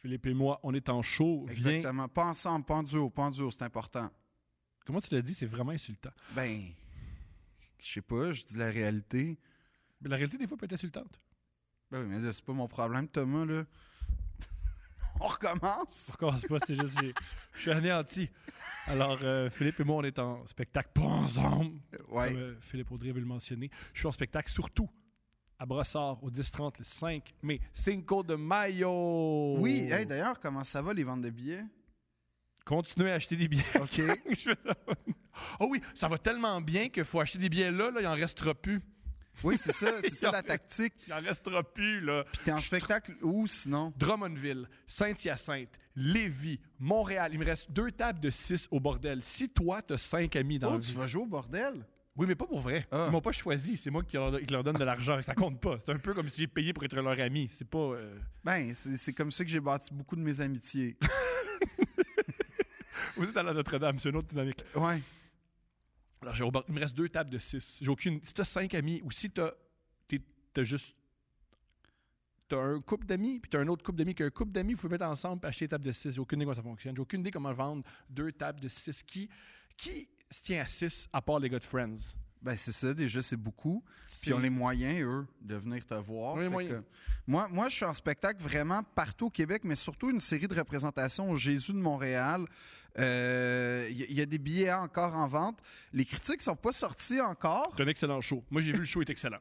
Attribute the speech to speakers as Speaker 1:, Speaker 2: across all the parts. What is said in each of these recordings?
Speaker 1: Philippe et moi, on est en show. Viens.
Speaker 2: Exactement. Pas ensemble, pas en duo, pas en duo, c'est important.
Speaker 1: Comment tu l'as dit? C'est vraiment insultant.
Speaker 2: Ben, je sais pas, je dis la réalité.
Speaker 1: Mais la réalité, des fois, peut être insultante.
Speaker 2: Ben oui, mais là, c'est pas mon problème, Thomas, là. On recommence?
Speaker 1: On commence pas, c'est juste. j'ai- Je suis anéanti. Alors, euh, Philippe et moi, on est en spectacle pas ensemble.
Speaker 2: Ouais.
Speaker 1: Comme euh, Philippe Audrey veut le mentionner. Je suis en spectacle surtout à Brossard au 10-30 le 5 mai. Cinco de Mayo!
Speaker 2: Oui, hey, d'ailleurs, comment ça va les ventes de billets?
Speaker 1: Continuez à acheter des billets.
Speaker 2: OK.
Speaker 1: Je fais ça. oh oui, ça va tellement bien qu'il faut acheter des billets là, là, il en restera plus.
Speaker 2: Oui, c'est ça, c'est ça la tactique.
Speaker 1: Il en restera plus, là.
Speaker 2: T'es en spectacle où sinon?
Speaker 1: Drummondville, Saint-Hyacinthe, Lévis, Montréal. Il me reste deux tables de six au bordel. Si toi, t'as cinq amis dans
Speaker 2: Oh,
Speaker 1: le
Speaker 2: tu vas jouer au bordel?
Speaker 1: Oui, mais pas pour vrai.
Speaker 2: Ah.
Speaker 1: Ils m'ont pas choisi. C'est moi qui leur, qui leur donne de l'argent. Ça compte pas. C'est un peu comme si j'ai payé pour être leur ami. C'est pas. euh,
Speaker 2: Ben, c'est c'est comme ça que j'ai bâti beaucoup de mes amitiés.
Speaker 1: Vous êtes à la Notre-Dame, c'est une autre dynamique.
Speaker 2: Ouais.
Speaker 1: Alors, j'ai au bord- il me reste deux tables de six. J'ai aucune. Si t'as cinq amis ou si t'as. t'es- T'as juste. T'as un couple d'amis, puis t'as un autre couple d'amis, qui a un couple d'amis, vous pouvez mettre ensemble puis acheter des tables de six. J'ai aucune idée comment ça fonctionne. J'ai aucune idée comment vendre deux tables de six. Qui, qui se tient à six à part les gars de Friends?
Speaker 2: Ben, c'est ça, déjà, c'est beaucoup.
Speaker 1: C'est-
Speaker 2: Puis on les moyens, eux, de venir te voir.
Speaker 1: On a les
Speaker 2: Fait
Speaker 1: moyens.
Speaker 2: que- moi, moi, je suis en spectacle vraiment partout au Québec, mais surtout une série de représentations au Jésus de Montréal. Euh, Il y, il y a des billets encore en vente. Les critiques sont pas sorties encore.
Speaker 1: C'est un excellent show. Moi, j'ai vu le show est excellent.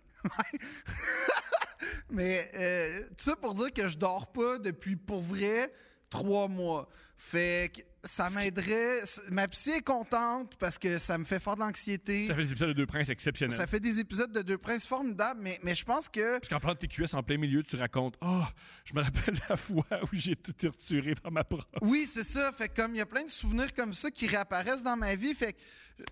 Speaker 2: Mais euh, tout ça pour dire que je dors pas depuis pour vrai trois mois. Fait que ça m'aiderait. c- Ma psy est contente parce que ça me fait faire de l'anxiété.
Speaker 1: Ça fait des épisodes de Deux Princes exceptionnels.
Speaker 2: Ça fait des épisodes de Deux Princes formidables, mais, mais je pense que.
Speaker 1: Parce qu'en parlant de TQS en plein milieu, tu racontes Ah, je me rappelle la fois où j'ai été torturé par ma prof.
Speaker 2: Oui, c'est ça. Fait que comme il y a plein de souvenirs comme ça qui réapparaissent dans ma vie, fait que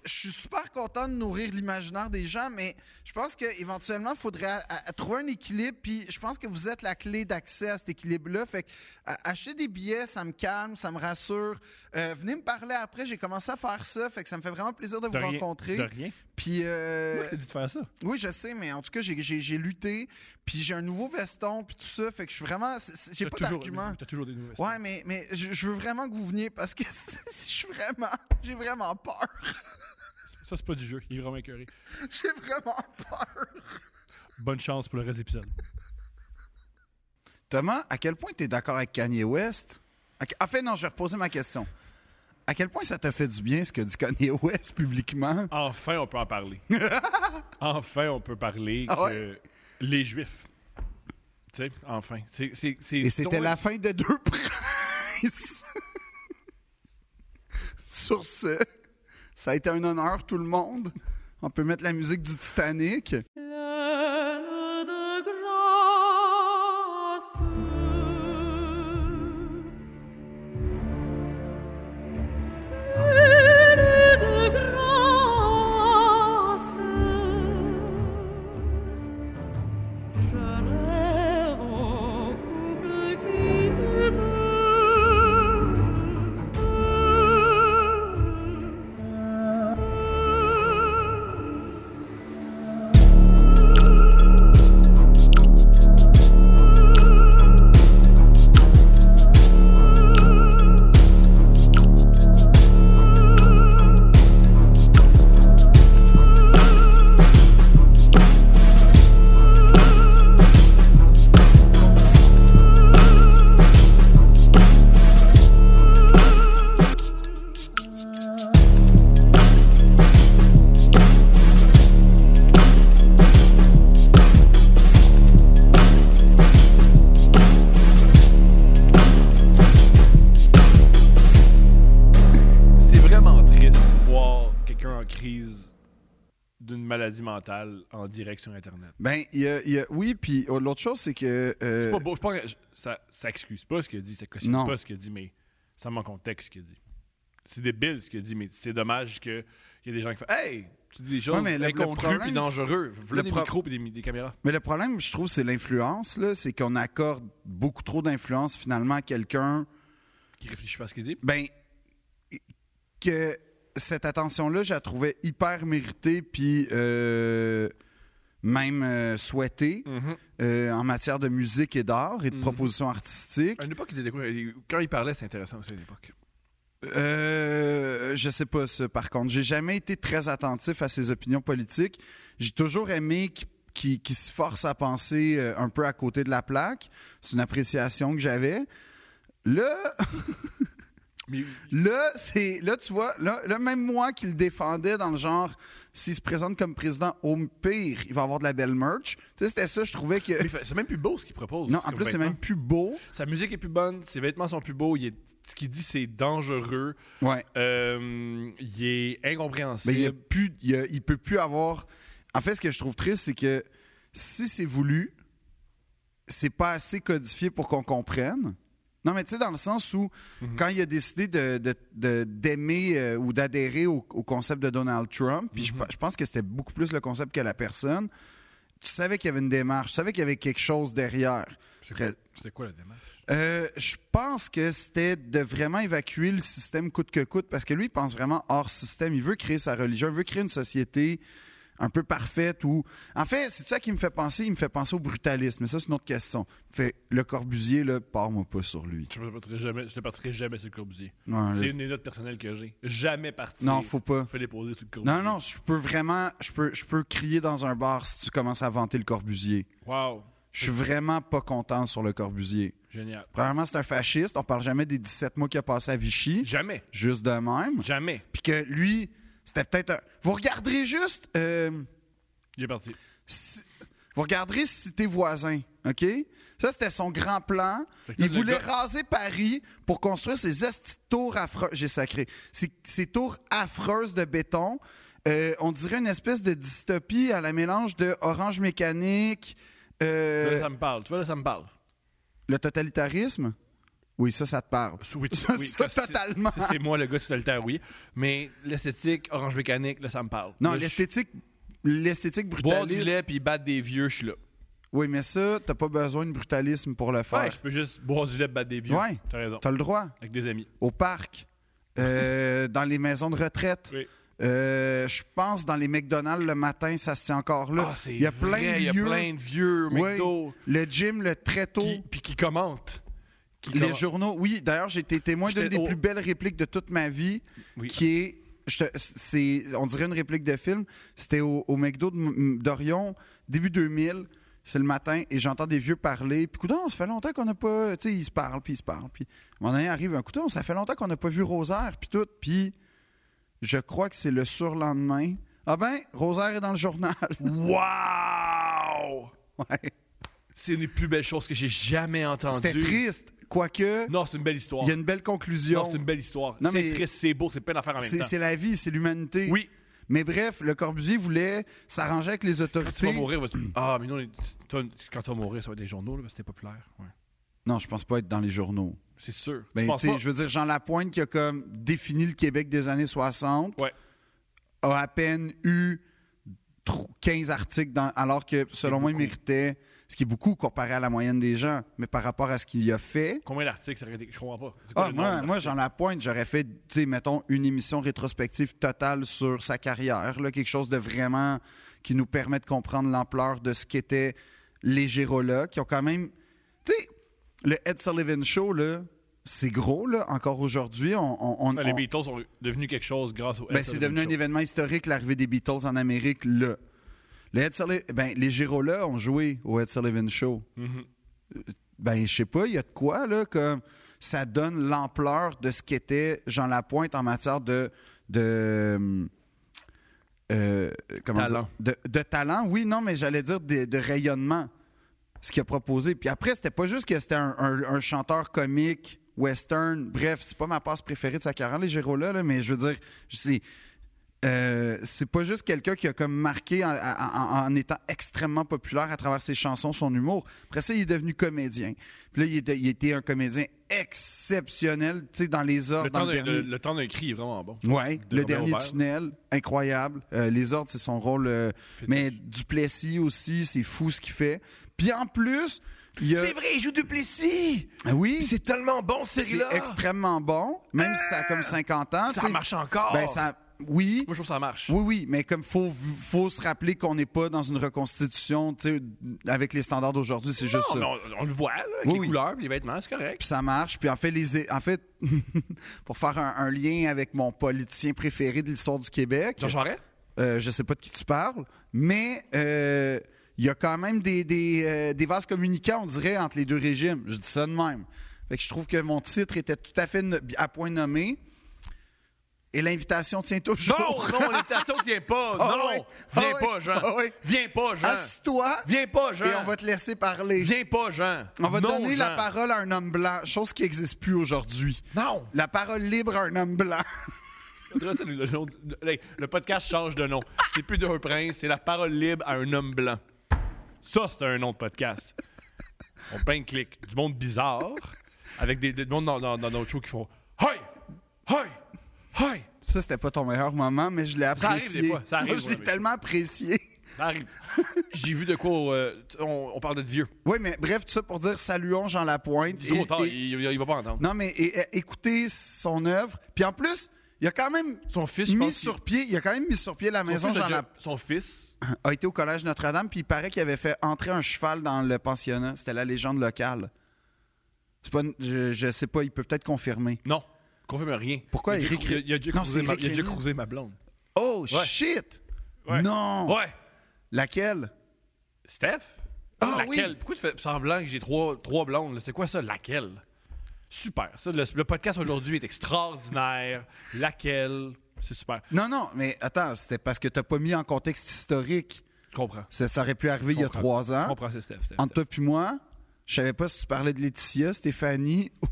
Speaker 2: je suis super content de nourrir l'imaginaire des gens, mais je pense qu'éventuellement, il faudrait à- à- trouver un équilibre. Puis je pense que vous êtes la clé d'accès à cet équilibre-là. Fait que à- acheter des billets, ça me calme, ça me rassure. Euh, venez me parler après. J'ai commencé à faire ça. Fait que ça me fait vraiment plaisir de vous
Speaker 1: De rien.
Speaker 2: rencontrer.
Speaker 1: De rien.
Speaker 2: Puis euh,
Speaker 1: Pourquoi t'as dit de faire ça?
Speaker 2: oui, je sais, mais en tout cas, j'ai- j'ai j'ai lutté. Puis j'ai un nouveau veston, puis tout ça. Fait que je suis vraiment. c'est- c'est- J'ai
Speaker 1: T'as
Speaker 2: pas
Speaker 1: toujours-
Speaker 2: d'argument.
Speaker 1: T'as toujours des nouvelles.
Speaker 2: Ouais, mais, mais je, je veux vraiment que vous veniez parce que je suis vraiment. J'ai vraiment peur.
Speaker 1: Ça, c'est pas du jeu. Il est vraiment écœuré.
Speaker 2: J'ai vraiment peur.
Speaker 1: Bonne chance pour le reste de l'épisode.
Speaker 2: Thomas, à quel point tu es d'accord avec Kanye West? À que- En fait, non, je vais reposer ma question. À quel point ça t'a fait du bien ce que dit Kanye West publiquement?
Speaker 1: Enfin, on peut en parler. enfin, on peut parler
Speaker 2: Ah
Speaker 1: que les Juifs. Tu sais, enfin. C'est, c'est, c'est-
Speaker 2: Et c'était
Speaker 1: donc-
Speaker 2: la fin de deux princes. Sur ce, ça a été un honneur, tout le monde. On peut mettre la musique du Titanic.
Speaker 3: Pleine de grâce, pleine de grâce, je rêve au couple qui demeure.
Speaker 1: C'est vraiment triste de voir quelqu'un en crise d'une maladie mentale en direct sur Internet.
Speaker 2: Ben, il y a- il y a- oui, puis oh, l'autre chose, c'est que. euh,
Speaker 1: C'est pas beau. c'est pas- je- ça, ça excuse pas ce qu'il a dit, ça cautionne
Speaker 2: Non.
Speaker 1: pas ce qu'il a dit, mais ça met en contexte ce qu'il a dit. C'est débile ce qu'il a dit, mais c'est dommage qu'il y a des gens qui font Hey, tu dis des choses
Speaker 2: Ouais, mais le- le
Speaker 1: inconcrues
Speaker 2: problème,
Speaker 1: puis dangereux.
Speaker 2: c'est-
Speaker 1: Voilà
Speaker 2: le
Speaker 1: des
Speaker 2: pro-
Speaker 1: micros puis des, des caméras.
Speaker 2: Mais le problème, je trouve, c'est l'influence. là. C'est qu'on accorde beaucoup trop d'influence finalement à quelqu'un.
Speaker 1: Qui réfléchit pas à ce qu'il dit.
Speaker 2: Ben, que cette attention-là, je la trouvais hyper méritée. Puis euh, même euh, souhaitée
Speaker 1: Mhm.
Speaker 2: euh, en matière de musique et d'art et de
Speaker 1: Mhm.
Speaker 2: propositions artistiques.
Speaker 1: À une époque, il disait quoi Quand il parlait, c'est intéressant aussi à l'époque.
Speaker 2: Euh, je sais pas ça, par contre. J'ai jamais été très attentif à ses opinions politiques. J'ai toujours aimé qu'il qu'il- qu'il se force à penser euh, un peu à côté de la plaque. C'est une appréciation que j'avais. Là,
Speaker 1: Mais
Speaker 2: Là, c'est là tu vois, là, là, même moi qui le défendais dans le genre s'il se présente comme président au pire, il va avoir de la belle merch. Tu sais, c'était ça, je trouvais que
Speaker 1: mais c'est même plus beau ce qu'il propose.
Speaker 2: non, en
Speaker 1: comme
Speaker 2: plus c'est
Speaker 1: vêtements.
Speaker 2: même plus beau.
Speaker 1: Sa musique est plus bonne, ses vêtements sont plus beaux, il est- ce qu'il dit, c'est dangereux,
Speaker 2: Ouais,
Speaker 1: euh, il est
Speaker 2: mais il y a
Speaker 1: incompréhensible.
Speaker 2: plus il, y a- il peut plus avoir En fait, ce que je trouve triste c'est que si c'est voulu, c'est pas assez codifié pour qu'on comprenne. Non, mais tu sais, dans le sens où,
Speaker 1: Mhm.
Speaker 2: quand il a décidé d'aimer de, d'aimer, euh, ou d'adhérer au, au concept de Donald Trump, puis je
Speaker 1: Mhm.
Speaker 2: pe- je, pense que c'était beaucoup plus le concept que la personne, tu savais qu'il y avait une démarche, tu savais qu'il y avait quelque chose derrière.
Speaker 1: C'est quoi, c'est quoi la démarche?
Speaker 2: Euh, je pense que c'était de vraiment évacuer le système coûte que coûte, parce que lui, il pense vraiment hors système. Il veut créer sa religion, il veut créer une société un peu parfaite où... En fait, c'est ça qui me fait penser, il me fait penser au brutalisme, mais ça, c'est une autre question. Fait, le Corbusier, là, pars-moi pas sur lui.
Speaker 1: Je ne partirai jamais, je ne partirai jamais sur le Corbusier.
Speaker 2: Ouais,
Speaker 1: C'est
Speaker 2: là,
Speaker 1: une des notes personnelles que j'ai. Jamais parti.
Speaker 2: non, faut pas.
Speaker 1: Fais les poser sur le Corbusier.
Speaker 2: Non, non, je peux vraiment, je peux, je peux crier dans un bar si tu commences à vanter le Corbusier.
Speaker 1: Wow,
Speaker 2: Je suis vraiment pas content sur le Corbusier.
Speaker 1: génial.
Speaker 2: Premièrement, c'est un fasciste. On parle jamais des 17 mois qu'il a passé à Vichy,
Speaker 1: Jamais,
Speaker 2: juste de même.
Speaker 1: jamais.
Speaker 2: Puis que lui, c'était peut-être un... Vous regarderez juste... euh,
Speaker 1: Il est parti.
Speaker 2: si- Vous regarderez si tes voisins, OK? Ça, c'était son grand plan.
Speaker 1: Fait que là,
Speaker 2: Il
Speaker 1: le
Speaker 2: voulait
Speaker 1: gars-
Speaker 2: raser Paris pour construire ces estis de tours affreuses. J'ai sacré. Ces, ces tours affreuses de béton. Euh, on dirait une espèce de dystopie à la mélange de Orange Mécanique, euh,
Speaker 1: Là, ça me parle. Tu vois, là, ça me parle.
Speaker 2: le totalitarisme. Oui, ça, ça te parle.
Speaker 1: Oui, tu-
Speaker 2: Ça,
Speaker 1: oui,
Speaker 2: ça,
Speaker 1: que c'est-
Speaker 2: totalement.
Speaker 1: c'est- C'est moi, le gars totalitaire, oui. Mais l'esthétique, orange mécanique, là, ça me parle.
Speaker 2: Non,
Speaker 1: Là, je-
Speaker 2: l'esthétique, l'esthétique
Speaker 1: Boire du
Speaker 2: brutaliste.
Speaker 1: lait puis battre des vieux, je suis là.
Speaker 2: Oui, mais ça, t'as pas besoin de brutalisme pour le
Speaker 1: Ouais,
Speaker 2: faire.
Speaker 1: je peux juste boire du lait, battre des vieux.
Speaker 2: Ouais.
Speaker 1: T'as raison.
Speaker 2: T'as le droit.
Speaker 1: Avec des amis.
Speaker 2: au parc, euh, dans les maisons de retraite.
Speaker 1: Oui.
Speaker 2: Euh, je pense dans les McDonald's le matin, ça se tient encore là.
Speaker 1: Ah, c'est
Speaker 2: il y a
Speaker 1: vrai,
Speaker 2: plein de
Speaker 1: Il y a
Speaker 2: lieux.
Speaker 1: plein de vieux
Speaker 2: Oui.
Speaker 1: McDo.
Speaker 2: Le gym, le très tôt,
Speaker 1: Qui, puis qui commentent. Qui
Speaker 2: les
Speaker 1: commentent.
Speaker 2: journaux. Oui, d'ailleurs, j'ai été témoin d'une
Speaker 1: J'étais-
Speaker 2: des
Speaker 1: oh.
Speaker 2: plus belles répliques de toute ma vie,
Speaker 1: Oui.
Speaker 2: qui est, je te- c'est, on dirait une réplique de film. C'était au, au McDo de M- d'Orion, début 2000. C'est le matin et j'entends des vieux parler. Puis, coudon, ça fait longtemps qu'on n'a pas. Tu sais, ils se parlent, puis ils se parlent. Puis, à un moment donné, arrive un coudon, ça fait longtemps qu'on n'a pas vu Rosaire, puis tout. Puis, je crois que c'est le surlendemain. Ah ben, Rosaire est dans le journal.
Speaker 1: Wow!
Speaker 2: Ouais.
Speaker 1: C'est une des plus belles choses que j'ai jamais entendues.
Speaker 2: C'était triste, quoique,
Speaker 1: Non, c'est une belle histoire.
Speaker 2: il y a une belle conclusion.
Speaker 1: Non, c'est une belle histoire.
Speaker 2: Non,
Speaker 1: c'est
Speaker 2: mais-
Speaker 1: triste, c'est beau, c'est plein d'affaires en même
Speaker 2: C'est
Speaker 1: temps.
Speaker 2: c'est la vie, c'est l'humanité.
Speaker 1: Oui,
Speaker 2: Mais bref, le Corbusier voulait s'arranger avec les
Speaker 1: quand tu vas
Speaker 2: autorités.
Speaker 1: mourir, va- ah, mais non, les- toi, quand tu vas mourir, ça va être des journaux, là, parce que t'es populaire. Ouais.
Speaker 2: Non, je pense pas être dans les journaux.
Speaker 1: C'est sûr. Tu
Speaker 2: Ben,
Speaker 1: penses
Speaker 2: tu sais,
Speaker 1: pas?
Speaker 2: je veux dire, Jean Lapointe qui a comme défini le Québec des années 60
Speaker 1: Ouais.
Speaker 2: a à peine eu tro- 15 articles, dans- alors que selon moi, il
Speaker 1: beaucoup.
Speaker 2: méritait ce qui est beaucoup comparé à la moyenne des gens, mais par rapport à ce qu'il a fait.
Speaker 1: Combien d'articles ça aurait été? Je comprends pas. C'est quoi
Speaker 2: Ah,
Speaker 1: le
Speaker 2: moi,
Speaker 1: nombre
Speaker 2: moi,
Speaker 1: d'articles?
Speaker 2: Jean Lapointe, j'aurais fait, tu sais, mettons, une émission rétrospective totale sur sa carrière, là, quelque chose de vraiment qui nous permet de comprendre l'ampleur de ce qu'étaient les Gérolas, qui ont quand même. Tu sais, le Ed Sullivan Show, là, c'est gros, là, encore aujourd'hui. On, on- on-
Speaker 1: Ah, Les
Speaker 2: on-
Speaker 1: Beatles sont devenus quelque chose grâce au.
Speaker 2: ben, c'est devenu un événement historique, l'arrivée des Beatles en Amérique, là. Le Ed Sulli- ben, les Gérolas ont joué au Ed Sullivan Show.
Speaker 1: Mhm.
Speaker 2: Ben, je sais pas, il y a de quoi, là, comme ça donne l'ampleur de ce qu'était Jean Lapointe en matière de. de euh, comment
Speaker 1: Talent.
Speaker 2: dire? De, de talent, oui, non, mais j'allais dire de, de rayonnement, ce qu'il a proposé. Puis après, c'était pas juste que c'était un, un- un chanteur comique, western, bref, c'est pas ma passe préférée de sa carrière, les Gérola, là, mais je veux dire, c'est. Euh, c'est pas juste quelqu'un qui a comme marqué en, en- en étant extrêmement populaire à travers ses chansons, son humour. Après ça, il est devenu comédien. Puis là, il était, il était un comédien exceptionnel, tu sais, dans les ordres.
Speaker 1: Le temps
Speaker 2: dans le
Speaker 1: d'un-
Speaker 2: dernier...
Speaker 1: le- le temps d'un cri est vraiment bon.
Speaker 2: Ouais,
Speaker 1: de
Speaker 2: le
Speaker 1: Robert
Speaker 2: dernier
Speaker 1: Aubert.
Speaker 2: tunnel, incroyable. Euh, les ordres, c'est son rôle. euh, mais Duplessis aussi, c'est fou ce qu'il fait. Puis en plus, il y a.
Speaker 1: vrai, il joue Duplessis!
Speaker 2: Euh, Ah Oui,
Speaker 1: C'est tellement bon, ce
Speaker 2: c'est extrêmement bon, même si ça a comme 50 ans. tu
Speaker 1: Ça
Speaker 2: sais.
Speaker 1: marche encore!
Speaker 2: Ben, ça, oui.
Speaker 1: Moi, je trouve que ça marche.
Speaker 2: Oui, oui, mais comme faut, faut se rappeler qu'on n'est pas dans une reconstitution, tu sais, avec les standards d'aujourd'hui, c'est juste ça.
Speaker 1: Non, mais on, on le voit, là, avec
Speaker 2: Oui,
Speaker 1: les
Speaker 2: oui.
Speaker 1: couleurs, puis les vêtements, c'est correct.
Speaker 2: Puis ça marche. Puis en fait, les, é- en fait pour faire un, un lien avec mon politicien préféré de l'histoire du Québec,
Speaker 1: Jean Charest?
Speaker 2: euh, je sais pas de qui tu parles, mais euh, il y a quand même des, des, euh, des vases communicants, on dirait, entre les deux régimes. Je dis ça de même. Fait que je trouve que mon titre était tout à fait no- à point nommé. Et l'invitation tient toujours.
Speaker 1: Non, non, l'invitation tient pas.
Speaker 2: Ah
Speaker 1: non,
Speaker 2: ouais.
Speaker 1: viens
Speaker 2: Ah
Speaker 1: pas,
Speaker 2: ouais.
Speaker 1: Jean.
Speaker 2: Ah ouais.
Speaker 1: Viens pas, Jean.
Speaker 2: Assis-toi
Speaker 1: Viens pas, Jean.
Speaker 2: et on va te laisser parler.
Speaker 1: Viens pas, Jean.
Speaker 2: On va
Speaker 1: Non,
Speaker 2: donner la
Speaker 1: Jean.
Speaker 2: parole à un homme blanc, chose qui n'existe plus aujourd'hui.
Speaker 1: Non.
Speaker 2: La parole libre à un homme blanc.
Speaker 1: Faudrait que le, nom de- le- le podcast change de nom. C'est plus d'un prince, c'est la parole libre à un homme blanc. Ça, c'est un nom de podcast. On peint clic. Du monde bizarre, avec des, des- du monde dans, dans, dans notre show qui font Hey! Hey! Hey!
Speaker 2: Ça, c'était pas ton meilleur moment, mais je l'ai
Speaker 1: Ça arrive
Speaker 2: apprécié.
Speaker 1: des fois, ça arrive,
Speaker 2: Moi, je
Speaker 1: ouais,
Speaker 2: l'ai
Speaker 1: mais-
Speaker 2: tellement apprécié.
Speaker 1: Ça arrive. J'ai vu de quoi euh, on, on parle de vieux.
Speaker 2: Oui, mais bref, tout ça pour dire saluons Jean Lapointe.
Speaker 1: Il est trop
Speaker 2: Et-
Speaker 1: tard,
Speaker 2: et-
Speaker 1: il, il- il va pas entendre.
Speaker 2: Non, mais et- et- écoutez son œuvre. Puis en plus, il a quand même
Speaker 1: Son fils, je
Speaker 2: mis
Speaker 1: pense
Speaker 2: sur pied, il a quand même mis sur pied la
Speaker 1: qu'il-
Speaker 2: maison
Speaker 1: son fils a
Speaker 2: Jean
Speaker 1: déjà-
Speaker 2: Lapointe.
Speaker 1: son fils,
Speaker 2: A été au collège Notre-Dame, puis il paraît qu'il avait fait entrer un cheval dans le pensionnat. C'était la légende locale. C'est pas, une- je, je sais pas, il peut peut-être confirmer.
Speaker 1: non, confirme rien.
Speaker 2: Pourquoi
Speaker 1: il a déjà
Speaker 2: Eric
Speaker 1: crou- il a- il a déjà
Speaker 2: Non,
Speaker 1: croisé
Speaker 2: c'est
Speaker 1: ma-
Speaker 2: Eric
Speaker 1: il a déjà
Speaker 2: Rémy.
Speaker 1: croisé ma blonde.
Speaker 2: Oh
Speaker 1: Ouais.
Speaker 2: shit!
Speaker 1: Ouais.
Speaker 2: Non!
Speaker 1: Ouais!
Speaker 2: Laquelle?
Speaker 1: Steph?
Speaker 2: Ah
Speaker 1: laquelle?
Speaker 2: oui!
Speaker 1: Pourquoi tu fais semblant que j'ai trois, trois blondes? là? C'est quoi ça, laquelle? Super. Ça, le, le podcast aujourd'hui est extraordinaire. Laquelle? C'est super.
Speaker 2: Non, non, mais attends, c'était parce que t'as pas mis en contexte historique.
Speaker 1: Je comprends.
Speaker 2: Ça, ça aurait pu arriver il y a
Speaker 1: comprends.
Speaker 2: trois
Speaker 1: Je
Speaker 2: ans.
Speaker 1: comprends, c'est Steph. Steph,
Speaker 2: Entre toi puis moi, je savais pas si tu parlais de Laetitia, Stéphanie ou,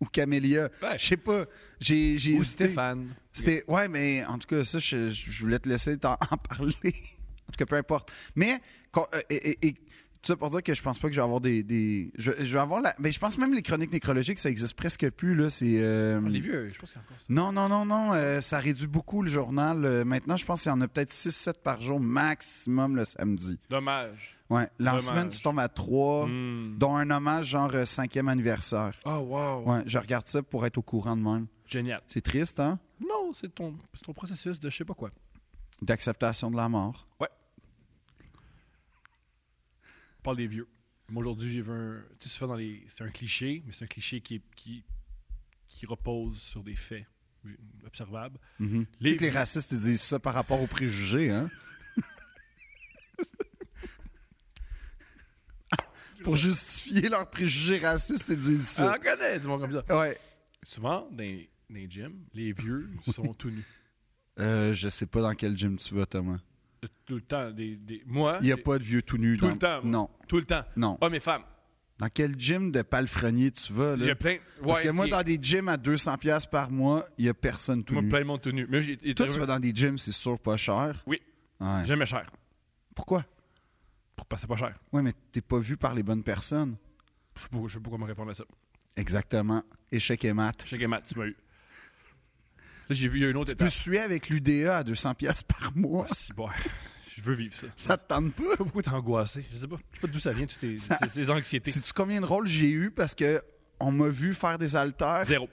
Speaker 2: ou Camélia.
Speaker 1: Ouais.
Speaker 2: Je sais pas. J'ai j'ai
Speaker 1: Steph. Ou
Speaker 2: hésité.
Speaker 1: Stéphane.
Speaker 2: C'était ouais, mais en tout cas ça, je, je voulais te laisser t'en- en parler. en tout cas, peu importe. Mais con- euh, et, et- et tout ça pour dire que je pense pas que je vais avoir des, des- je, je vais avoir la. Mais je pense même les chroniques nécrologiques, ça existe presque plus là. C'est euh,
Speaker 1: On l'a vu, euh, je pense qu'il y a encore ça.
Speaker 2: non, non, non, non. euh, ça réduit beaucoup le journal. Euh, maintenant, je pense qu'il y en a peut-être 6-7 par jour maximum le samedi.
Speaker 1: Dommage.
Speaker 2: Ouais. Là, en
Speaker 1: Dommage.
Speaker 2: semaine, tu tombes à 3,
Speaker 1: Hmm.
Speaker 2: dont un hommage genre 5e anniversaire.
Speaker 1: Oh, wow.
Speaker 2: Ouais, je regarde ça pour être au courant de même.
Speaker 1: Génial.
Speaker 2: C'est triste, hein?
Speaker 1: Non, c'est ton, c'est ton processus de je sais pas quoi.
Speaker 2: D'acceptation de la mort.
Speaker 1: On parle des vieux. Moi, aujourd'hui, j'ai vu un. Tu sais, souvent dans les. C'est un cliché, mais c'est un cliché qui, qui, qui repose sur des faits vu- observables.
Speaker 2: Mhm. Tu sais que les racistes ils disent ça par rapport aux préjugés, hein? pour justifier leurs préjugés racistes, ils disent
Speaker 1: Ah,
Speaker 2: ça.
Speaker 1: on connaît du monde comme ça.
Speaker 2: Ouais.
Speaker 1: Souvent, dans les, dans les gyms, les vieux sont tout nus.
Speaker 2: Euh, je sais pas dans quel gym tu vas, Thomas.
Speaker 1: Euh, Tout le temps. Des, des- Moi,
Speaker 2: Il n'y a
Speaker 1: j'ai-
Speaker 2: pas de vieux tout nu.
Speaker 1: Tout
Speaker 2: dans-
Speaker 1: le temps, moi.
Speaker 2: Non,
Speaker 1: tout le temps.
Speaker 2: non.
Speaker 1: Hommes et femmes.
Speaker 2: Dans quel gym de palefrenier tu vas? Là?
Speaker 1: J'ai plein.
Speaker 2: Parce
Speaker 1: ouais,
Speaker 2: que moi,
Speaker 1: c'est-
Speaker 2: dans des gyms à 200$ piastres par mois, il n'y a personne tout
Speaker 1: moi,
Speaker 2: nu.
Speaker 1: plein de monde tout nu. Mais j'ai-
Speaker 2: Toi, tu vas dans des gyms, c'est sûr, pas cher.
Speaker 1: Oui.
Speaker 2: Ouais.
Speaker 1: jamais cher.
Speaker 2: Pourquoi?
Speaker 1: Pour passer pas cher.
Speaker 2: Oui, mais t'es pas vu par les bonnes personnes.
Speaker 1: Je sais pas, je sais pas comment répondre à ça.
Speaker 2: Exactement. Échec et mat.
Speaker 1: Je sais que Matt, tu m'as eu. Là, j'ai vu, il y a une autre
Speaker 2: Tu peux
Speaker 1: étape.
Speaker 2: suer avec l'UDA à 200$ piastres par mois.
Speaker 1: Ah, si, bon, je veux vivre ça.
Speaker 2: Ça te tente pas?
Speaker 1: Je sais pas pourquoi t'es angoissé. Je sais pas. Je sais pas d'où ça vient, toutes ces, ces- ces anxiétés.
Speaker 2: Sais-tu combien de rôles j'ai eu parce que on m'a vu faire des haltères?
Speaker 1: Zéro.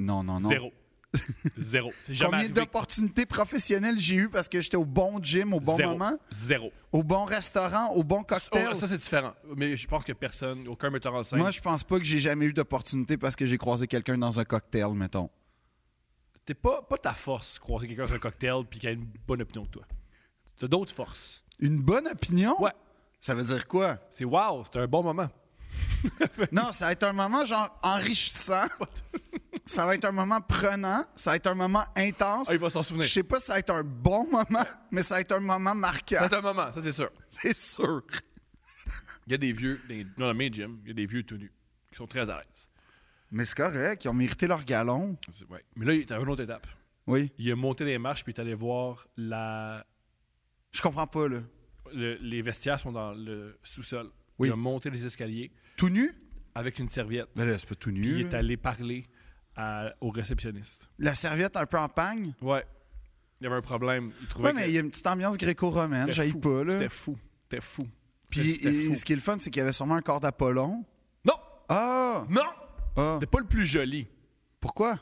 Speaker 2: Non, non, non.
Speaker 1: Zéro. Zéro. C'est jamais
Speaker 2: Combien
Speaker 1: arrivé.
Speaker 2: d'opportunités professionnelles j'ai eu parce que j'étais au bon gym au bon
Speaker 1: Zéro.
Speaker 2: moment,
Speaker 1: Zéro.
Speaker 2: au bon restaurant, au bon cocktail?
Speaker 1: Oh, ça, c'est différent. Mais je pense que personne, aucun metteur en scène,
Speaker 2: Moi, je pense pas que j'ai jamais eu d'opportunité parce que j'ai croisé quelqu'un dans un cocktail, mettons.
Speaker 1: T'es pas, pas ta force croiser quelqu'un sur un cocktail puis qu'il a une bonne opinion de toi. T'as d'autres forces.
Speaker 2: Une bonne opinion?
Speaker 1: Ouais.
Speaker 2: Ça veut dire quoi?
Speaker 1: C'est wow, c'était un bon moment.
Speaker 2: non, ça va être un moment genre enrichissant. ça va être un moment prenant. Ça va être un moment intense.
Speaker 1: Ah, il va s'en
Speaker 2: Je
Speaker 1: souvenir.
Speaker 2: sais pas si ça va être un bon moment, mais ça va être un moment marquant.
Speaker 1: C'est un moment, ça c'est sûr.
Speaker 2: C'est sûr.
Speaker 1: Il y a des vieux, des, dans mes gyms, il y a des vieux tout nus qui sont très à l'aise.
Speaker 2: Mais c'est correct, ils ont mérité leur galon.
Speaker 1: C'est- ouais. Mais là, il était à une autre étape.
Speaker 2: Oui.
Speaker 1: Il a monté les marches puis il est allé voir la.
Speaker 2: Je comprends pas, là.
Speaker 1: le- les vestiaires sont dans le sous-sol.
Speaker 2: Oui.
Speaker 1: Il a monté les escaliers
Speaker 2: Tout nu?
Speaker 1: avec une serviette.
Speaker 2: Ben là, c'est pas tout
Speaker 1: Puis il
Speaker 2: nu.
Speaker 1: est allé parler à- au réceptionniste.
Speaker 2: La serviette un peu en pagne.
Speaker 1: Ouais. Il y avait un problème. Il trouvait
Speaker 2: Ouais, mais il y a une petite ambiance gréco-romaine, j'aille pas, là.
Speaker 1: C'était fou. C'était fou.
Speaker 2: Puis
Speaker 1: C'était
Speaker 2: et-
Speaker 1: fou.
Speaker 2: ce qui est le fun, c'est qu'il y avait sûrement un corps d'Apollon.
Speaker 1: Non!
Speaker 2: Ah!
Speaker 1: Non!
Speaker 2: Ah!
Speaker 1: C'était pas le plus joli.
Speaker 2: Pourquoi?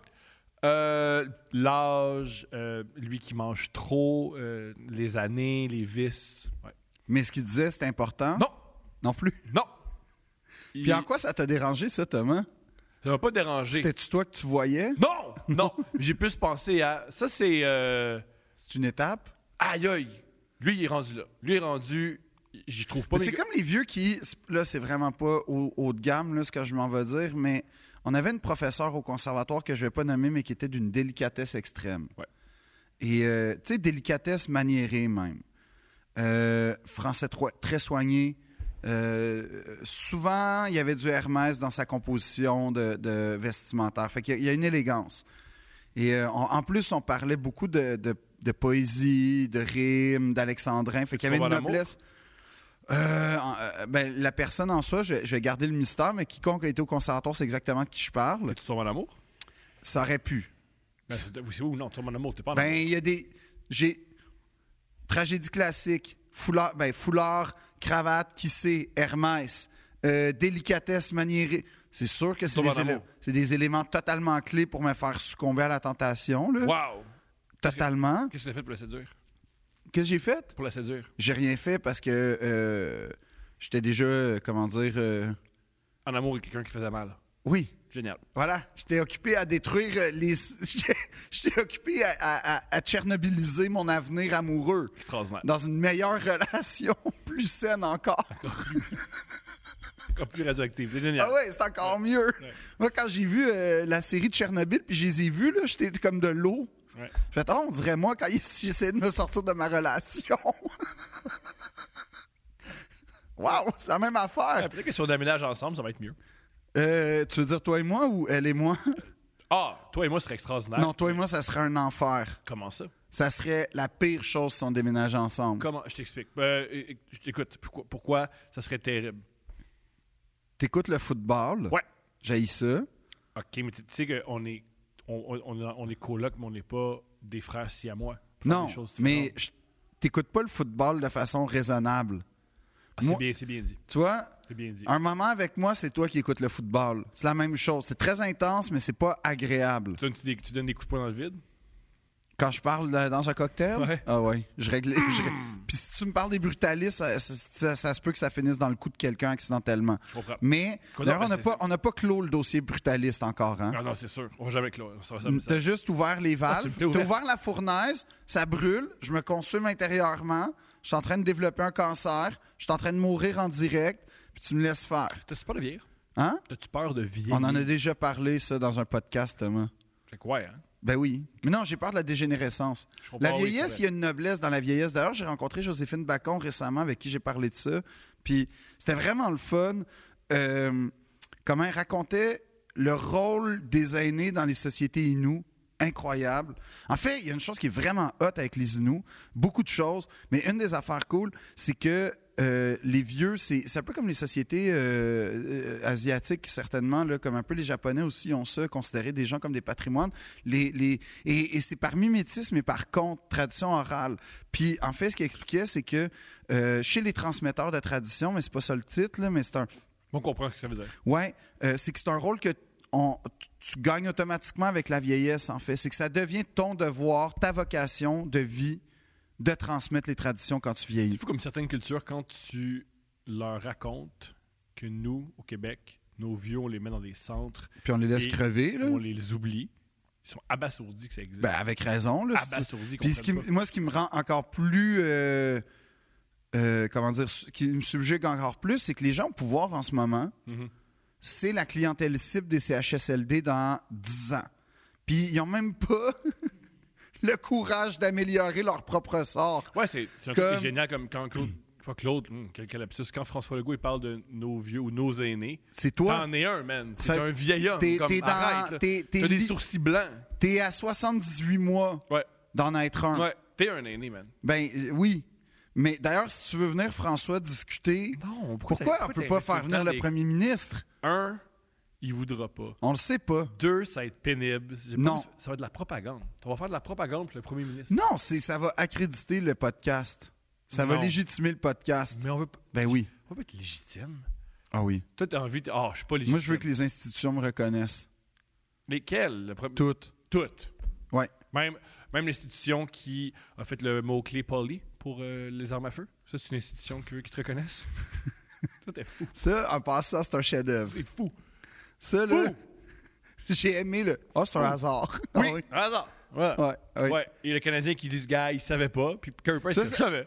Speaker 1: Euh, L'âge, euh, lui qui mange trop, euh, les années, les vices. Ouais.
Speaker 2: Mais ce qu'il disait, c'est important.
Speaker 1: Non,
Speaker 2: Non plus.
Speaker 1: non.
Speaker 2: Ah. Puis en quoi ça t'a dérangé, ça, Thomas?
Speaker 1: Ça m'a pas dérangé.
Speaker 2: C'était-tu toi que tu voyais?
Speaker 1: Non, non. J'ai plus pensé à. Ça, c'est. euh,
Speaker 2: C'est une étape?
Speaker 1: Aïe, aïe. Lui, il est rendu là. Lui, il est rendu. J'y trouve pas
Speaker 2: Mais
Speaker 1: mes
Speaker 2: c'est
Speaker 1: gars.
Speaker 2: comme les vieux qui. Là, c'est vraiment pas haut, haut de gamme, là, ce que je m'en vais dire, mais on avait une professeure au conservatoire que je vais pas nommer, mais qui était d'une délicatesse extrême.
Speaker 1: Ouais.
Speaker 2: Et, euh, tu sais, délicatesse maniérée même. Euh, français troi- très soigné. Euh, souvent, il y avait du Hermès dans sa composition de, de vestimentaire. Fait qu'il y a- il y a une élégance. Et euh, on- en plus, on parlait beaucoup de, de- de poésie, de rimes, d'alexandrin. Fait qu'il y avait
Speaker 1: Sauve
Speaker 2: une
Speaker 1: à l'amour?
Speaker 2: noblesse. Euh, en- euh, ben, la personne en soi, je, vais- je vais garder le mystère, mais quiconque a été au conservatoire sait exactement de qui je parle.
Speaker 1: Mais Tu tombes en amour?
Speaker 2: Ça aurait pu.
Speaker 1: Ben, c'est oui, c'est oui ou Ah non? Tu tombes en amour, t'es pas en
Speaker 2: Ben,
Speaker 1: amour.
Speaker 2: il y a des. J'ai. Tragédie classique, foulard, ben, foulard, cravate, qui sait, Hermès, euh, délicatesse maniérée. C'est sûr que c'est
Speaker 1: Sauve
Speaker 2: des,
Speaker 1: en
Speaker 2: éle-
Speaker 1: amour.
Speaker 2: c'est des éléments totalement clés pour me faire succomber à la tentation. Là.
Speaker 1: Wow!
Speaker 2: Totalement.
Speaker 1: Qu'est-ce que tu as fait pour la séduire?
Speaker 2: Qu'est-ce que j'ai fait?
Speaker 1: Pour la séduire?
Speaker 2: J'ai rien fait parce que euh, j'étais déjà, euh, comment dire, euh,
Speaker 1: En amour, avec quelqu'un qui faisait mal.
Speaker 2: oui,
Speaker 1: Génial.
Speaker 2: Voilà, j'étais occupé à détruire euh, les. J'étais j'étais occupé à, à- à- à tchernobyliser mon avenir amoureux
Speaker 1: Extraordinaire.
Speaker 2: dans une meilleure relation, plus saine encore.
Speaker 1: Encore plus radioactif. C'est génial.
Speaker 2: Ah ouais, c'est encore mieux.
Speaker 1: Ouais.
Speaker 2: Moi, quand j'ai vu euh, la série de Tchernobyl, puis je les ai vus, là, j'étais comme de l'eau.
Speaker 1: Ouais.
Speaker 2: J'ai fait, oh, on dirait moi quand il- si j'essayais de me sortir de ma relation. Waouh, c'est la même affaire.
Speaker 1: Après, que si on déménage ensemble, ça va être mieux.
Speaker 2: Euh, tu veux dire toi et moi ou elle et moi?
Speaker 1: Ah, toi et moi, ce serait extraordinaire.
Speaker 2: Non, toi et moi, ça serait un enfer.
Speaker 1: Comment ça?
Speaker 2: ça serait la pire chose si on déménageait ensemble.
Speaker 1: Comment? Je t'explique. Euh, é- é- je t'écoute. Pourquoi, pourquoi ça serait terrible?
Speaker 2: T'écoutes le football,
Speaker 1: Ouais.
Speaker 2: j'haïs ça.
Speaker 1: OK, mais tu tu sais qu'on est, on, on, on est coloc, mais on n'est pas des frères si à moi.
Speaker 2: Non, mais je- t'écoutes pas le football de façon raisonnable.
Speaker 1: Ah, c'est
Speaker 2: moi-
Speaker 1: bien, c'est bien dit.
Speaker 2: Tu vois,
Speaker 1: C'est bien dit.
Speaker 2: un moment avec moi, c'est toi qui écoutes le football. C'est la même chose. C'est très intense, mais c'est pas agréable.
Speaker 1: Tu, donnes, des, tu donnes des coups de poing dans le vide?
Speaker 2: Quand je parle euh, dans un cocktail,
Speaker 1: Ouais.
Speaker 2: ah ouais, je règle. je règle- Puis si tu me parles des brutalistes, ça, ça- ça- ça se peut que ça finisse dans le cou de quelqu'un accidentellement.
Speaker 1: Je comprends.
Speaker 2: Mais
Speaker 1: Quoi
Speaker 2: d'ailleurs, on
Speaker 1: donc, Ben,
Speaker 2: n'a
Speaker 1: c'est-
Speaker 2: pas, on n'a pas clos le dossier brutaliste encore. Hein?
Speaker 1: Ah non, c'est sûr. On va jamais clore. Ça, ça, ça-
Speaker 2: T'as juste ouvert les
Speaker 1: tu
Speaker 2: valves,
Speaker 1: me fais
Speaker 2: t'as
Speaker 1: ouvert.
Speaker 2: ouvert la fournaise, ça brûle, je me consume intérieurement, je suis en train de développer un cancer, je suis en train de mourir en direct, puis tu me laisses faire.
Speaker 1: T'as-tu pas de vieillir?
Speaker 2: Hein?
Speaker 1: T'as-tu peur de vieillir?
Speaker 2: On en a déjà parlé, ça, dans un podcast, Thomas.
Speaker 1: C'est quoi, hein?
Speaker 2: Ben oui. Mais non, j'ai peur de la dégénérescence.
Speaker 1: Je comprends,
Speaker 2: La
Speaker 1: oui,
Speaker 2: vieillesse,
Speaker 1: c'est
Speaker 2: il y a une noblesse dans la vieillesse. D'ailleurs, j'ai rencontré Joséphine Bacon récemment avec qui j'ai parlé de ça. Puis c'était vraiment le fun. euh, comment elle racontait le rôle des aînés dans les sociétés inoues. Incroyable. En fait, il y a une chose qui est vraiment hot avec les Inuits, beaucoup de choses, mais une des affaires cool, c'est que euh, les vieux, c'est c'est un peu comme les sociétés euh, euh, asiatiques, certainement, là, comme un peu les Japonais aussi ont ça, considéré des gens comme des patrimoines. Les, les, et et c'est par mimétisme et par contre, tradition orale. Puis, en fait, ce qu'il expliquait, c'est que euh, chez les transmetteurs de tradition, mais c'est pas ça le titre, là, mais c'est un,
Speaker 1: On comprend ce que ça veut dire.
Speaker 2: Ouais, euh, c'est que c'est un rôle que on- tu gagnes automatiquement avec la vieillesse, en fait. C'est que ça devient ton devoir, ta vocation de vie de transmettre les traditions quand tu
Speaker 1: C'est
Speaker 2: vieillis.
Speaker 1: fou comme certaines cultures, quand tu leur racontes que nous, au Québec, nos vieux, on les met dans des centres,
Speaker 2: Puis on les laisse
Speaker 1: Et
Speaker 2: crever, là.
Speaker 1: on les oublie. Ils sont abasourdis que ça existe.
Speaker 2: Ben, avec raison,
Speaker 1: Ah,
Speaker 2: là. si tu-
Speaker 1: abasourdis.
Speaker 2: Puis ce qui,
Speaker 1: comprennent
Speaker 2: m- moi, ce qui me rend encore plus. euh, euh, comment dire, su- qui me subjugue encore plus, c'est que les gens au pouvoir en ce moment,
Speaker 1: pas. Mhm.
Speaker 2: c'est la clientèle cible des CHSLD dans 10 ans. Puis ils n'ont même pas le courage d'améliorer leur propre sort.
Speaker 1: Ouais, c'est c'est un
Speaker 2: Comme-
Speaker 1: truc qui est génial comme quand Claude. Pas Claude, hum, quel quel lapsus. Quand François Legault il parle de nos vieux ou nos aînés,
Speaker 2: C'est toi.
Speaker 1: t'en es un, man. T'es
Speaker 2: Ça-
Speaker 1: un vieil homme.
Speaker 2: T'es
Speaker 1: comme,
Speaker 2: t'es dans-
Speaker 1: arrête, là.
Speaker 2: t'es- t'es
Speaker 1: T'as des
Speaker 2: li-
Speaker 1: sourcils blancs.
Speaker 2: t'es à 78 mois
Speaker 1: Ouais.
Speaker 2: d'en être un.
Speaker 1: Ouais. T'es un aîné, man.
Speaker 2: Ben euh, oui. Mais d'ailleurs, si tu veux venir, François, discuter,
Speaker 1: Non,
Speaker 2: pourquoi on peut pas faire venir le premier ministre?
Speaker 1: Un, il voudra pas.
Speaker 2: On le sait pas.
Speaker 1: Deux, ça va être pénible. J'ai pas
Speaker 2: Non.
Speaker 1: envie de- Ça va être de la propagande. On va faire de la propagande pour le premier ministre.
Speaker 2: Non, c'est ça va accréditer le podcast. Ça va
Speaker 1: Non.
Speaker 2: légitimer le podcast.
Speaker 1: Mais on veut, pas-
Speaker 2: Ben oui.
Speaker 1: on veut pas être légitime.
Speaker 2: Ah oui.
Speaker 1: Toi, t'as envie de. Ah, je suis pas légitime.
Speaker 2: Moi, je veux que les institutions me reconnaissent.
Speaker 1: Lesquels? Le premier...
Speaker 2: Toutes.
Speaker 1: Toutes. toutes.
Speaker 2: Ouais.
Speaker 1: Même, même l'institution qui a fait le mot-clé poly pour euh, les armes à feu. Ça, c'est une institution qui veut qu'ils te reconnaissent. Ça, t'es fou.
Speaker 2: Ça, en passant, c'est un chef-d'œuvre.
Speaker 1: C'est fou.
Speaker 2: Ça, là, j'ai aimé le. Ah, c'est un hasard. Ah
Speaker 1: Oui, un hasard. Ouais.
Speaker 2: Ouais, oui.
Speaker 1: Ouais. Et le Canadien qui dit, ce gars, il savait pas. Puis Carey Price,
Speaker 2: Ça,
Speaker 1: il dit, je
Speaker 2: c'est-
Speaker 1: savais.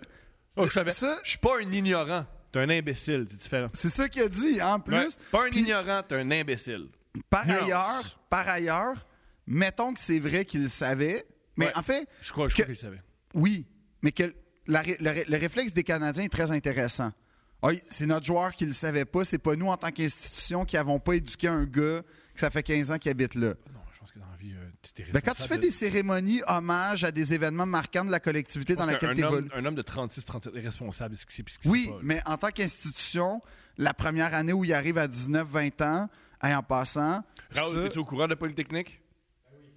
Speaker 1: Oh, je savais.
Speaker 2: Ça-
Speaker 1: Je suis pas un ignorant. T'es un imbécile, c'est différent.
Speaker 2: C'est ça qu'il a dit. En plus,
Speaker 1: Ouais. Pas un ignorant, t'es un imbécile.
Speaker 2: par
Speaker 1: Nuance.
Speaker 2: ailleurs, par ailleurs, mettons que c'est vrai qu'il le savait, mais
Speaker 1: Ouais.
Speaker 2: en fait,
Speaker 1: Je crois, je
Speaker 2: Que-
Speaker 1: crois qu'il savait.
Speaker 2: oui, mais que la ré- le, ré- le réflexe des Canadiens est très intéressant. Ah, il- c'est notre joueur qui le savait pas, c'est pas nous en tant qu'institution qui n'avons pas éduqué un gars que ça fait 15 ans qu'il habite là.
Speaker 1: Non, je pense que dans la vie, euh, tu t'es
Speaker 2: Ben, quand tu fais
Speaker 1: responsable
Speaker 2: des cérémonies hommages à des événements marquants de la collectivité dans
Speaker 1: Parce
Speaker 2: laquelle
Speaker 1: qu'un
Speaker 2: tu
Speaker 1: homme- Un homme de 36-37 est responsable de ce qui s'est puis ce qui s'est
Speaker 2: Oui,
Speaker 1: pas, là.
Speaker 2: mais en tant qu'institution, la première année où il arrive à 19-20 ans, et en passant, ça-
Speaker 1: Raoul, es-tu au courant de Polytechnique?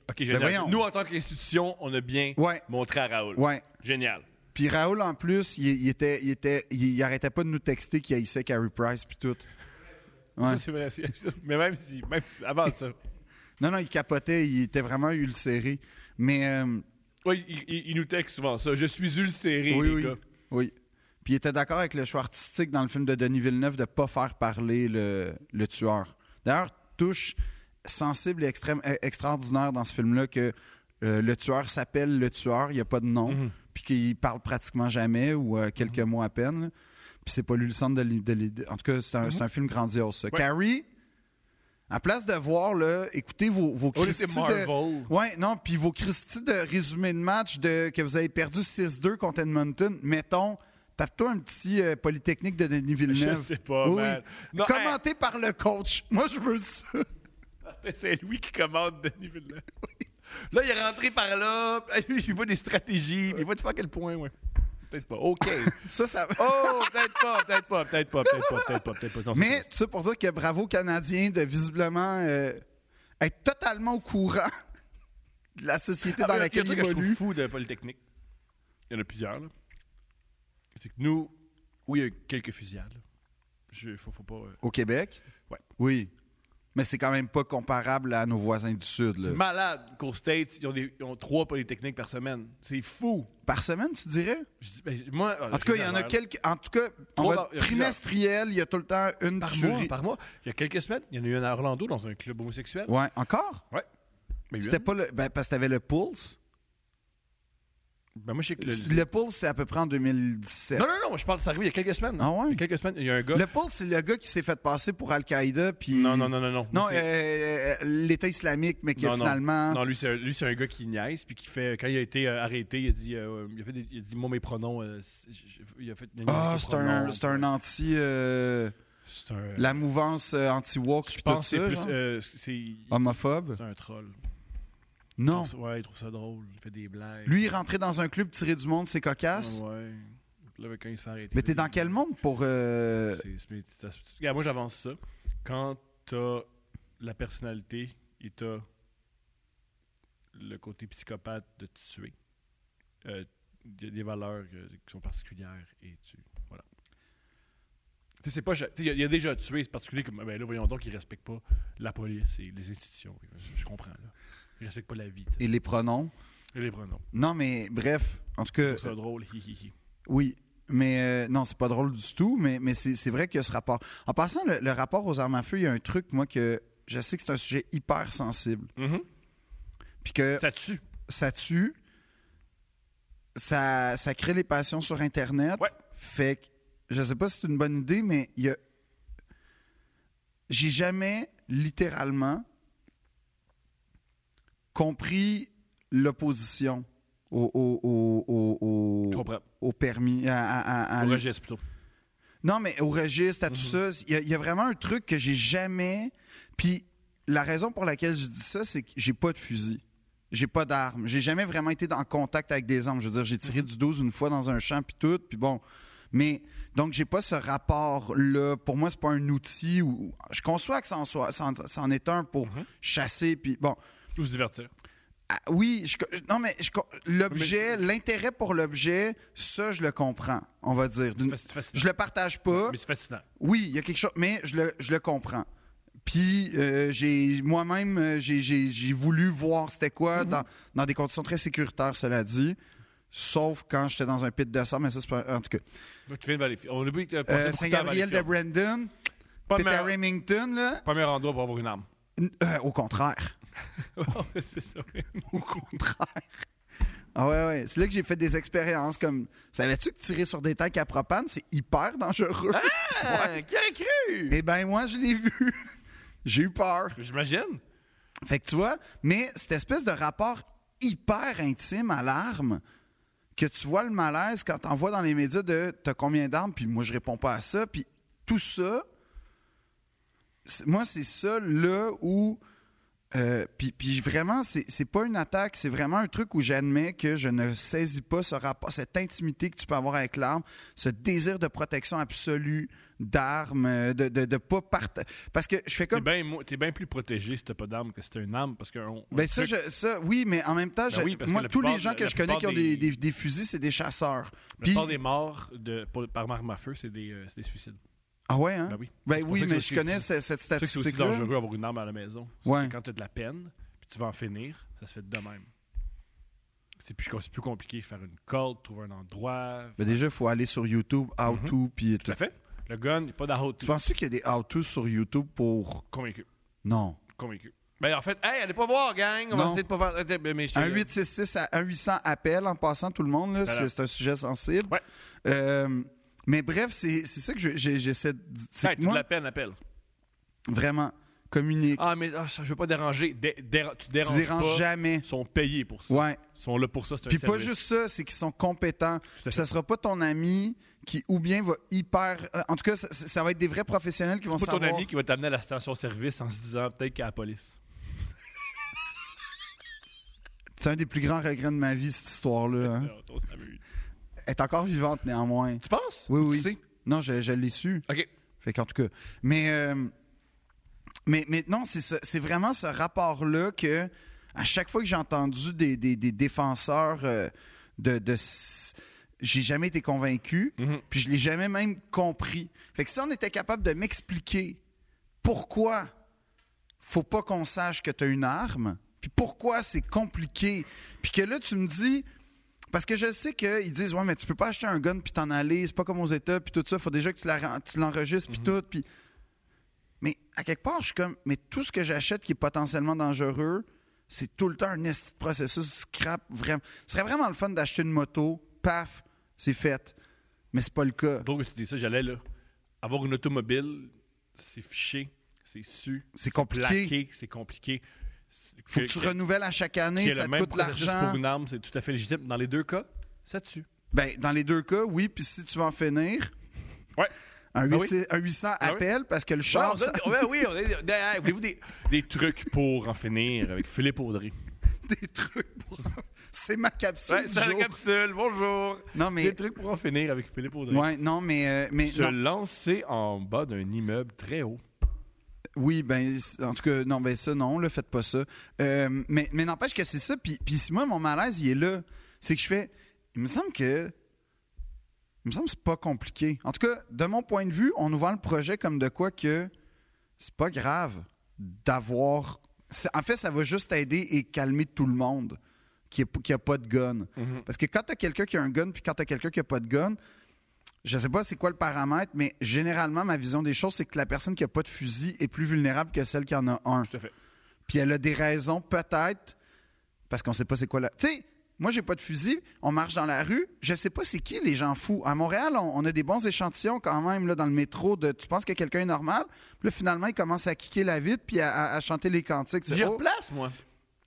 Speaker 1: OK, génial.
Speaker 2: voyons.
Speaker 1: Nous, en tant qu'institution, on a bien
Speaker 2: Ouais.
Speaker 1: montré à Raoul.
Speaker 2: ouais.
Speaker 1: Génial.
Speaker 2: Puis Raoul, en plus, il, il était, il, était, il, il arrêtait pas de nous texter qu'il haïssait Carey Price puis tout. Ouais.
Speaker 1: Ça, c'est vrai. c'est- Mais même si, même si- avant ça.
Speaker 2: Non, non, il capotait, il était vraiment ulcéré. Mais euh,
Speaker 1: Oui, il, il- il nous texte souvent ça. Je suis ulcéré,
Speaker 2: oui,
Speaker 1: les
Speaker 2: oui,
Speaker 1: gars.
Speaker 2: oui. Puis il était d'accord avec le choix artistique dans le film de Denis Villeneuve de pas faire parler le, le tueur. D'ailleurs, touche sensible et extrême, euh, extraordinaire dans ce film-là que euh, le tueur s'appelle le tueur, il n'y a pas de nom.
Speaker 1: Mhm.
Speaker 2: puis qu'il parle pratiquement jamais ou euh, quelques mots à peine. là. Puis c'est pas lui le centre de l'idée. En tout cas, c'est un, c'est un film grandiose. ça.
Speaker 1: Mhm. Ouais.
Speaker 2: Carrie, à place de voir, là, écoutez vos, vos
Speaker 1: Oh, là, c'est
Speaker 2: Christie
Speaker 1: Marvel.
Speaker 2: de... Ouais, non, puis vos Christie de résumé de match de que vous avez perdu 6-2 contre Edmonton, mettons, tape-toi un petit euh, Polytechnique de Denis
Speaker 1: Je
Speaker 2: Villeneuve.
Speaker 1: sais pas,
Speaker 2: Oui,
Speaker 1: man.
Speaker 2: oui.
Speaker 1: Non,
Speaker 2: Commenté par le coach. Moi, je veux ça.
Speaker 1: hey, c'est lui qui commande Denis Villeneuve. Là, il est rentré par là. Lui, il voit des stratégies. puis Il voit de faire quel point, ouais. Peut-être pas. OK.
Speaker 2: Ça, ça...
Speaker 1: Oh, peut-être pas, peut-être pas, peut-être pas, peut-être pas, peut-être pas, peut-être pas. Non, c'est
Speaker 2: Mais tout ça pour dire que bravo aux Canadiens de visiblement euh, être totalement au courant de la société dans
Speaker 1: Ah, mais
Speaker 2: laquelle
Speaker 1: il
Speaker 2: ils
Speaker 1: y a un truc que je
Speaker 2: évoluent.
Speaker 1: trouve fou de Polytechnique. Il y en a plusieurs, là. C'est que nous, oui, il y a eu quelques fusillades. là. Je, faut, faut pas. euh,
Speaker 2: Au Québec?
Speaker 1: Ouais.
Speaker 2: Oui. Mais c'est quand même pas comparable à nos voisins du Sud. là.
Speaker 1: C'est malade qu'aux States, ils ont, des, ils ont trois Polytechniques par semaine. C'est fou.
Speaker 2: Par semaine, tu dirais?
Speaker 1: Je dis, ben, moi, ah, là,
Speaker 2: En tout cas,
Speaker 1: j'ai
Speaker 2: il y en
Speaker 1: des
Speaker 2: a
Speaker 1: affaires,
Speaker 2: quelques. En tout cas, on
Speaker 1: Trois
Speaker 2: va-
Speaker 1: par- il y a
Speaker 2: trimestriel, il y a tout le temps une
Speaker 1: là. Par
Speaker 2: tuerie.
Speaker 1: mois, par mois. Il y a quelques semaines, il y en a eu un à Orlando dans un club homosexuel.
Speaker 2: Ouais, encore?
Speaker 1: Ouais. Mais il y a eu
Speaker 2: C'était pas le. Ben, parce que t'avais le Pulse.
Speaker 1: une. Ben, moi, je sais que le-
Speaker 2: Le, Pulse, c'est à peu près en 2017.
Speaker 1: Non, non, non, je parle de ça arrivé il y a quelques semaines.
Speaker 2: Ah ouais?
Speaker 1: Il y a quelques semaines, il y a un gars.
Speaker 2: Le Pulse, c'est le gars qui s'est fait passer pour Al-Qaïda. puis-
Speaker 1: Non, non, non, non, non.
Speaker 2: Non,
Speaker 1: Moi, c'est-
Speaker 2: euh, euh, l'État islamique, mais qui
Speaker 1: Non, non.
Speaker 2: finalement.
Speaker 1: Non, lui, c'est un, lui, c'est un gars qui niaise, puis qui fait. Quand il a été euh, arrêté, il a dit, euh, il a fait des- il a dit Moi, mes pronoms. euh, c'est- je- je- il a fait. il a
Speaker 2: Ah,
Speaker 1: niaisé ses
Speaker 2: c'est un,
Speaker 1: pronoms.
Speaker 2: c'est un anti. euh,
Speaker 1: C'est un-
Speaker 2: la mouvance euh, anti-woke,
Speaker 1: Je
Speaker 2: puis tout
Speaker 1: pense que
Speaker 2: ça.
Speaker 1: c'est plus.
Speaker 2: genre.
Speaker 1: euh, c'est
Speaker 2: Homophobe?
Speaker 1: c'est un troll.
Speaker 2: Non.
Speaker 1: Il trouve ça- Ouais, il trouve ça drôle. Il fait des blagues.
Speaker 2: Lui, rentrer dans un club tiré du monde, c'est cocasse.
Speaker 1: Ouais. Là, quand il se fait arrêter.
Speaker 2: Mais t'es dans quel monde pour. euh,
Speaker 1: C'est- c'est- c'est- Regarde, moi, j'avance ça. Quand t'as la personnalité et t'as le côté psychopathe de tuer, euh, y a des valeurs euh, qui sont particulières et tu. Voilà. Tu sais, c'est pas. Il y, a- y a déjà tué, c'est particulier comme. Ben là, voyons donc, ils respectent pas la police et les institutions. Je, je comprends, là. Ils respectent pas la vie. tu sais.
Speaker 2: Et les pronoms.
Speaker 1: Et les pronoms.
Speaker 2: Non, mais bref, en tout
Speaker 1: Je
Speaker 2: cas, euh,
Speaker 1: trouve ça drôle. hi, hi, hi.
Speaker 2: oui. Mais euh, non, c'est pas drôle du tout, mais, mais c'est c'est vrai qu'il y a ce rapport. En passant, le, le rapport aux armes à feu, il y a un truc, moi, que je sais que c'est un sujet hyper sensible. Puis que
Speaker 1: Ça tue.
Speaker 2: ça tue, ça, ça crée les passions sur Internet.
Speaker 1: Ouais.
Speaker 2: Fait que, je sais pas si c'est une bonne idée, mais il y a. J'ai jamais, littéralement, compris l'opposition au, au, au, au,
Speaker 1: Je
Speaker 2: au,
Speaker 1: comprends.
Speaker 2: au permis, à- à- à- à
Speaker 1: Au registre, plutôt.
Speaker 2: non, mais au registre, à tout
Speaker 1: Mhm.
Speaker 2: ça, il y a- il y, a vraiment un truc que j'ai jamais. Puis la raison pour laquelle je dis ça, c'est que j'ai pas de fusil. J'ai pas d'armes. J'ai jamais vraiment été en contact avec des armes. Je veux dire,
Speaker 1: Mhm.
Speaker 2: j'ai tiré du 12 une fois dans un champ, puis tout, puis bon. Mais donc, j'ai pas ce rapport-là. Pour moi, c'est pas un outil. Où, je conçois que ça en, soit, ça en, ça en est un pour
Speaker 1: Mhm.
Speaker 2: chasser, puis bon.
Speaker 1: Ou se divertir.
Speaker 2: Ah, oui, je co- non, mais je co- l'objet, l'intérêt pour l'objet, ça, je le comprends, on va dire.
Speaker 1: C'est
Speaker 2: D'une-
Speaker 1: fac- c'est fascinant.
Speaker 2: Je le partage pas.
Speaker 1: Mais c'est fascinant.
Speaker 2: Oui, il y a quelque chose, mais je le, je le comprends. Puis euh, j'ai moi-même, euh, j'ai- j'ai j'ai voulu voir c'était
Speaker 1: Mhm.
Speaker 2: quoi dans, dans des conditions très sécuritaires, cela dit. Sauf quand j'étais dans un pit de sable, mais ça, c'est pas. En tout cas.
Speaker 1: Donc, tu viens de Valleyfield. On oublie que t'as
Speaker 2: Euh,
Speaker 1: passé beaucoup de temps à
Speaker 2: Saint-Gabriel de
Speaker 1: Valleyfield.
Speaker 2: Brandon,
Speaker 1: Pas le
Speaker 2: Peter
Speaker 1: meilleur-
Speaker 2: Remington, là.
Speaker 1: Premier endroit pour avoir une arme.
Speaker 2: N- euh, au contraire.
Speaker 1: c'est ça.
Speaker 2: Au contraire. Ah ouais, ouais. C'est là que j'ai fait des expériences comme. Savais-tu que tirer sur des tanks à propane, c'est hyper dangereux?
Speaker 1: Hein?
Speaker 2: Ah,
Speaker 1: qui aurait cru?
Speaker 2: Eh ben, moi, je l'ai vu. j'ai eu peur.
Speaker 1: J'imagine.
Speaker 2: Fait que tu vois, mais cette espèce de rapport hyper intime à l'arme, que tu vois le malaise quand t'en vois dans les médias de t'as combien d'armes, puis moi je réponds pas à ça, puis tout ça, c'est- moi c'est ça là où. euh, puis, puis vraiment, c'est c'est pas une attaque, c'est vraiment un truc où j'admets que je ne saisis pas ce rapport, cette intimité que tu peux avoir avec l'arme, ce désir de protection absolue d'armes, euh, de, de, de pas partager. Parce que je fais
Speaker 1: T'es
Speaker 2: comme.
Speaker 1: bien mo- t'es bien plus protégé si t'as pas d'arme que si t'as une arme. Parce que on-
Speaker 2: Ben
Speaker 1: un
Speaker 2: ça,
Speaker 1: truc-
Speaker 2: je- ça, oui, mais en même temps,
Speaker 1: Ben
Speaker 2: je-
Speaker 1: oui, parce que
Speaker 2: moi,
Speaker 1: la
Speaker 2: tous les
Speaker 1: plupart-
Speaker 2: gens que
Speaker 1: la
Speaker 2: je connais qui ont des,
Speaker 1: plupart des-
Speaker 2: des- des fusils, c'est des chasseurs.
Speaker 1: la
Speaker 2: Puis,
Speaker 1: plupart des morts de, pour- par arme à feu, c'est des, euh, c'est des suicides.
Speaker 2: ah ouais, hein?
Speaker 1: Ben oui.
Speaker 2: Ben
Speaker 1: C'est pour
Speaker 2: oui,
Speaker 1: ça que c'est
Speaker 2: mais
Speaker 1: aussi-
Speaker 2: je connais ce- cette
Speaker 1: C'est pour ça que c'est aussi
Speaker 2: statistique-là.
Speaker 1: dangereux avoir une arme à la maison. C'est
Speaker 2: Ouais.
Speaker 1: que Quand t'as de la peine, puis tu vas en finir, ça se fait de même. C'est plus, c'est plus compliqué de faire une corde, trouver un endroit.
Speaker 2: Ben déjà, il faut aller sur YouTube, how
Speaker 1: Mhm.
Speaker 2: to, puis
Speaker 1: Tout
Speaker 2: tout.
Speaker 1: à fait. Le gun, il n'y a pas d'arroute.
Speaker 2: Ben- Tu penses-tu qu'il y a des how to sur YouTube pour.
Speaker 1: Convaincu.
Speaker 2: Non.
Speaker 1: Convaincu. Ben en fait, hey, allez pas voir, gang. On va
Speaker 2: Non.
Speaker 1: essayer de pas faire. Attends, Mais, mais je t'ai-
Speaker 2: Un 866 à un 800 appel en passant tout le monde, là,
Speaker 1: Voilà.
Speaker 2: c'est c'est un sujet sensible.
Speaker 1: Ben Ouais.
Speaker 2: Euh, mais bref, c'est c'est ça que je- j'ai- j'essaie de dire. C'est
Speaker 1: Hey,
Speaker 2: que
Speaker 1: t'as de
Speaker 2: moi,
Speaker 1: la peine, appelle.
Speaker 2: vraiment, communique.
Speaker 1: Ah, mais ah, ça, je veux pas déranger. Dé- déra- tu déranges,
Speaker 2: tu déranges
Speaker 1: pas.
Speaker 2: jamais.
Speaker 1: Ils sont payés pour ça.
Speaker 2: Ouais.
Speaker 1: Ils sont là pour ça. C'est un
Speaker 2: Puis pas
Speaker 1: service.
Speaker 2: juste ça, c'est qu'ils sont compétents.
Speaker 1: à fait.
Speaker 2: Ça sera pas ton ami qui ou bien va hyper. euh, En tout cas, ça, ça- ça va être des vrais professionnels qui vont
Speaker 1: C'est pas
Speaker 2: savoir.
Speaker 1: ton ami qui va t'amener à la station-service en se disant peut-être qu'à la police.
Speaker 2: C'est un des plus grands regrets de ma vie cette histoire-là. hein.
Speaker 1: Alors, on s'amuse.
Speaker 2: Elle est encore vivante néanmoins.
Speaker 1: Ah, Tu penses?
Speaker 2: Oui,
Speaker 1: Ou
Speaker 2: oui.
Speaker 1: Tu sais?
Speaker 2: Non, je, je l'ai su.
Speaker 1: OK.
Speaker 2: Fait qu'en tout cas. Mais, euh, mais, mais non, c'est ce- c'est vraiment ce rapport-là que, à chaque fois que j'ai entendu des, des- des défenseurs euh, de. de s- j'ai jamais été convaincu,
Speaker 1: Mhm.
Speaker 2: puis je l'ai jamais même compris. Fait que si on était capable de m'expliquer pourquoi faut pas qu'on sache que tu as une arme, puis pourquoi c'est compliqué, puis que là tu me dis parce que je sais qu'ils disent ouais mais tu peux pas acheter un gun puis t'en aller, c'est pas comme aux États puis tout ça, faut déjà que tu la- tu l'enregistres
Speaker 1: Mhm.
Speaker 2: puis tout puis mais à quelque part je suis comme mais tout ce que j'achète qui est potentiellement dangereux, c'est tout le temps un esti de processus du scrap vraiment. Ce serait vraiment le fun d'acheter une moto, paf, c'est fait. Mais c'est pas le cas.
Speaker 1: Drôle que tu dis ça, j'allais là. Avoir une automobile, c'est fiché, c'est su,
Speaker 2: C'est compliqué.
Speaker 1: plaqué, c'est compliqué. C'est-
Speaker 2: Faut que tu renouvelles à chaque année,
Speaker 1: qu'il y ait
Speaker 2: ça
Speaker 1: le
Speaker 2: te
Speaker 1: même
Speaker 2: coûte
Speaker 1: processus
Speaker 2: l'argent.
Speaker 1: pour une arme, c'est tout à fait légitime. Dans les deux cas, ça tue.
Speaker 2: Ben, dans les deux cas, oui. Puis si tu vas en finir,
Speaker 1: Ouais.
Speaker 2: un,
Speaker 1: Ah
Speaker 2: 800
Speaker 1: oui.
Speaker 2: un 800
Speaker 1: Ah oui.
Speaker 2: appel parce que le
Speaker 1: Ouais,
Speaker 2: char,
Speaker 1: on
Speaker 2: ça-
Speaker 1: donne- ouais, oui, on est- des- hey, voulez-vous des, des trucs pour en finir avec Philippe Audry?
Speaker 2: des trucs. pour- c'est ma capsule.
Speaker 1: Ouais,
Speaker 2: du
Speaker 1: c'est la
Speaker 2: jour.
Speaker 1: capsule, bonjour!
Speaker 2: Non,
Speaker 1: Des
Speaker 2: mais.
Speaker 1: trucs pour en finir avec Philippe Audry.
Speaker 2: Ouais, non, mais. euh, mais
Speaker 1: Se
Speaker 2: non.
Speaker 1: lancer en bas d'un immeuble très haut.
Speaker 2: Oui, ben, c- en tout cas, non, ben ça, non, là, faites pas ça. Euh, mais mais n'empêche que c'est ça. Puis, puis si moi, mon malaise, il est là, c'est que je fais. Il me semble que. Il me semble que c'est pas compliqué. En tout cas, de mon point de vue, on nous vend le projet comme de quoi que c'est pas grave d'avoir. c'est- En fait, ça va juste aider et calmer tout le monde qui n'a pas de gun.
Speaker 1: Mm-hmm.
Speaker 2: Parce que quand tu as quelqu'un qui a un gun, puis quand tu as quelqu'un qui n'a pas de gun, je sais pas c'est quoi le paramètre, mais généralement, ma vision des choses, c'est que la personne qui n'a pas de fusil est plus vulnérable que celle qui en a un.
Speaker 1: Tout à fait.
Speaker 2: Puis elle a des raisons, peut-être, parce qu'on sait pas c'est quoi la. Tu sais, moi, j'ai pas de fusil, on marche dans la rue, je sais pas c'est qui les gens fous. À Montréal, on, on a des bons échantillons quand même là, dans le métro de tu penses que quelqu'un est normal, puis là, finalement, il commence à kicker la vitre puis à, à- à chanter les cantiques. Tu
Speaker 1: J'y
Speaker 2: fais, Oh,
Speaker 1: replace, moi.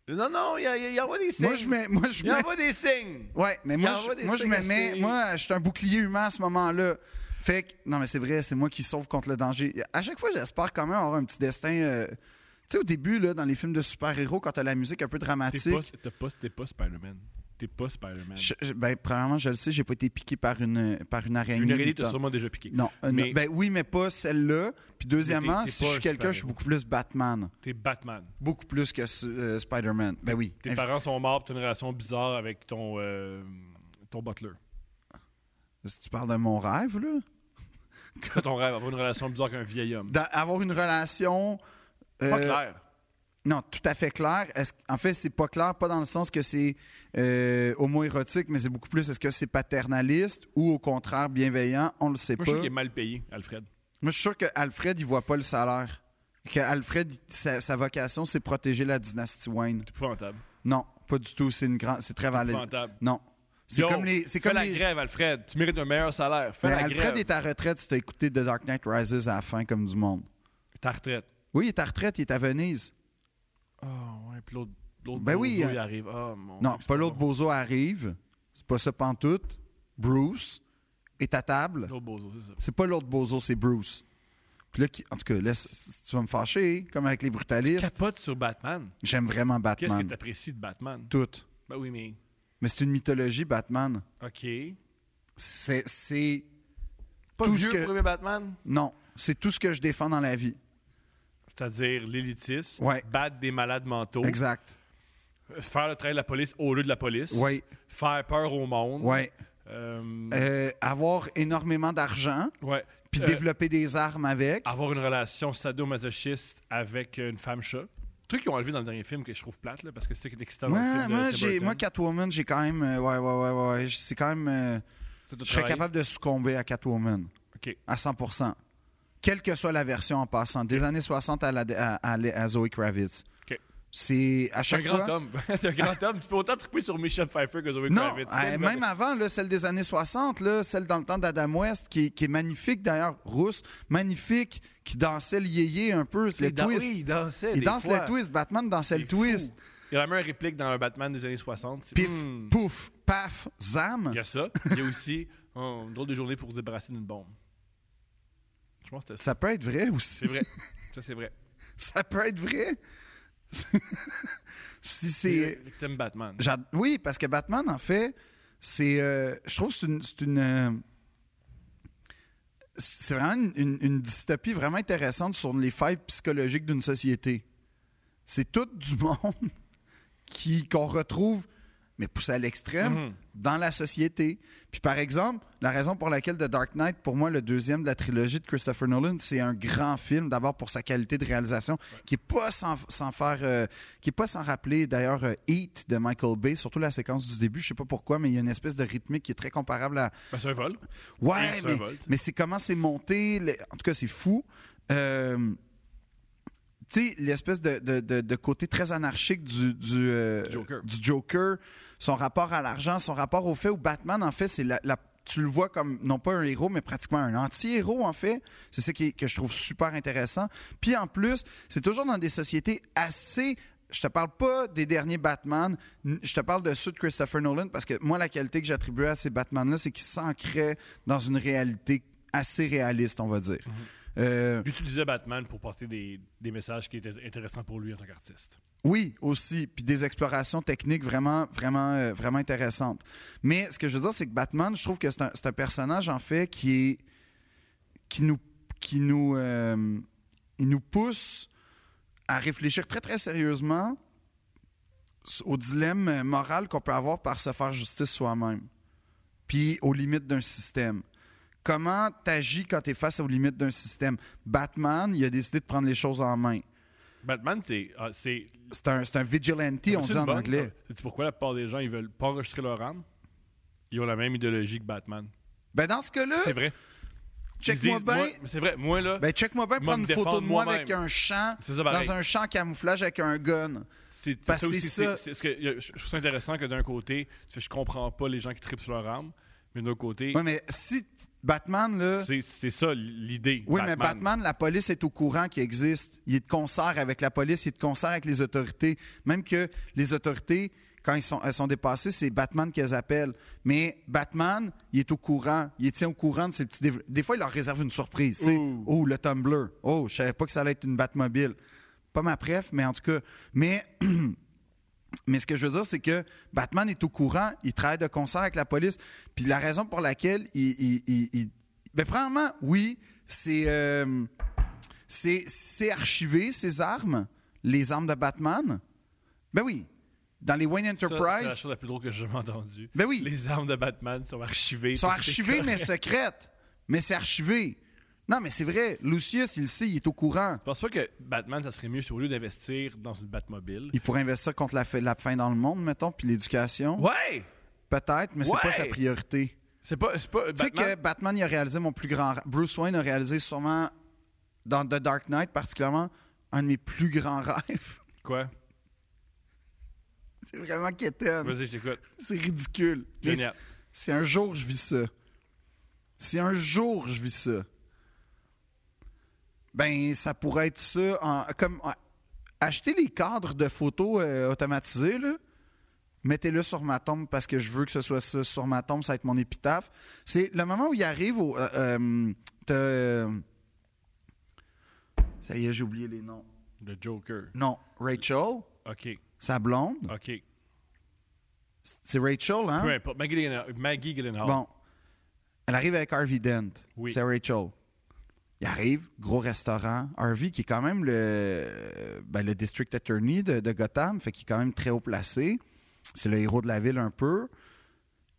Speaker 1: Non, non, il y, a- il y envoie des signes.
Speaker 2: moi, je mets. Moi, je
Speaker 1: Il
Speaker 2: mets-
Speaker 1: envoie des signes.
Speaker 2: Ouais, mais
Speaker 1: Il
Speaker 2: moi,
Speaker 1: envoie
Speaker 2: je,
Speaker 1: des
Speaker 2: moi, je
Speaker 1: signes
Speaker 2: me mets-
Speaker 1: assez-
Speaker 2: Moi, je suis un bouclier humain à ce moment-là. Fait que, non, mais c'est vrai, c'est moi qui sauve contre le danger. À chaque fois, j'espère quand même avoir un petit destin. euh, Tu sais, au début, là, dans les films de super-héros, quand t'as la musique un peu
Speaker 1: T'es pas,
Speaker 2: dramatique.
Speaker 1: t'es pas, t'es pas Spider-Man. T'es pas Spider-Man.
Speaker 2: je- je- ben, premièrement, je le sais, j'ai pas été piqué par une, par une araignée.
Speaker 1: Une araignée t'a
Speaker 2: Putain.
Speaker 1: sûrement déjà piqué.
Speaker 2: non, euh, non.
Speaker 1: Mais-
Speaker 2: ben oui, mais pas celle-là. Puis deuxièmement,
Speaker 1: t'es- t'es
Speaker 2: si
Speaker 1: pas
Speaker 2: je
Speaker 1: un
Speaker 2: suis quelqu'un, je suis
Speaker 1: super-héros.
Speaker 2: beaucoup plus Batman.
Speaker 1: T'es Batman.
Speaker 2: Beaucoup plus que euh, Spider-Man. Ben oui.
Speaker 1: Tes parents sont morts, pis t'as une relation bizarre avec ton, euh, ton butler.
Speaker 2: Si tu parles de mon rêve, là.
Speaker 1: C'est ton rêve, avoir une relation bizarre avec un vieil homme.
Speaker 2: D'a- avoir une relation
Speaker 1: Pas
Speaker 2: Euh,
Speaker 1: clair.
Speaker 2: Non, tout à fait clair. Est-ce qu- en fait, c'est pas clair, pas dans le sens que c'est euh, homoérotique, mais c'est beaucoup plus est-ce que c'est paternaliste ou au contraire bienveillant, on le sait
Speaker 1: Moi, je
Speaker 2: pas.
Speaker 1: trouve qu'il est mal payé, Alfred.
Speaker 2: Moi, je suis sûr que Alfred, il voit pas le salaire. Que Alfred, il- sa, sa vocation, c'est protéger la dynastie Wayne.
Speaker 1: C'est épouvantable.
Speaker 2: Non, pas du tout. C'est une grande, c'est très valide.
Speaker 1: épouvantable.
Speaker 2: Non, Ah, c'est
Speaker 1: Yo,
Speaker 2: comme les, c'est
Speaker 1: Fais
Speaker 2: comme
Speaker 1: la
Speaker 2: les-
Speaker 1: grève, Alfred. Tu mérites un meilleur salaire. Fais
Speaker 2: Mais
Speaker 1: la
Speaker 2: Alfred
Speaker 1: grève.
Speaker 2: est à retraite si t'as écouté The Dark Knight Rises à la fin comme du monde.
Speaker 1: Ta retraite.
Speaker 2: Oui, il est à retraite, il est à Venise.
Speaker 1: Ah, ouais, puis l'autre. L'autre
Speaker 2: Ben
Speaker 1: bozo,
Speaker 2: oui, hein.
Speaker 1: il arrive. Ah, mon
Speaker 2: Non,
Speaker 1: Dieu, c'est
Speaker 2: pas l'autre
Speaker 1: bon.
Speaker 2: bozo arrive. C'est pas ça pantoute. Bruce est à table.
Speaker 1: L'autre bozo, c'est ça.
Speaker 2: C'est pas l'autre bozo, c'est Bruce. Puis là, qui- en tout cas, laisse, tu vas me fâcher, comme avec les brutalistes.
Speaker 1: Capote sur Batman.
Speaker 2: J'aime vraiment
Speaker 1: Qu'est-ce que
Speaker 2: Batman.
Speaker 1: t'apprécies de Batman?
Speaker 2: Tout.
Speaker 1: Ben oui, mais.
Speaker 2: Mais c'est une mythologie, Batman.
Speaker 1: OK.
Speaker 2: C'est, c'est
Speaker 1: Pas
Speaker 2: tout
Speaker 1: vieux,
Speaker 2: ce que...
Speaker 1: le premier Batman?
Speaker 2: Non, c'est tout ce que je défends dans la vie.
Speaker 1: C'est-à-dire l'élitisme,
Speaker 2: Ouais.
Speaker 1: battre des malades mentaux,
Speaker 2: Exact.
Speaker 1: euh, faire le travail de la police au lieu de la police,
Speaker 2: Ouais.
Speaker 1: faire peur au monde,
Speaker 2: Ouais.
Speaker 1: euh,
Speaker 2: Euh, avoir énormément d'argent,
Speaker 1: ouais,
Speaker 2: puis
Speaker 1: euh, Ah,
Speaker 2: développer des armes avec.
Speaker 1: avoir une relation sadomasochiste avec une femme chat. Truc qu'ils ont enlevé dans le dernier film que je trouve plate, là, parce que c'est ça qui est excitant dans le
Speaker 2: Moi,
Speaker 1: film
Speaker 2: moi,
Speaker 1: de Tim
Speaker 2: j'ai,
Speaker 1: Burton.
Speaker 2: moi, Catwoman, j'ai quand même. euh, ouais, ouais, ouais, ouais. ouais, C'est quand même. euh,
Speaker 1: Ça, t'as
Speaker 2: je serais
Speaker 1: travaillé?
Speaker 2: capable de succomber à Catwoman.
Speaker 1: OK.
Speaker 2: À 100 Quelle que soit la version en passant, des années 60 à, la, à, à- à Zoe Kravitz.
Speaker 1: OK.
Speaker 2: C'est à
Speaker 1: C'est un
Speaker 2: chaque
Speaker 1: grand
Speaker 2: fois.
Speaker 1: homme. c'est un grand homme. Tu peux autant triper sur Michelle Pfeiffer que Zoe
Speaker 2: Non,
Speaker 1: Kravitz.
Speaker 2: euh, même avant, là, celle des années 60, là, celle dans le temps d'Adam West, qui, qui est magnifique d'ailleurs, rousse, magnifique, qui dansait le yéyé un peu, le
Speaker 1: Il dan-
Speaker 2: twist.
Speaker 1: oui, il dansait.
Speaker 2: Il
Speaker 1: des
Speaker 2: danse
Speaker 1: fois.
Speaker 2: le twist, Batman dansait le
Speaker 1: C'est fou.
Speaker 2: twist.
Speaker 1: Il y a la même réplique dans un Batman des années 60. c'est-
Speaker 2: Pif,
Speaker 1: Hmm.
Speaker 2: pouf, paf, zam.
Speaker 1: Il y a ça. Il y a aussi oh, une drôle de journée pour se débarrasser d'une bombe. Je pense que c'était ça.
Speaker 2: Ça peut être vrai aussi.
Speaker 1: C'est vrai. Ça, c'est vrai.
Speaker 2: Ça peut être vrai. si c'est.
Speaker 1: C'est. T'aimes Batman.
Speaker 2: J'ad- Oui, parce que Batman, en fait, c'est. euh, je trouve que c'est une. C'est une, euh, c'est vraiment une, une- une dystopie vraiment intéressante sur les failles psychologiques d'une société. C'est tout du monde qui qu'on retrouve, mais poussé à l'extrême,
Speaker 1: Mhm.
Speaker 2: dans la société. Puis par exemple, la raison pour laquelle The Dark Knight, pour moi, le deuxième de la trilogie de Christopher Nolan, c'est un grand film, d'abord pour sa qualité de réalisation, qui est pas sans, sans faire, euh, qui est pas sans rappeler d'ailleurs euh, Heat de Michael Bay, surtout la séquence du début, je sais pas pourquoi, mais il y a une espèce de rythmique qui est très comparable à,
Speaker 1: Ben, c'est un vol.
Speaker 2: Ouais,
Speaker 1: Et ça
Speaker 2: mais,
Speaker 1: volte.
Speaker 2: mais c'est comment c'est monté. le- En tout cas, c'est fou. Euh, tu sais, l'espèce de, de- de- de côté très anarchique du, du, euh,
Speaker 1: Joker.
Speaker 2: du Joker, son rapport à l'argent, son rapport au fait où Batman, en fait, c'est la, la- tu le vois comme non pas un héros, mais pratiquement un anti-héros, en fait. C'est ça qui est- que je trouve super intéressant. Puis en plus, c'est toujours dans des sociétés assez. Je te parle pas des derniers Batman, n- je te parle de ceux de Christopher Nolan parce que moi, la qualité que j'attribuais à ces Batman-là, c'est qu'ils s'ancraient dans une réalité assez réaliste, on va dire. Euh,
Speaker 1: Il utilisait Batman pour passer des, des messages qui étaient intéressants pour lui en tant qu'artiste.
Speaker 2: Oui, aussi. Puis des explorations techniques vraiment, vraiment, euh, vraiment intéressantes. Mais ce que je veux dire, c'est que Batman, je trouve que c'est un, c'est un personnage, en fait, qui est. qui nous. qui nous. euh, il nous pousse à réfléchir très, très sérieusement s- au dilemme euh, moral qu'on peut avoir par se faire justice soi-même. Puis aux limites d'un système. Comment t'agis quand t'es face aux limites d'un système? Batman, il a décidé de prendre les choses en main.
Speaker 1: Batman, c'est. ah, c'est
Speaker 2: C'est un, c'est un vigilante, on
Speaker 1: C'est
Speaker 2: dit
Speaker 1: une
Speaker 2: en
Speaker 1: bonne,
Speaker 2: anglais.
Speaker 1: ça. C'est pourquoi la plupart des gens, ils veulent pas enregistrer leur âme. Ils ont la même idéologie que Batman.
Speaker 2: Ben dans ce cas-là,
Speaker 1: C'est vrai. Ils se
Speaker 2: check-moi
Speaker 1: disent,
Speaker 2: bien.
Speaker 1: moi- C'est vrai. Moi, là,
Speaker 2: Ben check-moi bien
Speaker 1: Moi,
Speaker 2: prendre
Speaker 1: me
Speaker 2: une photo de
Speaker 1: défendre
Speaker 2: moi
Speaker 1: moi-même.
Speaker 2: avec un champ
Speaker 1: C'est ça, pareil.
Speaker 2: dans un champ en camouflage avec un gun.
Speaker 1: C'est c'est
Speaker 2: Parce
Speaker 1: ça
Speaker 2: que
Speaker 1: aussi.
Speaker 2: c'est ça.
Speaker 1: c'est- c'est- ce que- je- je trouve ça intéressant que d'un côté, tu fais, je comprends pas les gens qui tripent sur leur âme, mais d'un autre côté,
Speaker 2: Ouais, mais si t- Batman là,
Speaker 1: c'est c'est ça l'idée.
Speaker 2: oui, mais Batman, la police est au courant qu'il existe. Il est de concert avec la police, il est de concert avec les autorités. Même que les autorités, quand ils sont, elles sont dépassées, c'est Batman qu'elles appellent. Mais Batman, il est au courant. Il tient au courant de ces petits. dév- Des fois, il leur réserve une surprise. tu sais.
Speaker 1: Ouh.
Speaker 2: Oh, le Tumblr. Oh, je savais pas que ça allait être une Batmobile. Pas ma préf, mais en tout cas. Mais. Mais ce que je veux dire, c'est que Batman est au courant, il travaille de concert avec la police. Puis la raison pour laquelle il. il, il- il- Ben, premièrement, oui, c'est. euh, c'est c'est archivé, ces armes, les armes de Batman. Ben oui. Dans les Wayne
Speaker 1: Ça, C'est la
Speaker 2: Enterprise,
Speaker 1: chose la plus drôle que j'ai jamais entendue.
Speaker 2: Ben oui.
Speaker 1: Les armes de Batman sont archivées.
Speaker 2: sont
Speaker 1: tout est
Speaker 2: archivées, mais
Speaker 1: correct.
Speaker 2: secrètes. Mais c'est archivé. Non, mais c'est vrai. Lucius, il le sait, il est au courant.
Speaker 1: Je pense pas que Batman, ça serait mieux si au lieu d'investir dans une Batmobile.
Speaker 2: Il pourrait investir contre la, fa- la faim dans le monde, mettons, puis l'éducation.
Speaker 1: Ouais!
Speaker 2: Peut-être, mais c'est
Speaker 1: Ouais!
Speaker 2: pas sa priorité.
Speaker 1: C'est pas. C'est pas
Speaker 2: Tu sais que
Speaker 1: Batman-
Speaker 2: Batman, il a réalisé mon plus grand... ra- Bruce Wayne a réalisé sûrement, dans The Dark Knight particulièrement, un de mes plus grands rêves.
Speaker 1: Quoi?
Speaker 2: c'est vraiment quétaine.
Speaker 1: Vas-y, je t'écoute.
Speaker 2: C'est ridicule. Mais
Speaker 1: Génial.
Speaker 2: Si un jour je vis ça, si un jour je vis ça, ben ça pourrait être ça. en- comme en- acheter les cadres de photos euh, automatisés, là, mettez-le sur ma tombe parce que je veux que ce soit ça sur ma tombe, ça va être mon épitaphe. C'est le moment où il arrive au. euh, euh, t'as, euh, ça y est, j'ai oublié les noms.
Speaker 1: Le Joker.
Speaker 2: Non, Rachel,
Speaker 1: OK.
Speaker 2: sa blonde.
Speaker 1: OK.
Speaker 2: C'est Rachel, hein?
Speaker 1: Peu importe. Maggie Gyllenhaal. Maggie Gyllenhaal.
Speaker 2: Bon. Elle arrive avec Harvey Dent.
Speaker 1: Oui.
Speaker 2: C'est Rachel. Il arrive, gros restaurant. Harvey, qui est quand même le, ben, le district attorney de, de Gotham, fait qu'il est quand même très haut placé. C'est le héros de la ville un peu.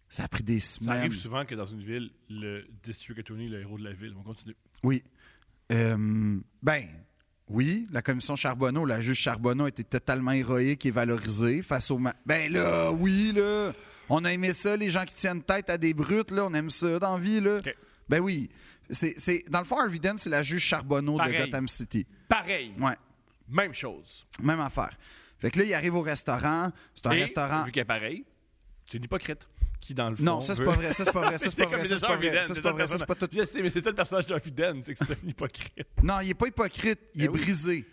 Speaker 2: Ça a pris des
Speaker 1: Ça
Speaker 2: semaines.
Speaker 1: arrive souvent que dans une ville, le district attorney, le héros de la ville. On continue.
Speaker 2: Oui. Euh, ben, oui, la commission Charbonneau, la juge Charbonneau était totalement héroïque et valorisée face au. ma- ben là, oui, là. On a aimé ça, les gens qui tiennent tête à des brutes, là. On aime ça dans la vie, là.
Speaker 1: OK.
Speaker 2: Ben oui. C'est, c'est- dans le fond, Harvey Dent, c'est la juge Charbonneau
Speaker 1: Pareil.
Speaker 2: de Gotham City.
Speaker 1: Pareil.
Speaker 2: Ouais,
Speaker 1: Même chose.
Speaker 2: même affaire. Fait que là, il arrive au restaurant. C'est un
Speaker 1: Et,
Speaker 2: restaurant.
Speaker 1: Vu qu'elle est pareil, c'est une hypocrite qui, dans le fond.
Speaker 2: Non, ça, c'est
Speaker 1: veut-
Speaker 2: pas vrai. Ça, c'est pas vrai. Ça, c'est pas
Speaker 1: comme
Speaker 2: vrai.
Speaker 1: les
Speaker 2: Ça, c'est pas
Speaker 1: Harvey
Speaker 2: vrai.
Speaker 1: Dent,
Speaker 2: Ça, c'est
Speaker 1: ça
Speaker 2: pas
Speaker 1: le
Speaker 2: vrai. Ça, c'est pas
Speaker 1: personnage.
Speaker 2: tout.
Speaker 1: Je sais, mais c'est ça le personnage d'Huffy Den, c'est que c'est un hypocrite.
Speaker 2: Non, il est pas hypocrite. Il
Speaker 1: Eh
Speaker 2: est
Speaker 1: oui.
Speaker 2: brisé.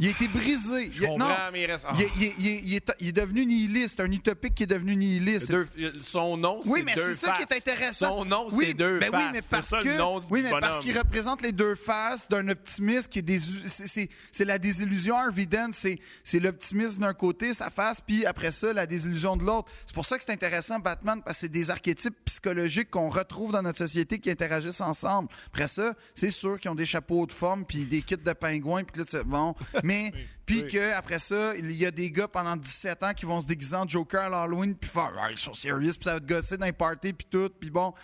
Speaker 2: Il a été brisé.
Speaker 1: Je
Speaker 2: Il a- non,
Speaker 1: comprends, mais il reste. Ah.
Speaker 2: Il, est- il est- il est- il est, il est devenu nihiliste, un utopique qui est devenu nihiliste.
Speaker 1: Deux- il- son nom, c'est
Speaker 2: Oui, mais
Speaker 1: deux
Speaker 2: c'est ça qui est
Speaker 1: faces.
Speaker 2: intéressant.
Speaker 1: Son nom,
Speaker 2: Oui,
Speaker 1: c'est deux
Speaker 2: ben
Speaker 1: faces.
Speaker 2: Oui, mais
Speaker 1: C'est
Speaker 2: parce
Speaker 1: ça, le
Speaker 2: que-
Speaker 1: nom du
Speaker 2: oui, mais parce
Speaker 1: bonhomme.
Speaker 2: qu'il représente les deux faces d'un optimiste qui est désu- c'est- c'est c'est la désillusion Harvey Dent, c'est c'est l'optimisme d'un côté, sa face, puis après ça la désillusion de l'autre. C'est pour ça que c'est intéressant Batman parce que c'est des archétypes psychologiques qu'on retrouve dans notre société qui interagissent ensemble. Après ça, c'est sûr qu'ils ont des chapeaux de forme puis des kits de pingouins puis là tu sais, bon, mais puis
Speaker 1: oui.
Speaker 2: que après ça, il y a des gars pendant 17 ans qui vont se déguiser en Joker à l'Halloween puis faire Ah, ils sont sérieux puis ça va te gosser dans les parties puis tout puis bon.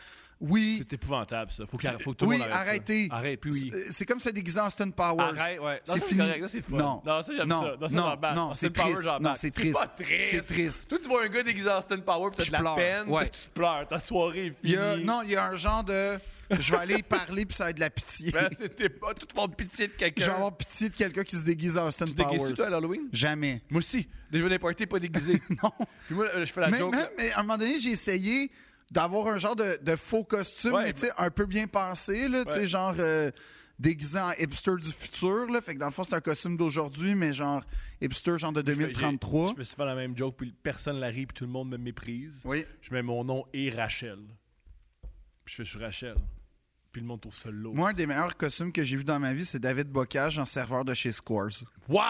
Speaker 2: Oui,
Speaker 1: C'est épouvantable, ça. Faut, qu'il-
Speaker 2: c'est-
Speaker 1: faut que tout le
Speaker 2: oui,
Speaker 1: monde arrête. ça.
Speaker 2: arrêtez.
Speaker 1: Arrête, puis oui.
Speaker 2: C'est- C'est comme se déguiser en Stone Powers.
Speaker 1: Arrête, ouais. Non, ça,
Speaker 2: C'est
Speaker 1: c'est
Speaker 2: fini.
Speaker 1: correct. Là, c'est fun.
Speaker 2: Non,
Speaker 1: Non, ça, j'aime
Speaker 2: non,
Speaker 1: ça. Non, ça,
Speaker 2: non,
Speaker 1: j'en bats.
Speaker 2: non,
Speaker 1: Austin
Speaker 2: c'est
Speaker 1: Powers,
Speaker 2: triste.
Speaker 1: j'en
Speaker 2: Non,
Speaker 1: bats.
Speaker 2: c'est triste.
Speaker 1: pas triste.
Speaker 2: C'est triste.
Speaker 1: Toi, tu vois un gars déguisé en Austin Power, puis t'as
Speaker 2: Je
Speaker 1: de la
Speaker 2: pleure,
Speaker 1: peine,
Speaker 2: ouais.
Speaker 1: puis tu pleures. Ta soirée est finie.
Speaker 2: Il y a, non, il y a un genre de je vais aller y parler puis ça va être de la pitié.
Speaker 1: Ben, c'était pas tout le monde pitié de quelqu'un.
Speaker 2: je vais avoir pitié de quelqu'un qui se déguise en Stone
Speaker 1: Tu déguises
Speaker 2: Powers.
Speaker 1: toi à l'Halloween?
Speaker 2: Jamais.
Speaker 1: Moi aussi. Déjà d'un party pas déguisé.
Speaker 2: Non.
Speaker 1: Puis moi, euh, je fais la
Speaker 2: Mais,
Speaker 1: joke.
Speaker 2: même- mais à un moment donné, j'ai essayé d'avoir un genre de, de faux costume,
Speaker 1: Ouais,
Speaker 2: mais tu sais, un peu bien pensé, là, tu sais,
Speaker 1: Ouais.
Speaker 2: genre euh, déguisé en hipster du futur. Là, fait que dans le fond, c'est un costume d'aujourd'hui, mais genre hipster genre de
Speaker 1: J'ai-
Speaker 2: 2033.
Speaker 1: Je me suis fait la même joke, puis personne la rit, puis tout le monde me méprise.
Speaker 2: Oui.
Speaker 1: Je mets mon nom et Rachel. Puis je fais, je suis Rachel. Puis le monde trouve ça lourd.
Speaker 2: Moi, un des meilleurs costumes que j'ai vu dans ma vie, c'est David Bocage en serveur de chez Squares.
Speaker 1: Wow!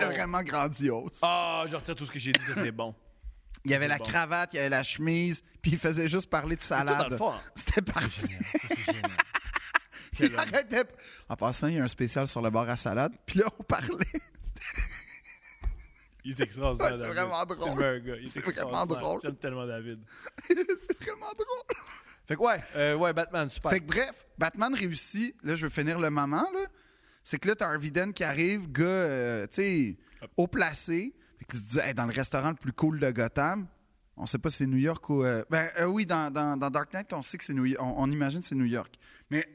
Speaker 2: C'était vraiment grandiose.
Speaker 1: Ah, je retire tout ce que j'ai dit, ça c'est bon.
Speaker 2: il y avait
Speaker 1: c'est
Speaker 2: la
Speaker 1: bon.
Speaker 2: cravate, il y avait la chemise, puis il faisait juste parler de
Speaker 1: dans le
Speaker 2: salade.
Speaker 1: fond. hein.
Speaker 2: C'était parfait.
Speaker 1: Quel
Speaker 2: Il
Speaker 1: homme.
Speaker 2: arrêtait p- En passant, il y a un spécial sur le bar à salade, puis là, on parlait.
Speaker 1: Il est extraordinaire.
Speaker 2: Ouais, c'est
Speaker 1: David.
Speaker 2: vraiment drôle.
Speaker 1: C'est le meilleur gars. Il est
Speaker 2: C'est vraiment
Speaker 1: extraordinaire.
Speaker 2: drôle.
Speaker 1: J'aime tellement David.
Speaker 2: c'est vraiment drôle.
Speaker 1: Fait que ouais, euh, ouais, Batman, super.
Speaker 2: Fait que bref, Batman réussit. Là, je veux finir le moment, là. C'est que là, t'as Harvey Dent qui arrive, gars, euh, tu sais, haut placé. Fait que tu te dis, Hey, dans le restaurant le plus cool de Gotham, on sait pas si c'est New York ou. euh, Ben euh, oui, dans, dans- dans Dark Knight, on sait que c'est New York. On, on imagine que c'est New York. Mais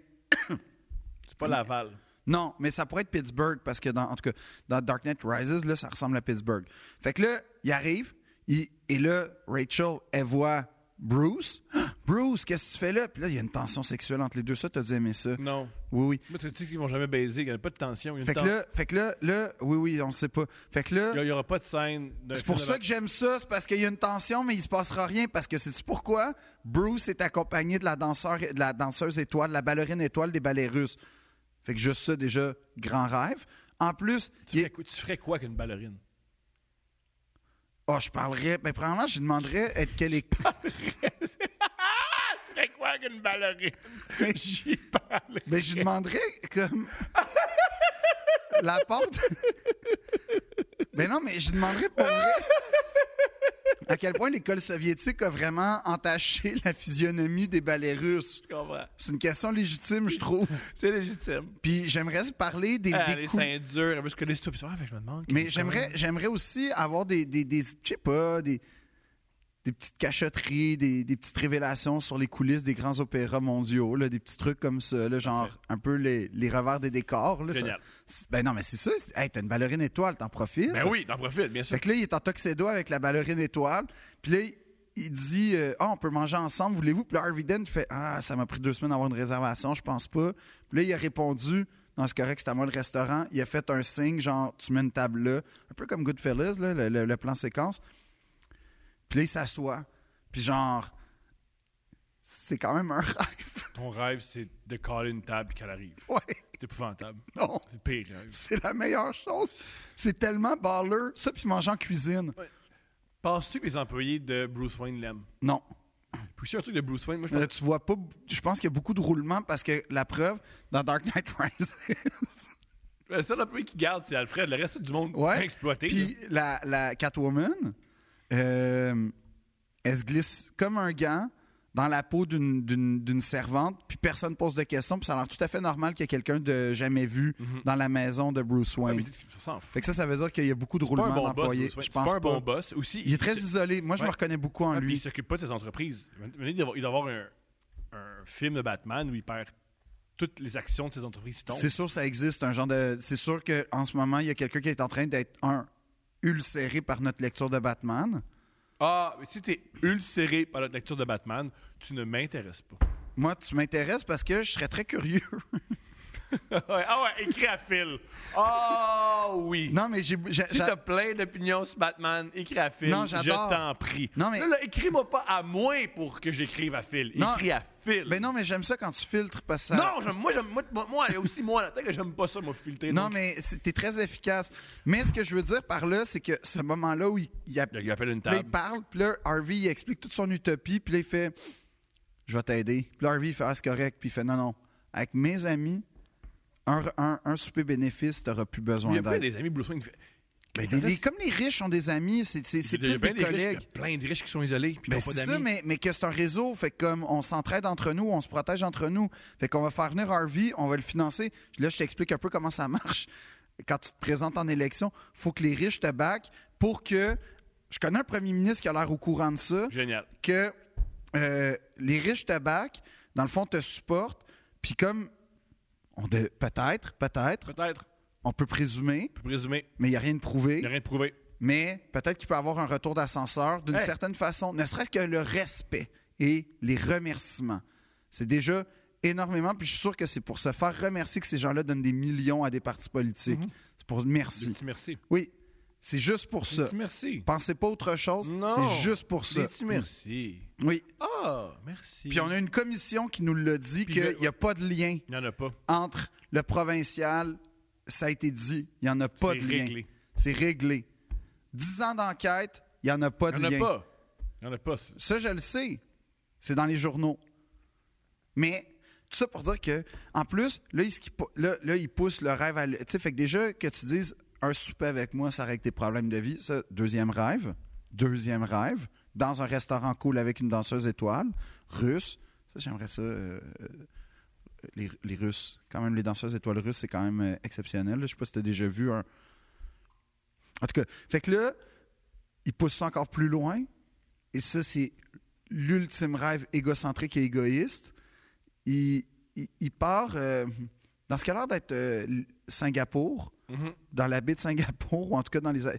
Speaker 1: C'est pas Laval.
Speaker 2: non, mais ça pourrait être Pittsburgh parce que, dans, en tout cas, dans Dark Knight Rises, là, ça ressemble à Pittsburgh. Fait que là, il arrive, il- et là, Rachel, elle voit Bruce. Ah, Bruce, qu'est-ce que tu fais là? Puis là, il y a une tension sexuelle entre les deux. Ça, t'as dû aimer ça.
Speaker 1: Non.
Speaker 2: Oui, oui.
Speaker 1: Moi, tu sais qu'ils vont jamais baiser. Il n'y a pas de tension. Il
Speaker 2: Fait que, là, fait que là, là, oui, oui, on le sait pas. Fait que là,
Speaker 1: n'y aura pas de scène. d'un
Speaker 2: c'est pour
Speaker 1: film
Speaker 2: ça
Speaker 1: de-
Speaker 2: que j'aime ça, c'est parce qu'il y a une tension, mais il se passera rien. Parce que sais-tu pourquoi? Bruce est accompagné de la, danseur, de la danseuse étoile, la ballerine étoile des ballets russes. Fait que juste ça, déjà, grand rêve. En plus,
Speaker 1: Tu
Speaker 2: il
Speaker 1: ferais,
Speaker 2: est...
Speaker 1: quoi- tu ferais quoi qu'une ballerine?
Speaker 2: oh, je parlerais. Ben, premièrement, je lui demanderais être quelle équipe.
Speaker 1: Tu ferais quoi qu'une ballerine? J'y parle.
Speaker 2: Ben, je lui demanderais comme. la porte. ben non, mais je lui demanderais pour vrai. À quel point l'école soviétique a vraiment entaché la physionomie des ballets russes.
Speaker 1: Je comprends. ouais.
Speaker 2: C'est une question légitime, je trouve.
Speaker 1: C'est légitime.
Speaker 2: Puis j'aimerais parler des,
Speaker 1: Ah,
Speaker 2: des
Speaker 1: les
Speaker 2: coups-
Speaker 1: ceintures, elle veut se coller sur tout. Puis ça, Ah, fait que je me demande.
Speaker 2: Mais
Speaker 1: qu'est-ce que-
Speaker 2: j'aimerais, j'aimerais aussi avoir des, des, des- je sais pas, des, des petites cachotteries, des, des petites révélations sur les coulisses des grands opéras mondiaux, là, des petits trucs comme ça, là, genre
Speaker 1: Parfait.
Speaker 2: un peu les, les revers des décors. Là, ça-
Speaker 1: Génial.
Speaker 2: c'est- ben non, mais c'est ça. c'est- Hey, t'as une ballerine étoile, t'en profites.
Speaker 1: Ben oui, t'en profites, bien sûr.
Speaker 2: Fait que là, il est en tuxedo avec la ballerine étoile. Puis là, il- il dit euh, Ah, on peut manger ensemble, voulez-vous Puis là, Harvey Dent fait Ah, ça m'a pris deux semaines d'avoir une réservation, je pense pas. Puis là, il a répondu Non, c'est correct, c'est à moi le restaurant. Il a fait un signe, genre, tu mets une table là. Un peu comme Goodfellas, là, le, le- le plan séquence. Puis là, il s'assoit. Puis genre, c'est quand même un rêve.
Speaker 1: Ton rêve, c'est de coller une table puis qu'elle arrive.
Speaker 2: ouais,
Speaker 1: C'est épouvantable.
Speaker 2: non.
Speaker 1: C'est le pire rêve.
Speaker 2: C'est la meilleure chose. C'est tellement baller. Ça, puis manger en cuisine.
Speaker 1: Penses-tu que les employés de Bruce Wayne l'aiment?
Speaker 2: Non.
Speaker 1: Puis aussi un truc de Bruce Wayne, moi je pense
Speaker 2: Euh, tu vois pas. Je pense qu'il y a beaucoup de roulements parce que la preuve, dans Dark Knight Rises.
Speaker 1: Le seul employé qui garde, c'est Alfred. Le reste du monde
Speaker 2: Euh, ouais.
Speaker 1: est exploité.
Speaker 2: Puis la, la Catwoman, euh, elle se glisse comme un gant dans la peau d'une- d'une d'une servante, puis personne pose de questions, puis ça a l'air tout à fait normal qu'il y ait quelqu'un de jamais vu dans la maison de Bruce
Speaker 1: là. Mhm. Ouais,
Speaker 2: Wayne.
Speaker 1: mais c'est- on s'en fout.
Speaker 2: fait que ça, ça veut dire qu'il y a beaucoup de
Speaker 1: C'est pas un
Speaker 2: roulements
Speaker 1: bon boss,
Speaker 2: d'employés.
Speaker 1: Bruce Wayne.
Speaker 2: Je
Speaker 1: C'est
Speaker 2: pense
Speaker 1: pas un bon
Speaker 2: pas.
Speaker 1: boss. Aussi,
Speaker 2: Il est très
Speaker 1: se-
Speaker 2: isolé. Moi, je
Speaker 1: Ouais.
Speaker 2: me reconnais beaucoup en
Speaker 1: Ouais, puis Il
Speaker 2: lui.
Speaker 1: s'occupe pas de ses entreprises. Il doit il doit avoir un, un film de Batman où il perd toutes les actions de ses entreprises qui tombent.
Speaker 2: C'est sûr, ça existe un genre de. C'est sûr qu'en ce moment, il y a quelqu'un qui est en train d'être un ulcéré par notre lecture de Batman.
Speaker 1: Ah, mais si t'es ulcéré par la lecture de Batman, tu ne m'intéresses pas.
Speaker 2: Moi, tu m'intéresses parce que je serais très curieux.
Speaker 1: Ouais, ah ouais, écris à fil. Ah oui.
Speaker 2: non, mais j'ai. j'ai-
Speaker 1: Si
Speaker 2: j'a-
Speaker 1: t'as plein d'opinions sur Batman, écris à Phil.
Speaker 2: Non,
Speaker 1: je
Speaker 2: j'adore.
Speaker 1: t'en prie.
Speaker 2: Non, mais-
Speaker 1: Là, là, écris-moi pas à moins pour que j'écrive à Phil.
Speaker 2: Non.
Speaker 1: Écris à Phil.
Speaker 2: Ben non, mais j'aime ça quand tu filtres parce que ça.
Speaker 1: Non, j'aime- moi, j'aime- moi, moi, moi, il y a aussi moi, là, peut-être que j'aime pas ça, moi, filtrer.
Speaker 2: Non,
Speaker 1: donc.
Speaker 2: mais c'est- t'es très efficace. Mais ce que je veux dire par là, c'est que ce moment-là où il, il a-
Speaker 1: Là, Il appelle une
Speaker 2: Puis là,
Speaker 1: table.
Speaker 2: il parle, puis là, Harvey, il explique toute son utopie, puis là, il fait Je vais t'aider. Puis là, Harvey, il fait Ah, c'est correct. Puis il fait Non, non. Avec mes amis, un, un, un souper bénéfice, t'auras plus
Speaker 1: Il y
Speaker 2: besoin
Speaker 1: a plein
Speaker 2: d'aide.
Speaker 1: des amis Bruce Wayne. qui fait-
Speaker 2: Ben, des- des- comme les riches ont des amis, c'est c'est- c'est
Speaker 1: Il y a
Speaker 2: plus
Speaker 1: bien
Speaker 2: des
Speaker 1: riches-
Speaker 2: collègues.
Speaker 1: Il y a plein de riches qui sont isolés puis qui
Speaker 2: Ben,
Speaker 1: n'ont
Speaker 2: c'est
Speaker 1: pas
Speaker 2: ça,
Speaker 1: d'amis.
Speaker 2: mais, mais que c'est un réseau. Fait que comme on s'entraide entre nous, on se protège entre nous. Fait qu'on va faire venir Harvey, on va le financer. Là, je t'explique un peu comment ça marche. Quand tu te présentes en élection, faut que les riches te backent pour que. Je connais un premier ministre qui a l'air au courant de ça
Speaker 1: Génial.
Speaker 2: que euh, les riches te back, dans le fond, te supportent, puis comme on de- peut-être, peut-être,
Speaker 1: Peut-être, on
Speaker 2: on peut présumer,
Speaker 1: peut présumer.
Speaker 2: mais il n'y a rien de
Speaker 1: Il n'y
Speaker 2: prouvé,
Speaker 1: a rien de prouvé.
Speaker 2: mais peut-être qu'il peut avoir un retour d'ascenseur d'une
Speaker 1: Hey.
Speaker 2: certaine façon, ne serait-ce que le respect et les remerciements. C'est déjà énormément, puis je suis sûr que c'est pour se faire remercier que ces gens-là donnent des millions à des partis politiques. C'est pour
Speaker 1: Mhm. Des
Speaker 2: merci.
Speaker 1: petits merci.
Speaker 2: Oui, c'est juste pour
Speaker 1: Des
Speaker 2: ça.
Speaker 1: petits merci.
Speaker 2: Pensez pas autre chose,
Speaker 1: Non.
Speaker 2: c'est juste pour ça.
Speaker 1: Des petits merci.
Speaker 2: Oui.
Speaker 1: Ah, merci.
Speaker 2: Puis on a une commission qui nous l'a dit
Speaker 1: Puis
Speaker 2: qu'il
Speaker 1: le-
Speaker 2: n'y a pas de lien
Speaker 1: Il n'y en a pas.
Speaker 2: entre le provincial, ça a été dit, il n'y en a pas
Speaker 1: C'est
Speaker 2: de lien.
Speaker 1: réglé.
Speaker 2: C'est réglé. Dix ans d'enquête, il n'y en a pas
Speaker 1: Il
Speaker 2: de
Speaker 1: n'y en
Speaker 2: lien.
Speaker 1: a pas. Il n'y en a pas.
Speaker 2: Ça, je le sais. C'est dans les journaux. Mais tout ça pour dire que, en plus, là, il, skippe- là, là, il pousse le rêve à. l- Tu sais, fait que déjà, que tu dises un souper avec moi, ça règle tes problèmes de vie. Ça, deuxième rêve. Deuxième rêve. Dans un restaurant cool avec une danseuse étoile. Russe. Ça, j'aimerais ça. euh, euh, les, les Russes. Quand même, les danseuses étoiles russes, c'est quand même euh, exceptionnel. là. Je sais pas si tu as déjà vu un. En tout cas, fait que là, il pousse ça encore plus loin. Et ça, c'est l'ultime rêve égocentrique et égoïste. Il, il- il part euh, dans ce qui a l'air d'être euh, l- Singapour,
Speaker 1: Mhm.
Speaker 2: dans la baie de Singapour, ou en tout cas dans les. a-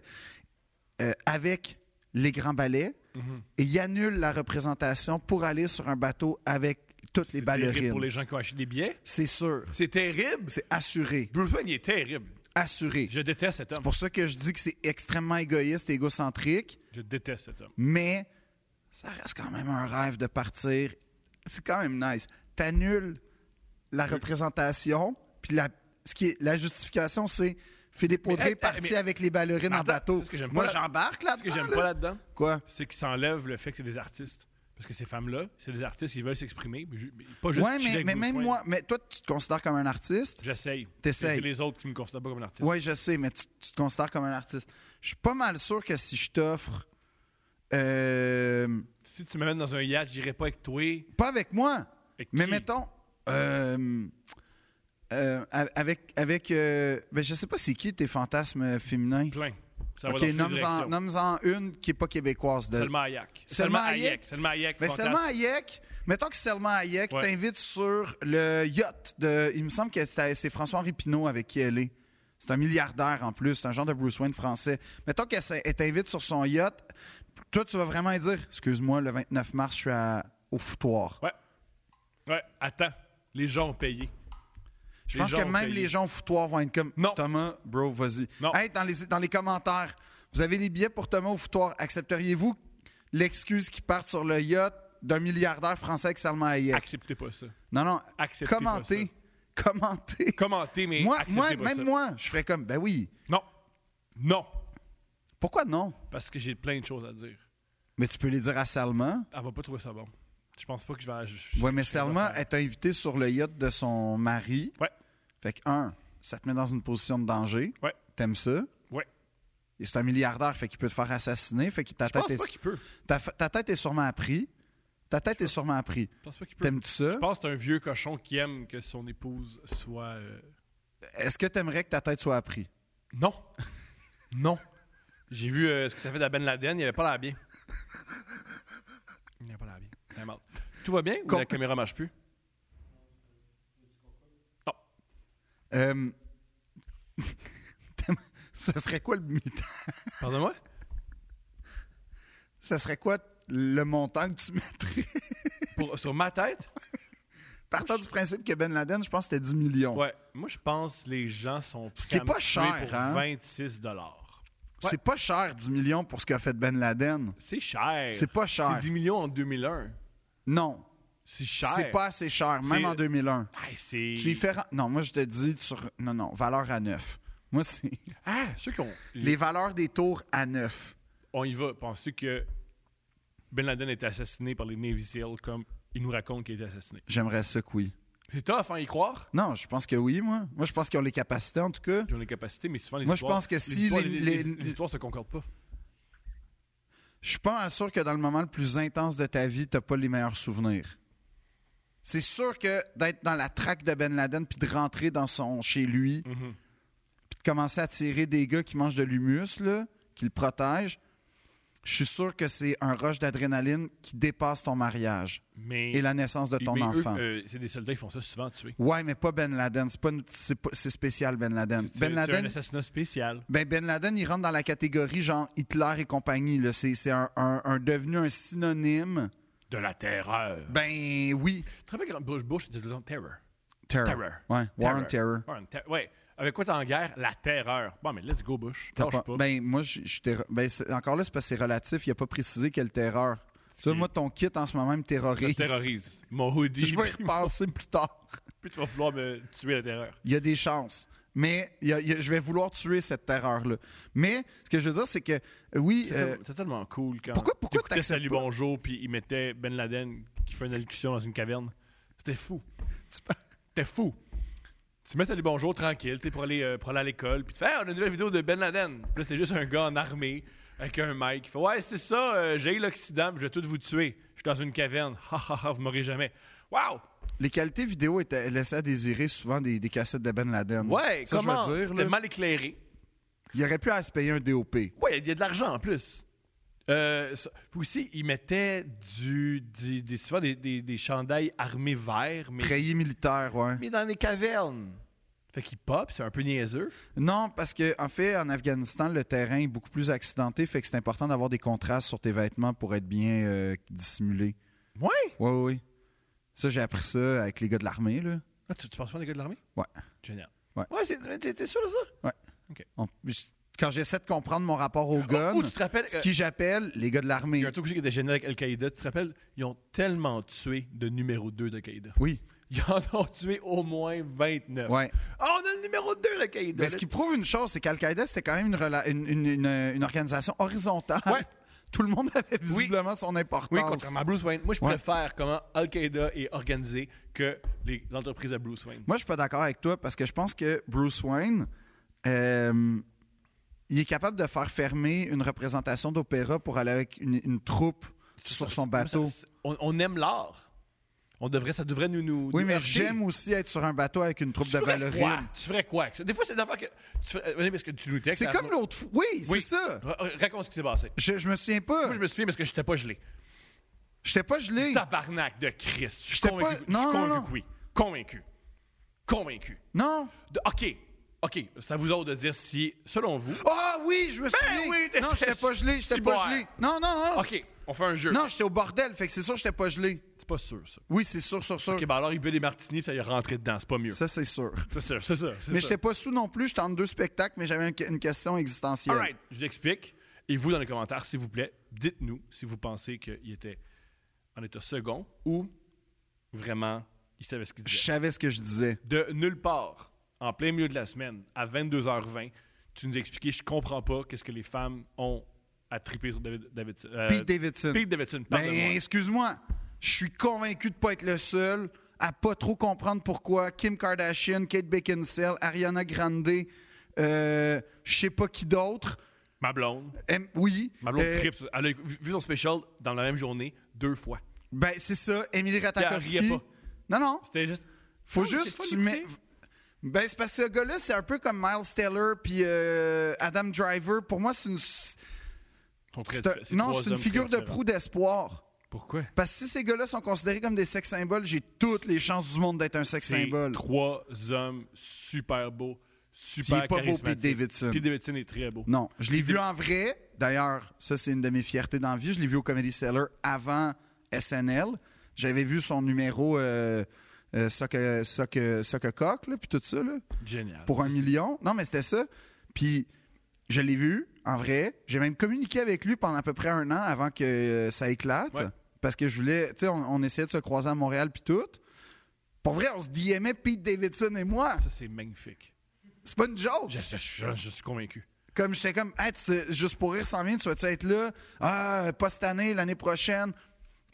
Speaker 2: euh, avec les grands ballets,
Speaker 1: Mhm.
Speaker 2: et il annule la représentation pour aller sur un bateau avec toutes les
Speaker 1: C'est terrible pour
Speaker 2: ballerines.
Speaker 1: les gens qui ont acheté des billets.
Speaker 2: C'est sûr.
Speaker 1: C'est terrible.
Speaker 2: C'est assuré.
Speaker 1: Bruce Wayne, il est terrible.
Speaker 2: Assuré.
Speaker 1: Je déteste cet
Speaker 2: C'est
Speaker 1: homme.
Speaker 2: pour ça que je dis que c'est extrêmement égoïste et égocentrique.
Speaker 1: Je déteste cet homme.
Speaker 2: Mais ça reste quand même un rêve de partir. C'est quand même nice. T'annules la représentation, puis la, ce qui est, la justification, c'est Philippe
Speaker 1: Mais,
Speaker 2: Audrey
Speaker 1: hey,
Speaker 2: est parti
Speaker 1: mais-
Speaker 2: avec les ballerines
Speaker 1: Mais
Speaker 2: en
Speaker 1: attends,
Speaker 2: bateau.
Speaker 1: c'est ce que j'aime
Speaker 2: Moi,
Speaker 1: pas là-
Speaker 2: j'embarque
Speaker 1: Ce
Speaker 2: là-dedans.
Speaker 1: que j'aime
Speaker 2: Ah, là.
Speaker 1: pas là-dedans,
Speaker 2: Quoi?
Speaker 1: c'est qu'il s'enlève le fait que c'est des artistes. Parce que ces femmes-là, c'est des artistes, ils veulent s'exprimer. mais ju- mais Pas juste
Speaker 2: Ouais,
Speaker 1: chiller
Speaker 2: mais,
Speaker 1: avec
Speaker 2: mais
Speaker 1: Bruce
Speaker 2: même
Speaker 1: Wayne.
Speaker 2: moi, mais toi, tu te considères comme un artiste?
Speaker 1: J'essaye.
Speaker 2: T'essayes.
Speaker 1: C'est les autres qui me considèrent pas comme un artiste.
Speaker 2: Oui, je sais, mais tu, tu te considères comme un artiste. Je suis pas mal sûr que si je t'offre. euh,
Speaker 1: Si tu m'amènes dans un yacht, j'irai pas avec toi.
Speaker 2: pas avec moi,
Speaker 1: Et
Speaker 2: Mais
Speaker 1: qui-
Speaker 2: mettons, euh, euh, a- avec. avec euh, ben, je sais pas c'est qui tes fantasmes euh, féminins.
Speaker 1: Plein. Ça va dans
Speaker 2: Ok,
Speaker 1: toutes les
Speaker 2: nomme-en
Speaker 1: directions.
Speaker 2: nomme-en une qui est pas québécoise. De...
Speaker 1: Selma Hayek.
Speaker 2: Euh, Selma
Speaker 1: Selma
Speaker 2: Hayek.
Speaker 1: Hayek. Selma Hayek.
Speaker 2: Mais
Speaker 1: fantastique.
Speaker 2: Selma Hayek, mettons que Selma Hayek
Speaker 1: Ouais.
Speaker 2: t'invite sur le yacht de. Il me semble que c'est c'est François-Henri Pinault avec qui elle est. C'est un milliardaire en plus, c'est un genre de Bruce Wayne français. Mettons qu'elle s'in- elle t'invite sur son yacht. Toi, tu vas vraiment lui dire Excuse-moi, le 29 mars, je suis à- au foutoir.
Speaker 1: Ouais. Ouais, attends. Les gens ont payé.
Speaker 2: Je
Speaker 1: Les
Speaker 2: pense que
Speaker 1: gens ont
Speaker 2: même
Speaker 1: payé.
Speaker 2: les gens au foutoir vont être comme
Speaker 1: Non.
Speaker 2: Thomas, bro, vas-y.
Speaker 1: Non.
Speaker 2: Hey, dans, les, dans les commentaires, vous avez les billets pour Thomas au foutoir. Accepteriez-vous l'excuse qui part sur le yacht d'un milliardaire français avec Salma Hayek?
Speaker 1: Acceptez pas ça.
Speaker 2: non, non.
Speaker 1: Acceptez
Speaker 2: Commentez.
Speaker 1: pas
Speaker 2: Commentez.
Speaker 1: ça. Commentez, mais
Speaker 2: moi,
Speaker 1: acceptez
Speaker 2: moi
Speaker 1: pas
Speaker 2: même
Speaker 1: ça.
Speaker 2: moi, je ferais comme, ben oui.
Speaker 1: Non. Non.
Speaker 2: Pourquoi non?
Speaker 1: Parce que j'ai plein de choses à dire.
Speaker 2: Mais tu peux les dire à Salma.
Speaker 1: Elle va pas trouver ça bon. Je pense pas que je vais... je-
Speaker 2: Ouais, mais
Speaker 1: je- je vais
Speaker 2: Salma
Speaker 1: faire.
Speaker 2: est invitée sur le yacht de son mari.
Speaker 1: Ouais.
Speaker 2: Fait que, un, ça te met dans une position de danger.
Speaker 1: Ouais.
Speaker 2: T'aimes ça?
Speaker 1: Ouais.
Speaker 2: Et c'est un milliardaire, fait qu'il peut te faire assassiner. Fait que ta
Speaker 1: Je pense
Speaker 2: tête est
Speaker 1: pas qu'il peut.
Speaker 2: Ta, fa- ta tête est sûrement à prix. Ta tête est sûrement à prix.
Speaker 1: Je pense pas qu'il peut.
Speaker 2: T'aimes-tu ça?
Speaker 1: Je pense que c'est un vieux cochon qui aime que son épouse soit. euh,
Speaker 2: Est-ce que t'aimerais que ta tête soit à prix?
Speaker 1: Non! non! J'ai vu euh, ce que ça fait d'Aben Laden, il avait pas l'air bien. Il n'avait pas l'air bien. Time out. Tout va bien ou
Speaker 2: Com-
Speaker 1: la caméra marche plus?
Speaker 2: Euh, t'aimes- ça serait quoi le montant?
Speaker 1: Pardonne-moi?
Speaker 2: Ça serait quoi le montant que tu mettrais?
Speaker 1: Pour- sur ma tête?
Speaker 2: Partant du principe que Ben Laden, je pense que c'était 10 millions.
Speaker 1: Ouais. Moi, je pense que les gens sont
Speaker 2: Ce qui est pas
Speaker 1: campés
Speaker 2: cher,
Speaker 1: pour
Speaker 2: hein?
Speaker 1: 26 dollars.
Speaker 2: C'est pas cher, 10 millions, pour ce qu'a fait Ben Laden.
Speaker 1: C'est cher.
Speaker 2: C'est pas cher.
Speaker 1: C'est 10 millions en 2001.
Speaker 2: Non,
Speaker 1: C'est cher.
Speaker 2: c'est pas assez cher, même
Speaker 1: C'est-
Speaker 2: en 2001.
Speaker 1: Hey, c'est...
Speaker 2: Tu y fais... ra- Non, moi, je te dis... Sur... Non, non, valeur à 9. Moi, c'est...
Speaker 1: Ah, ceux qui ont.
Speaker 2: Les valeurs des tours à 9.
Speaker 1: on y va. Penses-tu que Ben Laden a été assassiné par les Navy SEALs comme il nous raconte qu'il a été assassiné?
Speaker 2: J'aimerais ça que oui.
Speaker 1: C'est tough, hein, y croire.
Speaker 2: Non, je pense que oui, moi. Moi, je pense qu'ils ont les capacités, en tout cas.
Speaker 1: Ils ont les capacités, mais souvent les
Speaker 2: Moi, je
Speaker 1: histoires...
Speaker 2: pense que
Speaker 1: les
Speaker 2: si
Speaker 1: histoires-
Speaker 2: les-
Speaker 1: les,
Speaker 2: les-
Speaker 1: les- les histoires se concordent pas.
Speaker 2: Je suis pas mal sûr que dans le moment le plus intense de ta vie, t'as pas les meilleurs souvenirs. C'est sûr que d'être dans la traque de Ben Laden, puis de rentrer dans son chez lui,
Speaker 1: Mhm.
Speaker 2: puis de commencer à tirer des gars qui mangent de l'humus, là, qui le protègent, je suis sûr que c'est un rush d'adrénaline qui dépasse ton mariage
Speaker 1: Mais,
Speaker 2: et la naissance de ton
Speaker 1: mais eux,
Speaker 2: enfant.
Speaker 1: euh, c'est des soldats, ils font ça souvent, tuer.
Speaker 2: Ouais, mais pas Ben Laden. C'est pas une- c'est pas- c'est spécial, Ben Laden.
Speaker 1: C'est-
Speaker 2: Ben
Speaker 1: c'est- C'est un
Speaker 2: Laden,
Speaker 1: assassinat spécial.
Speaker 2: Ben, ben Laden, il rentre dans la catégorie genre Hitler et compagnie. là. C'est c'est un, un- un devenu un synonyme.
Speaker 1: De la terreur.
Speaker 2: Ben oui.
Speaker 1: Très bien, Bush, Bush, c'est de terror.
Speaker 2: Terror.
Speaker 1: Terror.
Speaker 2: Ouais, War on Terror.
Speaker 1: War on terror. Ouais. Avec quoi t'es en guerre? La terreur. Bon, mais let's go, Bush.
Speaker 2: T'as
Speaker 1: Lâche
Speaker 2: pas-
Speaker 1: pas.
Speaker 2: Ben moi, je- je t'ai- ben, c'est- encore là, c'est parce que c'est relatif. Il a pas précisé quelle terreur. Tu vois,
Speaker 1: Ok.
Speaker 2: moi, ton kit en ce moment me
Speaker 1: Je te
Speaker 2: terrorise.
Speaker 1: terrorise. Mon hoodie.
Speaker 2: Je vais y
Speaker 1: puis-
Speaker 2: repenser plus tard.
Speaker 1: puis tu vas vouloir me tuer la terreur.
Speaker 2: Il y a des chances. Mais il y a- il y a- je vais vouloir tuer cette terreur-là. Mais ce que je veux dire, c'est que oui.
Speaker 1: C'est
Speaker 2: euh,
Speaker 1: tel- c'est tellement cool quand.
Speaker 2: pourquoi- pourquoi
Speaker 1: t'écoutais
Speaker 2: t'acceptes
Speaker 1: Salut
Speaker 2: pas?
Speaker 1: Bonjour puis il mettait Ben Laden qui fait une allocution dans une caverne. C'était fou.
Speaker 2: tu parles-
Speaker 1: C'était fou. Tu mets Salut Bonjour tranquille, t'es pour aller euh, pour aller à l'école puis tu fais Ah, on a une nouvelle vidéo de Ben Laden. Puis là c'est juste un gars en armée avec un mic qui fait ouais c'est ça euh, j'ai eu l'Occident puis je vais tous vous tuer. Je suis dans une caverne. Ha ha ha vous m'aurez jamais. Waouh.
Speaker 2: Les qualités vidéo étaient, laissaient à désirer souvent des, des cassettes de Ben Laden.
Speaker 1: Ouais.
Speaker 2: ça, je
Speaker 1: comment?
Speaker 2: veux dire.
Speaker 1: C'était
Speaker 2: là.
Speaker 1: mal éclairé.
Speaker 2: Il aurait pu à se payer un DOP.
Speaker 1: Ouais, il y a de l'argent en plus. Euh, ça- puis aussi, ils mettaient du, du- des, souvent des, des- des chandails armés verts, mais,
Speaker 2: Treillis militaire, ouais.
Speaker 1: mais dans les cavernes. Fait qu'ils pop, c'est un peu niaiseux.
Speaker 2: Non, parce que en fait, en Afghanistan, le terrain est beaucoup plus accidenté, fait que c'est important d'avoir des contrastes sur tes vêtements pour être bien euh, dissimulé.
Speaker 1: Ouais!
Speaker 2: Ouais, ouais, ouais. Ça, j'ai appris ça avec les gars de l'armée, là.
Speaker 1: Ah, tu, tu penses pas des gars de l'armée?
Speaker 2: Ouais.
Speaker 1: Génial.
Speaker 2: Ouais.
Speaker 1: c'est- mais t'es t'es sûr de ça?
Speaker 2: On- quand j'essaie de comprendre mon rapport aux guns,
Speaker 1: Ou Oh, tu te rappelles,
Speaker 2: ce
Speaker 1: euh,
Speaker 2: qui j'appelle les gars de
Speaker 1: il y
Speaker 2: l'armée.
Speaker 1: a un truc aussi qui était génial avec Al-Qaïda, tu te rappelles, ils ont tellement tué de numéro 2 d'Al-Qaïda.
Speaker 2: Oui,
Speaker 1: Ils en ont tué au moins 29.
Speaker 2: ouais.
Speaker 1: Ah, on a le numéro 2 d'Al-Qaïda!
Speaker 2: Mais ce qui prouve une chose, c'est qu'Al-Qaïda, c'était quand même une, rela- une- une- une- une organisation horizontale.
Speaker 1: Ouais.
Speaker 2: Tout le monde avait visiblement son importance.
Speaker 1: Oui, contrairement à Bruce Wayne. Moi, je
Speaker 2: Ouais.
Speaker 1: préfère comment Al-Qaïda est organisée que les entreprises à Bruce Wayne.
Speaker 2: Moi, je suis pas d'accord avec toi parce que je pense que Bruce Wayne, euh, il est capable de faire fermer une représentation d'opéra pour aller avec une, une troupe sur
Speaker 1: Ça- ça-
Speaker 2: son bateau.
Speaker 1: ça- on, on aime l'art. On devrait, ça devrait nous. nous
Speaker 2: Oui,
Speaker 1: nous
Speaker 2: mais
Speaker 1: heurter.
Speaker 2: j'aime aussi être sur un bateau avec une troupe
Speaker 1: Tu
Speaker 2: de
Speaker 1: ferais quoi?
Speaker 2: ballerines.
Speaker 1: Tu ferais quoi avec ça? Des fois, c'est d'abord que. Tu ferais- Oui, parce que tu nous textes.
Speaker 2: C'est
Speaker 1: à-
Speaker 2: comme l'autre fois. Oui,
Speaker 1: Oui.
Speaker 2: c'est ça.
Speaker 1: Ra- Raconte ce qui s'est passé.
Speaker 2: Je, je me souviens pas.
Speaker 1: Moi, je me souviens parce que j'étais pas gelé.
Speaker 2: J'étais pas gelé.
Speaker 1: Tabarnak de Christ. Je suis
Speaker 2: J'étais
Speaker 1: convaincu.
Speaker 2: pas-
Speaker 1: Je suis
Speaker 2: non, non,
Speaker 1: convaincu
Speaker 2: non.
Speaker 1: que oui. Convaincu. Convaincu.
Speaker 2: Non.
Speaker 1: De- OK. OK. C'est à vous autres de dire si, selon vous.
Speaker 2: Ah oui, je me souviens.
Speaker 1: Ben oui, t'étais-
Speaker 2: non, j'étais pas gelé. J'étais
Speaker 1: Si
Speaker 2: pas
Speaker 1: boire.
Speaker 2: gelé. Non, non, non.
Speaker 1: OK. On fait un jeu.
Speaker 2: Non, j'étais au bordel. Fait que c'est sûr, j'étais pas gelé.
Speaker 1: C'est pas sûr, ça.
Speaker 2: Oui, c'est sûr, sûr, sûr.
Speaker 1: OK, ben alors, il veut des martinis, ça y est rentré dedans. C'est pas mieux.
Speaker 2: Ça, c'est sûr.
Speaker 1: C'est ça. C'est ça. c'est
Speaker 2: Mais
Speaker 1: ça.
Speaker 2: j'étais pas sous non plus. J'étais entre deux spectacles, mais j'avais une, une question existentielle.
Speaker 1: All right, je vous explique. Et vous, dans les commentaires, s'il vous plaît, dites-nous si vous pensez qu'il était en état second ou vraiment il savait ce qu'il
Speaker 2: Je
Speaker 1: disait.
Speaker 2: savais ce que je disais.
Speaker 1: De nulle part, en plein milieu de la semaine, à 22h20, tu nous as expliqué je comprends pas qu'est-ce que les femmes ont à triper sur David, Davidson. Euh,
Speaker 2: Pete Davidson.
Speaker 1: Pete Davidson, pardonne-moi.
Speaker 2: Ben, excuse-moi. Je suis convaincu de pas être le seul à pas trop comprendre pourquoi Kim Kardashian, Kate Beckinsale, Ariana Grande, euh, je sais pas qui d'autre.
Speaker 1: Ma blonde.
Speaker 2: aiment- Oui.
Speaker 1: Ma blonde
Speaker 2: euh,
Speaker 1: tripe sur- Elle a vu vu son special dans la même journée deux fois.
Speaker 2: Ben, c'est ça, Émilie
Speaker 1: riait
Speaker 2: Ratajkowski.
Speaker 1: pas.
Speaker 2: Non, non.
Speaker 1: C'était juste.
Speaker 2: Faut
Speaker 1: Ah, c'est
Speaker 2: juste
Speaker 1: fun
Speaker 2: tu
Speaker 1: d'écouter.
Speaker 2: mets. Ben, c'est parce que ce gars-là, c'est un peu comme Miles Taylor puis euh, Adam Driver. Pour moi, c'est une.
Speaker 1: Sont très
Speaker 2: c'est un-
Speaker 1: diffé-
Speaker 2: non,
Speaker 1: trois
Speaker 2: c'est une
Speaker 1: hommes très
Speaker 2: figure de
Speaker 1: différents.
Speaker 2: proue d'espoir.
Speaker 1: Pourquoi?
Speaker 2: Parce que si ces gars-là sont considérés comme des sex symboles, j'ai toutes les chances du monde d'être un sex
Speaker 1: C'est
Speaker 2: symbole.
Speaker 1: Trois hommes super beaux,
Speaker 2: Il
Speaker 1: super
Speaker 2: est pas beau,
Speaker 1: charismatiques.
Speaker 2: Pete Davidson.
Speaker 1: Pete Davidson est très beau.
Speaker 2: Non, je l'ai vu en vrai. D'ailleurs, ça, c'est une de mes fiertés dans la vie. Je l'ai vu au Comedy Cellar avant SNL. J'avais vu son numéro euh, euh, Sock, euh, Sock, euh, Sock a Cock, là, puis tout ça, là,
Speaker 1: Génial.
Speaker 2: pour un million. Non, mais c'était ça. Puis je l'ai vu en vrai. J'ai même communiqué avec lui pendant à peu près un an avant que euh, ça éclate.
Speaker 1: Ouais.
Speaker 2: Parce que je voulais, tu sais, on, on essayait de se croiser à Montréal, puis tout. Pour vrai, on se DMait Pete Davidson et moi.
Speaker 1: Ça, c'est magnifique.
Speaker 2: C'est pas une joke.
Speaker 1: Je, je- je- je suis convaincu.
Speaker 2: Comme j'étais comme, hey, tu sais, juste pour rire, sans bien, tu vas-tu être là? Ah, pas cette année, l'année prochaine.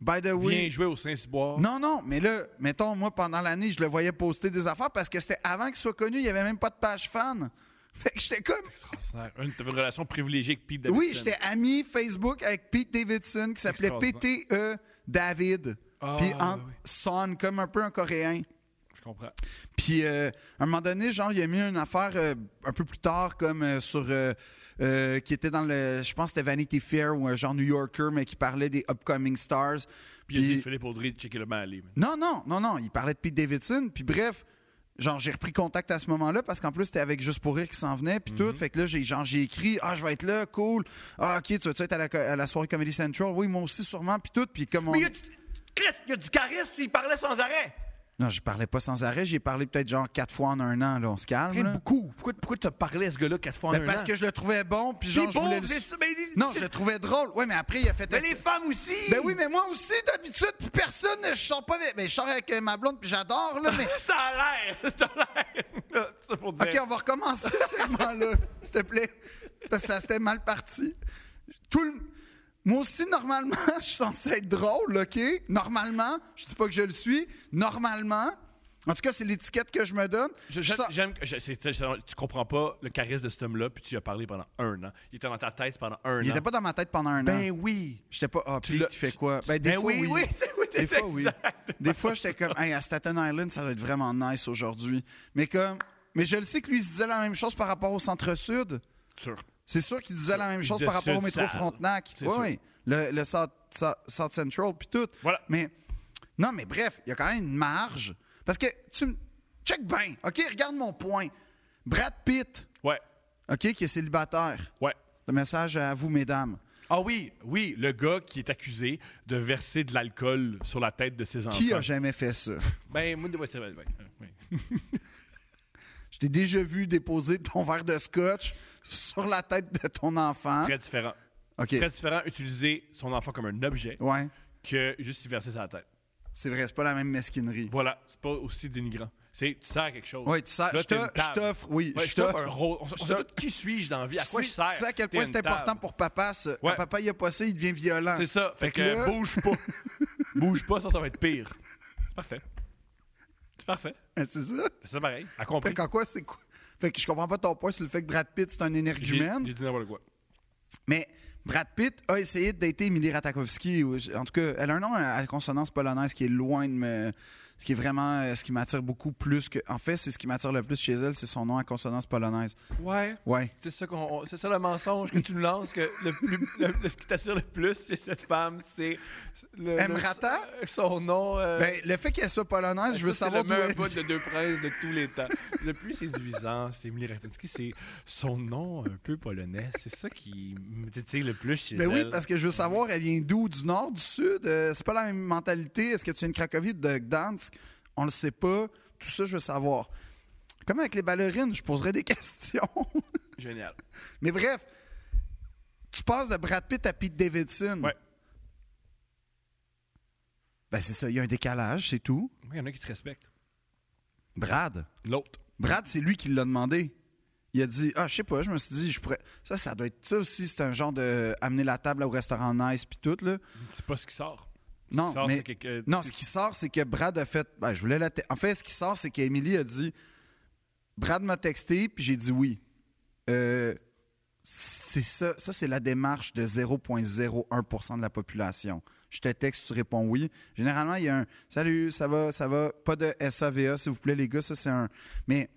Speaker 2: By the way.
Speaker 1: Viens jouer au Saint-Cyboire.
Speaker 2: Non, non, mais là, mettons, moi, pendant l'année, je le voyais poster des affaires parce que c'était avant qu'il soit connu, il n'y avait même pas de page fan. Fait que j'étais comme,
Speaker 1: Extraordinaire. Une, t'avais une relation privilégiée avec Pete Davidson.
Speaker 2: oui, j'étais ami Facebook avec Pete Davidson qui s'appelait
Speaker 1: Extraordinaire.
Speaker 2: PTE David.
Speaker 1: Ah,
Speaker 2: Puis en
Speaker 1: oui, oui.
Speaker 2: son, comme un peu un Coréen.
Speaker 1: Je comprends.
Speaker 2: Puis euh, à un moment donné, genre, il a mis une affaire euh, un peu plus tard, comme euh, sur. euh, euh, qui était dans le. Je pense que c'était Vanity Fair ou un genre New Yorker, mais qui parlait des upcoming stars.
Speaker 1: Puis il a dit
Speaker 2: Puis-
Speaker 1: Philippe Audrey de checker le mal aller. man.
Speaker 2: non, non, non, non. Il parlait de Pete Davidson. Puis bref, genre, j'ai repris contact à ce moment-là parce qu'en plus, c'était avec Juste pour Rire qui s'en venait. Puis
Speaker 1: Mhm.
Speaker 2: tout. Fait que là, j'ai, genre, j'ai écrit Ah, je vais être là, cool. Ah, ok, tu vas être à la, co- à la soirée Comedy Central Oui, moi aussi, sûrement. Puis tout. Puis comme on-
Speaker 1: Mais il y a du. Chris, il y a du charisme, il parlait sans arrêt.
Speaker 2: Non, je parlais pas sans arrêt. J'ai parlé peut-être genre quatre fois en un an. Là, on se calme.
Speaker 1: Très
Speaker 2: là.
Speaker 1: beaucoup. Pourquoi, pourquoi tu as parlé à ce gars-là quatre fois en
Speaker 2: Ben,
Speaker 1: un
Speaker 2: parce
Speaker 1: an?
Speaker 2: que je le trouvais bon. Puis
Speaker 1: Il est
Speaker 2: genre, je
Speaker 1: beau,
Speaker 2: voulais le-
Speaker 1: c'est ça, mais il est-
Speaker 2: Non, je le trouvais drôle. Ouais, mais après, il a fait.
Speaker 1: Mais les femmes aussi.
Speaker 2: Ben oui, mais moi aussi, d'habitude, puis personne, je sors pas avec. Ben, je sors avec euh, ma blonde, puis j'adore, là, mais.
Speaker 1: Ça a l'air. Ça a l'air. Ça pour dire.
Speaker 2: OK, on va recommencer ce segment-là, s'il te plaît. Parce que ça c'était mal parti. Tout le- Moi aussi, normalement, je suis censé être drôle, OK? Normalement, je dis pas que je le suis. Normalement, en tout cas, c'est l'étiquette que je me donne.
Speaker 1: Je-
Speaker 2: Je
Speaker 1: j'aime-
Speaker 2: sors-
Speaker 1: J'aime que je- c'est- c'est- tu comprends pas le charisme de cet homme-là, puis tu y as parlé pendant un an. Il était dans ta tête pendant un
Speaker 2: Il
Speaker 1: an.
Speaker 2: n'était pas dans ma tête pendant un
Speaker 1: Ben
Speaker 2: an.
Speaker 1: oui.
Speaker 2: J'étais pas, ah,
Speaker 1: Tu
Speaker 2: Pete,
Speaker 1: l'as-
Speaker 2: tu fais quoi? Ben, des
Speaker 1: Ben
Speaker 2: fois,
Speaker 1: oui, oui, c'est- oui, t'es
Speaker 2: Des fois, oui.
Speaker 1: exact.
Speaker 2: Des fois, j'étais comme, hey, à Staten Island, ça doit être vraiment nice aujourd'hui. Mais comme, mais je le sais que lui, il se disait la même chose par rapport au centre-sud.
Speaker 1: Sûr.
Speaker 2: C'est sûr qu'il disait la même
Speaker 1: Il
Speaker 2: chose
Speaker 1: disait
Speaker 2: par rapport au
Speaker 1: sud,
Speaker 2: métro
Speaker 1: sale.
Speaker 2: Frontenac.
Speaker 1: C'est
Speaker 2: Oui,
Speaker 1: sûr.
Speaker 2: oui. Le, le South, South- South Central, puis tout.
Speaker 1: Voilà.
Speaker 2: Mais, non, mais bref, il y a quand même une marge. Parce que tu me. Check bien, OK? Regarde mon point. Brad Pitt,
Speaker 1: Ouais.
Speaker 2: OK, qui est célibataire.
Speaker 1: Ouais.
Speaker 2: Le message à vous, mesdames.
Speaker 1: Ah oui, oui, le gars qui est accusé de verser de l'alcool sur la tête de ses enfants.
Speaker 2: Qui a jamais fait ça?
Speaker 1: Ben, moi, ouais, c'est vrai, ouais, ouais.
Speaker 2: Je t'ai déjà vu déposer ton verre de scotch sur la tête de ton enfant.
Speaker 1: Très différent.
Speaker 2: Ah. OK.
Speaker 1: Très différent utiliser son enfant comme un objet
Speaker 2: Ouais,
Speaker 1: que juste y verser sa tête.
Speaker 2: c'est vrai, c'est pas la même mesquinerie.
Speaker 1: Voilà, c'est pas aussi dénigrant. C'est tu sers à quelque chose.
Speaker 2: Ouais, tu sers-
Speaker 1: Là,
Speaker 2: je
Speaker 1: t'es
Speaker 2: te-
Speaker 1: une table.
Speaker 2: je t'offre- oui,
Speaker 1: Ouais,
Speaker 2: je
Speaker 1: je t'offre
Speaker 2: t'offre-
Speaker 1: un rôle. On, s-
Speaker 2: je
Speaker 1: on sait
Speaker 2: t'offre-
Speaker 1: tout qui suis-je dans la vie, à quoi
Speaker 2: Tu
Speaker 1: je
Speaker 2: sais-
Speaker 1: sers.
Speaker 2: Tu sais à quel
Speaker 1: T'es
Speaker 2: point
Speaker 1: une
Speaker 2: c'est important
Speaker 1: table.
Speaker 2: pour papa, ça. Quand
Speaker 1: Ouais.
Speaker 2: papa, il a pas ça, il devient violent.
Speaker 1: C'est ça. Fait, que,
Speaker 2: là-
Speaker 1: bouge pas. bouge pas, ça, ça va être pire. C'est parfait. C'est parfait.
Speaker 2: C'est ça.
Speaker 1: C'est ça pareil. À
Speaker 2: Fait
Speaker 1: compris.
Speaker 2: qu'en quoi, c'est quoi? Fait que je comprends pas ton point sur le fait que Brad Pitt, c'est un
Speaker 1: J'ai
Speaker 2: énergumène.
Speaker 1: j'ai dit n'importe quoi.
Speaker 2: Mais Brad Pitt a essayé de dater Emily Ratajkowski. ou- En tout cas, elle a un nom à consonance polonaise qui est loin de me. Ce qui est vraiment euh, ce qui m'attire beaucoup plus que. En fait, c'est ce qui m'attire le plus chez elle, c'est son nom à consonance polonaise.
Speaker 1: Ouais.
Speaker 2: Ouais.
Speaker 1: C'est ça, qu'on- on- c'est ça le mensonge que tu nous lances, que le plus, le- le- ce qui t'attire le plus chez cette femme, c'est le, le-
Speaker 2: Emrata?
Speaker 1: son nom. euh,
Speaker 2: Ben, le fait qu'elle soit polonaise, je veux
Speaker 1: ça,
Speaker 2: savoir
Speaker 1: C'est
Speaker 2: d'où
Speaker 1: le meilleur
Speaker 2: elle-
Speaker 1: bout de deux princes de tous les temps. Le plus séduisant, c'est Emily Ratajkowski, c'est son nom un peu polonais. C'est ça qui me titille le plus chez
Speaker 2: Ben oui,
Speaker 1: elle.
Speaker 2: parce que je veux savoir, elle vient d'où? Du nord, du sud? Euh, c'est pas la même mentalité. Est-ce que tu es une Cracovie de Gdansk? On le sait pas. Tout ça, je veux savoir. Comme avec les ballerines, je poserai des questions.
Speaker 1: Génial.
Speaker 2: Mais bref, tu passes de Brad Pitt à Pete Davidson.
Speaker 1: Ouais.
Speaker 2: Ben c'est ça, il y a un décalage, c'est tout.
Speaker 1: Il y en a qui te respectent.
Speaker 2: Brad.
Speaker 1: L'autre.
Speaker 2: Brad, c'est lui qui l'a demandé. Il a dit Ah, je sais pas, je me suis dit, je pourrais. Ça, ça doit être ça aussi, c'est un genre de amener la table au restaurant nice puis tout, là.
Speaker 1: C'est pas ce qui sort. Ce
Speaker 2: Non,
Speaker 1: qui sort,
Speaker 2: mais-
Speaker 1: c'est que- que-
Speaker 2: Non, ce qui sort, c'est que Brad a fait. Ben, je voulais la. te- En fait, ce qui sort, c'est qu'Emily a dit Brad m'a texté, puis j'ai dit oui. Euh, c'est ça. Ça, c'est la démarche de 0,01 de la population. Je te texte, tu réponds oui. Généralement, il y a un Salut, ça va, ça va. Pas de SAVA, s'il vous plaît, les gars. Ça, c'est un. Mais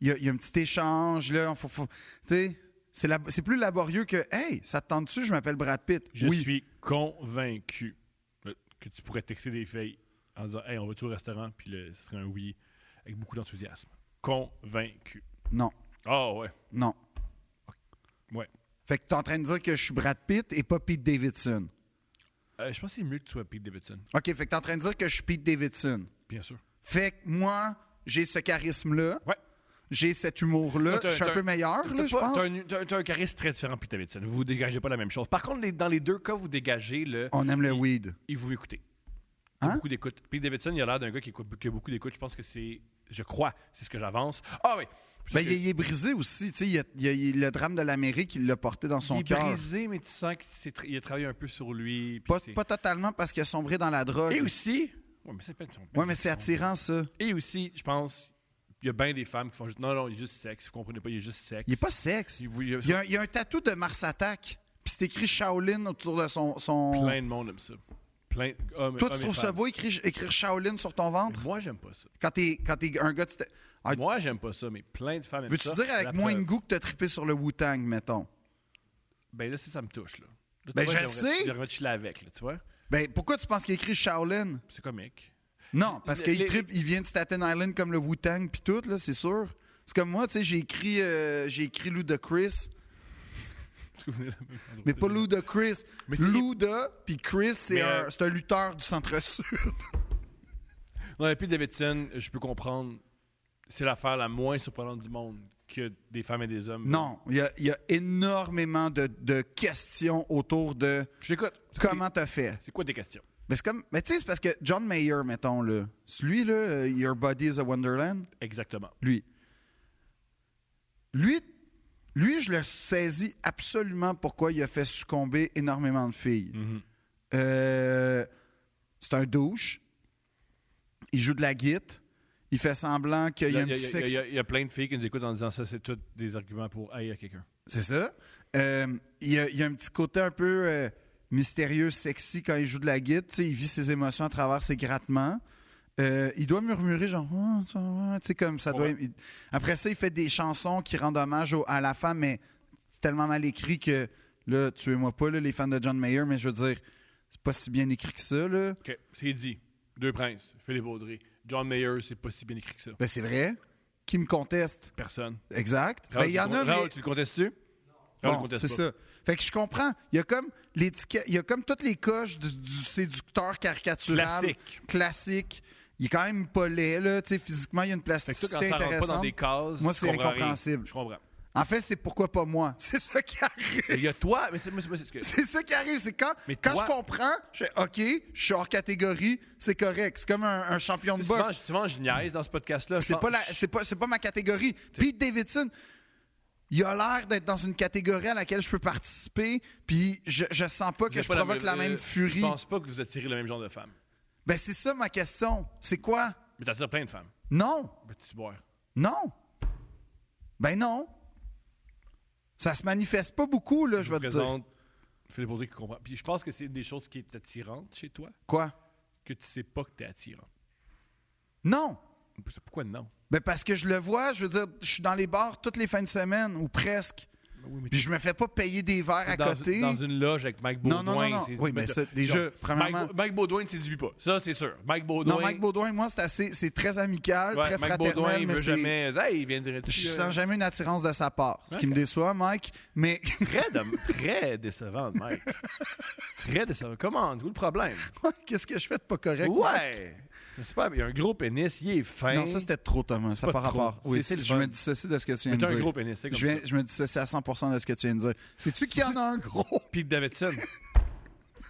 Speaker 2: il y a, il y a un petit échange, là. Faut, faut- Tu sais, c'est lab- c'est plus laborieux que Hey, ça te tente dessus, je m'appelle Brad Pitt.
Speaker 1: Je
Speaker 2: oui.
Speaker 1: suis convaincu euh, que tu pourrais texter des filles en disant Hey, on va-tu au restaurant Puis le- ce serait un oui avec beaucoup d'enthousiasme. Convaincu.
Speaker 2: Non,
Speaker 1: Ah ouais.
Speaker 2: non.
Speaker 1: Ouais.
Speaker 2: Fait que t'es en train de dire que je suis Brad Pitt et pas Pete Davidson.
Speaker 1: Euh, je pense que c'est mieux que tu sois Pete Davidson,
Speaker 2: OK, fait que t'es en train de dire que je suis Pete Davidson.
Speaker 1: bien sûr.
Speaker 2: Fait que moi, j'ai ce charisme-là.
Speaker 1: Ouais.
Speaker 2: J'ai cet humour-là.
Speaker 1: Toi, Ah, t'as-
Speaker 2: Je suis un
Speaker 1: t'as-
Speaker 2: peu meilleur,
Speaker 1: T'as
Speaker 2: là, je
Speaker 1: pas-
Speaker 2: pense.
Speaker 1: t'as un, t'as- t'as un charisme très différent, Pete Davidson. Vous ne dégagez pas la même chose. Par contre, les- dans les deux cas, vous dégagez le.
Speaker 2: On aime le weed.
Speaker 1: Et vous m'écoutez. Il y a
Speaker 2: Hein?
Speaker 1: Beaucoup d'écoute. Pete Davidson, il a l'air d'un gars qui, écoute- qui a beaucoup d'écoute. Je pense que c'est. Je crois. C'est ce que j'avance. Ah oui.
Speaker 2: Ben, il, est- il est brisé aussi. Tu sais, il y a- il y a, il y a le drame de l'Amérique, il l'a porté dans son
Speaker 1: il est
Speaker 2: cœur.
Speaker 1: brisé, mais tu sens qu'il a travaillé un peu sur lui. puis
Speaker 2: Pas,
Speaker 1: c'est-
Speaker 2: pas totalement parce qu'il a sombré dans la drogue.
Speaker 1: Et aussi. Ouais, mais c'est pas de son-
Speaker 2: Ouais, mais c'est attirant, ça.
Speaker 1: Et aussi, je pense, il y a bien des femmes qui font juste. Non, non, il est juste sexe. Vous comprenez pas, il est juste sexe.
Speaker 2: Il est pas sexe.
Speaker 1: Il il y a,
Speaker 2: Il y a, un- il y a un tatou de Mars Attack. Puis c'est écrit Shaolin autour de son. son...
Speaker 1: Plein de monde aime ça. Plein. hommes-
Speaker 2: Toi, tu
Speaker 1: hommes et
Speaker 2: trouves ça
Speaker 1: femmes.
Speaker 2: beau écrire, écrire Shaolin sur ton ventre?
Speaker 1: Moi, j'aime pas ça.
Speaker 2: Quand t'es, quand t'es un gars de sta- Ah,
Speaker 1: Moi, j'aime pas ça, mais plein de femmes aiment
Speaker 2: Veux-tu
Speaker 1: ça.
Speaker 2: dire avec
Speaker 1: La
Speaker 2: moins de
Speaker 1: preuve.
Speaker 2: goût que t'as trippé sur le Wu-Tang, mettons?
Speaker 1: Ben là, ça, ça me touche, là. Là, tu
Speaker 2: Ben,
Speaker 1: vois,
Speaker 2: je
Speaker 1: j'aimerais-
Speaker 2: sais.
Speaker 1: J'aimerais te chiller avec, là, tu vois.
Speaker 2: Ben, pourquoi tu penses qu'il écrit Shaolin?
Speaker 1: C'est comique.
Speaker 2: Non, parce
Speaker 1: Le-
Speaker 2: qu'il
Speaker 1: les-
Speaker 2: trippe- il vient de Staten Island comme le Wu-Tang pis tout, là, c'est sûr. C'est comme moi, tu sais, j'ai écrit, euh, j'ai écrit Luda Chris,
Speaker 1: Parce que vous venez de la même endroit.
Speaker 2: mais pas Luda Chris.
Speaker 1: Mais c'est-
Speaker 2: Luda puis Chris, c'est
Speaker 1: Mais,
Speaker 2: un,
Speaker 1: euh,
Speaker 2: c'est un lutteur du centre-sud.
Speaker 1: Non, et puis Davidson, je peux comprendre, c'est l'affaire la moins surprenante du monde que des femmes et des hommes.
Speaker 2: non, il y a, il y a énormément de, de questions autour de
Speaker 1: Je l'écoute. C'est quoi-
Speaker 2: comment t'as fait.
Speaker 1: C'est quoi tes questions?
Speaker 2: Mais c'est comme, mais tu sais, c'est parce que John Mayer, mettons, là, celui, là, euh, Your Body is a Wonderland,
Speaker 1: Exactement.
Speaker 2: lui. Lui, lui, je le saisis absolument pourquoi il a fait succomber énormément de filles. Euh, c'est un douche. Il joue de la guitare. Il fait semblant qu'il y a un petit
Speaker 1: il
Speaker 2: sexe.
Speaker 1: y a- il y a plein de filles qui nous écoutent en disant ça, c'est tout des arguments pour haïr quelqu'un.
Speaker 2: C'est ça. Euh, il, y a, il y a un petit côté un peu euh, mystérieux, sexy quand il joue de la guitare. Tu sais, Il vit ses émotions à travers ses grattements. Euh, il doit murmurer genre Ah, ça va tu sais comme ça doit
Speaker 1: Ouais.
Speaker 2: il- après ça il fait des chansons qui rendent hommage au- à la femme mais c'est tellement mal écrit que là tuez-moi pas là, les fans de John Mayer mais je veux dire c'est pas si bien écrit que ça là
Speaker 1: OK, c'est dit. Deux princes, Philippe Audrey, John Mayer, c'est pas si bien écrit que ça.
Speaker 2: ben c'est vrai qui me conteste
Speaker 1: Personne.
Speaker 2: exact ben
Speaker 1: Raoul,
Speaker 2: il y
Speaker 1: tu
Speaker 2: en
Speaker 1: le
Speaker 2: a
Speaker 1: con- Raoul,
Speaker 2: mais-
Speaker 1: tu le contestes-tu? Raoul,
Speaker 2: Bon,
Speaker 1: conteste
Speaker 2: c'est
Speaker 1: pas.
Speaker 2: ça. Fait que je comprends. Il y a comme l'étiquette, il y a comme toutes les coches du, du séducteur caricatural
Speaker 1: Classique.
Speaker 2: classique. Il est quand même pas laid, là, tu sais, physiquement, il y a une
Speaker 1: Fait que toi, quand
Speaker 2: plasticité
Speaker 1: ça rentre pas dans
Speaker 2: intéressante.
Speaker 1: des cases,
Speaker 2: Moi,
Speaker 1: je
Speaker 2: c'est
Speaker 1: comprends rien.
Speaker 2: incompréhensible.
Speaker 1: Je comprends.
Speaker 2: En fait, c'est pourquoi pas moi. C'est ça qui arrive.
Speaker 1: Il y a toi, mais c'est moi, c'est pas c'est ce que.
Speaker 2: C'est ça qui arrive. C'est quand,
Speaker 1: Mais
Speaker 2: quand
Speaker 1: toi-
Speaker 2: je comprends, je fais OK, je suis hors catégorie, c'est correct. C'est comme un, un champion de
Speaker 1: Tu sais, Souvent,
Speaker 2: boxe.
Speaker 1: je- souvent, je niaise dans ce podcast-là. Je
Speaker 2: C'est
Speaker 1: pense-
Speaker 2: pas, la, c'est pas, c'est pas ma catégorie. Pete Davidson, il a l'air d'être dans une catégorie à laquelle je peux participer, puis je, je sens pas
Speaker 1: Vous
Speaker 2: que
Speaker 1: avez
Speaker 2: je
Speaker 1: pas
Speaker 2: provoque la
Speaker 1: euh,
Speaker 2: même furie.
Speaker 1: Je pense pas que vous attirez le même genre de femme.
Speaker 2: Ben, c'est ça ma question. C'est quoi?
Speaker 1: Mais t'attires plein de femmes. Ben,
Speaker 2: Non.
Speaker 1: Petit boire.
Speaker 2: Non. Ben non. Ça se manifeste pas beaucoup, là, je
Speaker 1: vous
Speaker 2: vais te dire.
Speaker 1: présente Philippe Audrey qui comprend. Puis je pense que c'est une des choses qui est attirante chez toi,
Speaker 2: Quoi?
Speaker 1: que tu sais pas que t'es attirant.
Speaker 2: Non!
Speaker 1: C'est- Pourquoi non?
Speaker 2: Ben parce que je le vois, je veux dire, je suis dans les bars toutes les fins de semaine, ou presque.
Speaker 1: Ben Oui, mais
Speaker 2: Puis je me fais pas payer des verres à
Speaker 1: dans,
Speaker 2: côté.
Speaker 1: dans une loge avec Mike Baudouin.
Speaker 2: Non, non, non, non.
Speaker 1: c'est-
Speaker 2: Oui, mais ça, déjà,
Speaker 1: Mike-
Speaker 2: premièrement-
Speaker 1: Mike, Baudouin ne séduit pas. Ça, c'est sûr. Mike Baudouin.
Speaker 2: non, Mike Baudouin, moi, c'est assez, c'est très amical,
Speaker 1: ouais,
Speaker 2: très
Speaker 1: Mike
Speaker 2: fraternel,
Speaker 1: Baudouin, il
Speaker 2: mais
Speaker 1: veut
Speaker 2: c'est-
Speaker 1: jamais. Hey, il euh, vient dire.
Speaker 2: je sens jamais une attirance de sa part, ce qui me déçoit, Mike. Mais
Speaker 1: Très, dom- très décevant, Mike. très décevant. Comment? Où le problème?
Speaker 2: qu'est-ce que je fais de pas correct? Mike?
Speaker 1: Ouais! Je sais pas, il y a un gros pénis, il est fin.
Speaker 2: Non, ça c'était trop, Thomas. Ça
Speaker 1: Pas
Speaker 2: n'a pas
Speaker 1: trop.
Speaker 2: rapport. Oui,
Speaker 1: C'est- c'est
Speaker 2: je
Speaker 1: le
Speaker 2: me
Speaker 1: fun.
Speaker 2: dissocie de ce que tu viens
Speaker 1: Mais
Speaker 2: de
Speaker 1: t'as un
Speaker 2: dire.
Speaker 1: gros pénis, c'est comme
Speaker 2: je, viens-
Speaker 1: ça.
Speaker 2: je me dissocie à 100 de ce que tu viens de dire. C'est-tu qu'il y en a un gros?
Speaker 1: Pete Davidson.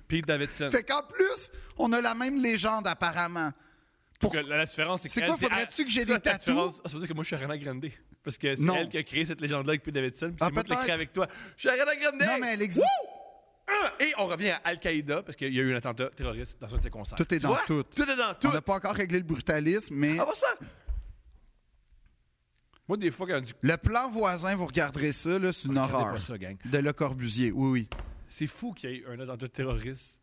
Speaker 1: Pete Davidson.
Speaker 2: Fait qu'en plus, on a la même légende apparemment.
Speaker 1: Pour... La, la différence, c'est que.
Speaker 2: C'est
Speaker 1: elle,
Speaker 2: quoi,
Speaker 1: c'est-
Speaker 2: faudrait-tu
Speaker 1: elle-
Speaker 2: que j'ai
Speaker 1: la-
Speaker 2: des
Speaker 1: la
Speaker 2: tatous?
Speaker 1: différence, Ça veut dire que moi, je suis Ariana Grande. Parce que c'est
Speaker 2: Non.
Speaker 1: elle qui a créé cette légende-là avec Pete Davidson. Puis
Speaker 2: Ah,
Speaker 1: c'est moi qui l'ai
Speaker 2: peut-être.
Speaker 1: créé avec toi. Je suis Ariana Grande!
Speaker 2: Non, mais elle existe.
Speaker 1: Ah! Et on revient à Al-Qaïda, parce qu'il y a eu un attentat terroriste dans un de ses concerts.
Speaker 2: Tout est
Speaker 1: Tu
Speaker 2: dans
Speaker 1: vois?
Speaker 2: tout.
Speaker 1: Tout est dans tout.
Speaker 2: On n'a pas encore réglé le brutalisme, mais
Speaker 1: Ah, bon, ça? Moi, des fois, quand du
Speaker 2: le plan voisin, vous regarderez ça, là, c'est une
Speaker 1: Regardez
Speaker 2: horreur.
Speaker 1: pas ça, gang.
Speaker 2: De Le Corbusier, oui, oui.
Speaker 1: C'est fou qu'il y ait un attentat terroriste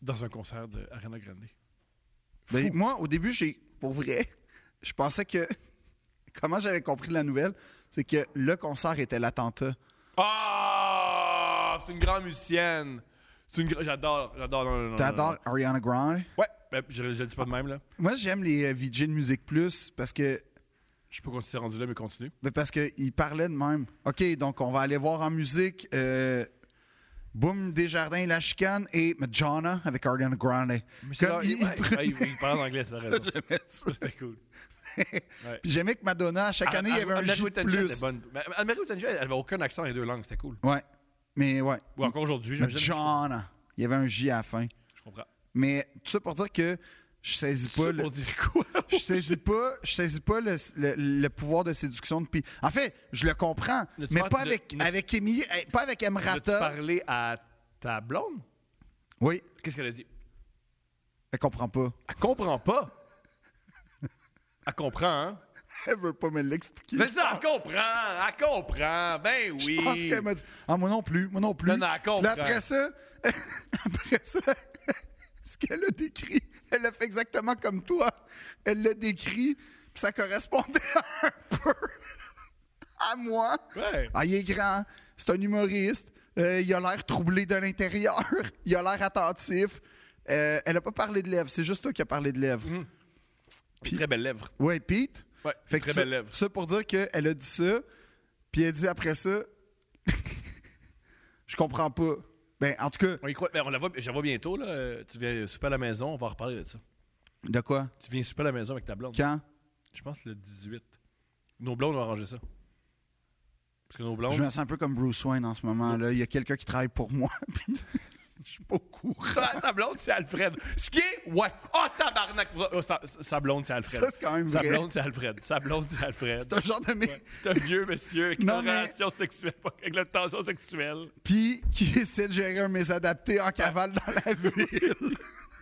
Speaker 1: dans un concert de Ariana Grande.
Speaker 2: Ben, moi, au début, j'ai, pour vrai, je pensais que. Comment j'avais compris la nouvelle? C'est que le concert était l'attentat.
Speaker 1: Ah! c'est une grande musicienne. C'est une gra- J'adore, j'adore. non, non, non,
Speaker 2: T'adores
Speaker 1: non,
Speaker 2: Ariana Grande?
Speaker 1: non. Ouais, ben, je, je le dis pas de même, là.
Speaker 2: Moi, j'aime les euh, VJ de Musique Plus parce que
Speaker 1: Je sais pas quand tu t'es rendu là, mais continue.
Speaker 2: ben parce qu'ils parlaient de même. OK, donc on va aller voir en musique euh, Boom Desjardins, La Chicane et Madonna avec Ariana Grande.
Speaker 1: Mais c'est
Speaker 2: Comme
Speaker 1: leur-
Speaker 2: ils- ils
Speaker 1: ouais,
Speaker 2: prenaient-
Speaker 1: ouais, Ah, il, il parle en anglais, ça raison.
Speaker 2: J'aimais ça.
Speaker 1: Ça, C'était cool. Ouais. Ah,
Speaker 2: Puis j'aimais que Madonna, à chaque année, il y avait un J de
Speaker 1: plus.
Speaker 2: plus.
Speaker 1: Anne-Marie Outanger, Ben, elle avait aucun accent dans les deux langues, c'était cool.
Speaker 2: Ouais, mais ouais.
Speaker 1: Ou encore aujourd'hui, j'imagine.
Speaker 2: Madonna, il y avait un J à la fin.
Speaker 1: Je comprends.
Speaker 2: Mais tout ça pour dire que je saisis pas
Speaker 1: Ça
Speaker 2: le...
Speaker 1: pour dire quoi?
Speaker 2: Je saisis pas, je saisis pas le, le- le pouvoir de séduction de Pi. En fait, je le comprends,
Speaker 1: N'as-tu
Speaker 2: mais
Speaker 1: pas-
Speaker 2: pas
Speaker 1: n'as-
Speaker 2: avec,
Speaker 1: n'as-
Speaker 2: avec Émilie- eh, pas avec
Speaker 1: As-tu
Speaker 2: Emrata.
Speaker 1: parlé à ta blonde?
Speaker 2: Oui,
Speaker 1: Qu'est-ce qu'elle a dit?
Speaker 2: elle comprend pas.
Speaker 1: Elle comprend pas. Elle comprend, hein?
Speaker 2: Elle veut pas me l'expliquer.
Speaker 1: Mais ça, elle comprend, elle comprend, ben oui.
Speaker 2: Je pense qu'elle m'a dit Ah, moi non plus, moi non plus.
Speaker 1: Non, non, elle comprend.
Speaker 2: Puis après ça, après ça, ce qu'elle a décrit, elle l'a fait exactement comme toi. Elle l'a décrit, puis ça correspondait un peu à moi.
Speaker 1: Ouais.
Speaker 2: Ah, il est grand, c'est un humoriste, euh, il a l'air troublé de l'intérieur, il a l'air attentif. Euh, elle a pas parlé de lèvres, c'est juste toi qui as parlé de lèvres.
Speaker 1: Mm. Puis très belles lèvres.
Speaker 2: Ouais, Pete.
Speaker 1: Ouais,
Speaker 2: Fait que
Speaker 1: très
Speaker 2: ça-
Speaker 1: belles lèvres.
Speaker 2: Ça pour dire qu'elle a dit ça, puis elle dit après ça, je comprends pas. Ben, en tout cas,
Speaker 1: On y croit, ben, on la voit, je la vois bientôt, là. Euh, Tu viens souper à la maison, on va en reparler de ça.
Speaker 2: de quoi?
Speaker 1: Tu viens souper à la maison avec ta blonde.
Speaker 2: Quand?
Speaker 1: Je pense le 18. Nos blondes ont arrangé ça. Parce que nos blondes.
Speaker 2: Je me sens un peu comme Bruce Wayne en ce moment. là. Il y a quelqu'un qui travaille pour moi, puis je suis pas au courant.
Speaker 1: Ah, Ta, ta blonde, c'est Alfred. Ce qui est. Ouais. Oh, tabarnak. Oh, sa, sa blonde, c'est Alfred.
Speaker 2: Ça, c'est quand même
Speaker 1: Sa
Speaker 2: vrai.
Speaker 1: blonde, c'est Alfred. Sa blonde, c'est Alfred.
Speaker 2: C'est un genre de mec,
Speaker 1: Ouais. C'est un vieux monsieur avec
Speaker 2: Non,
Speaker 1: une
Speaker 2: mais-
Speaker 1: relation sexuelle, avec la tension sexuelle.
Speaker 2: puis qui essaie de gérer un mésadapté en cavale dans la ville.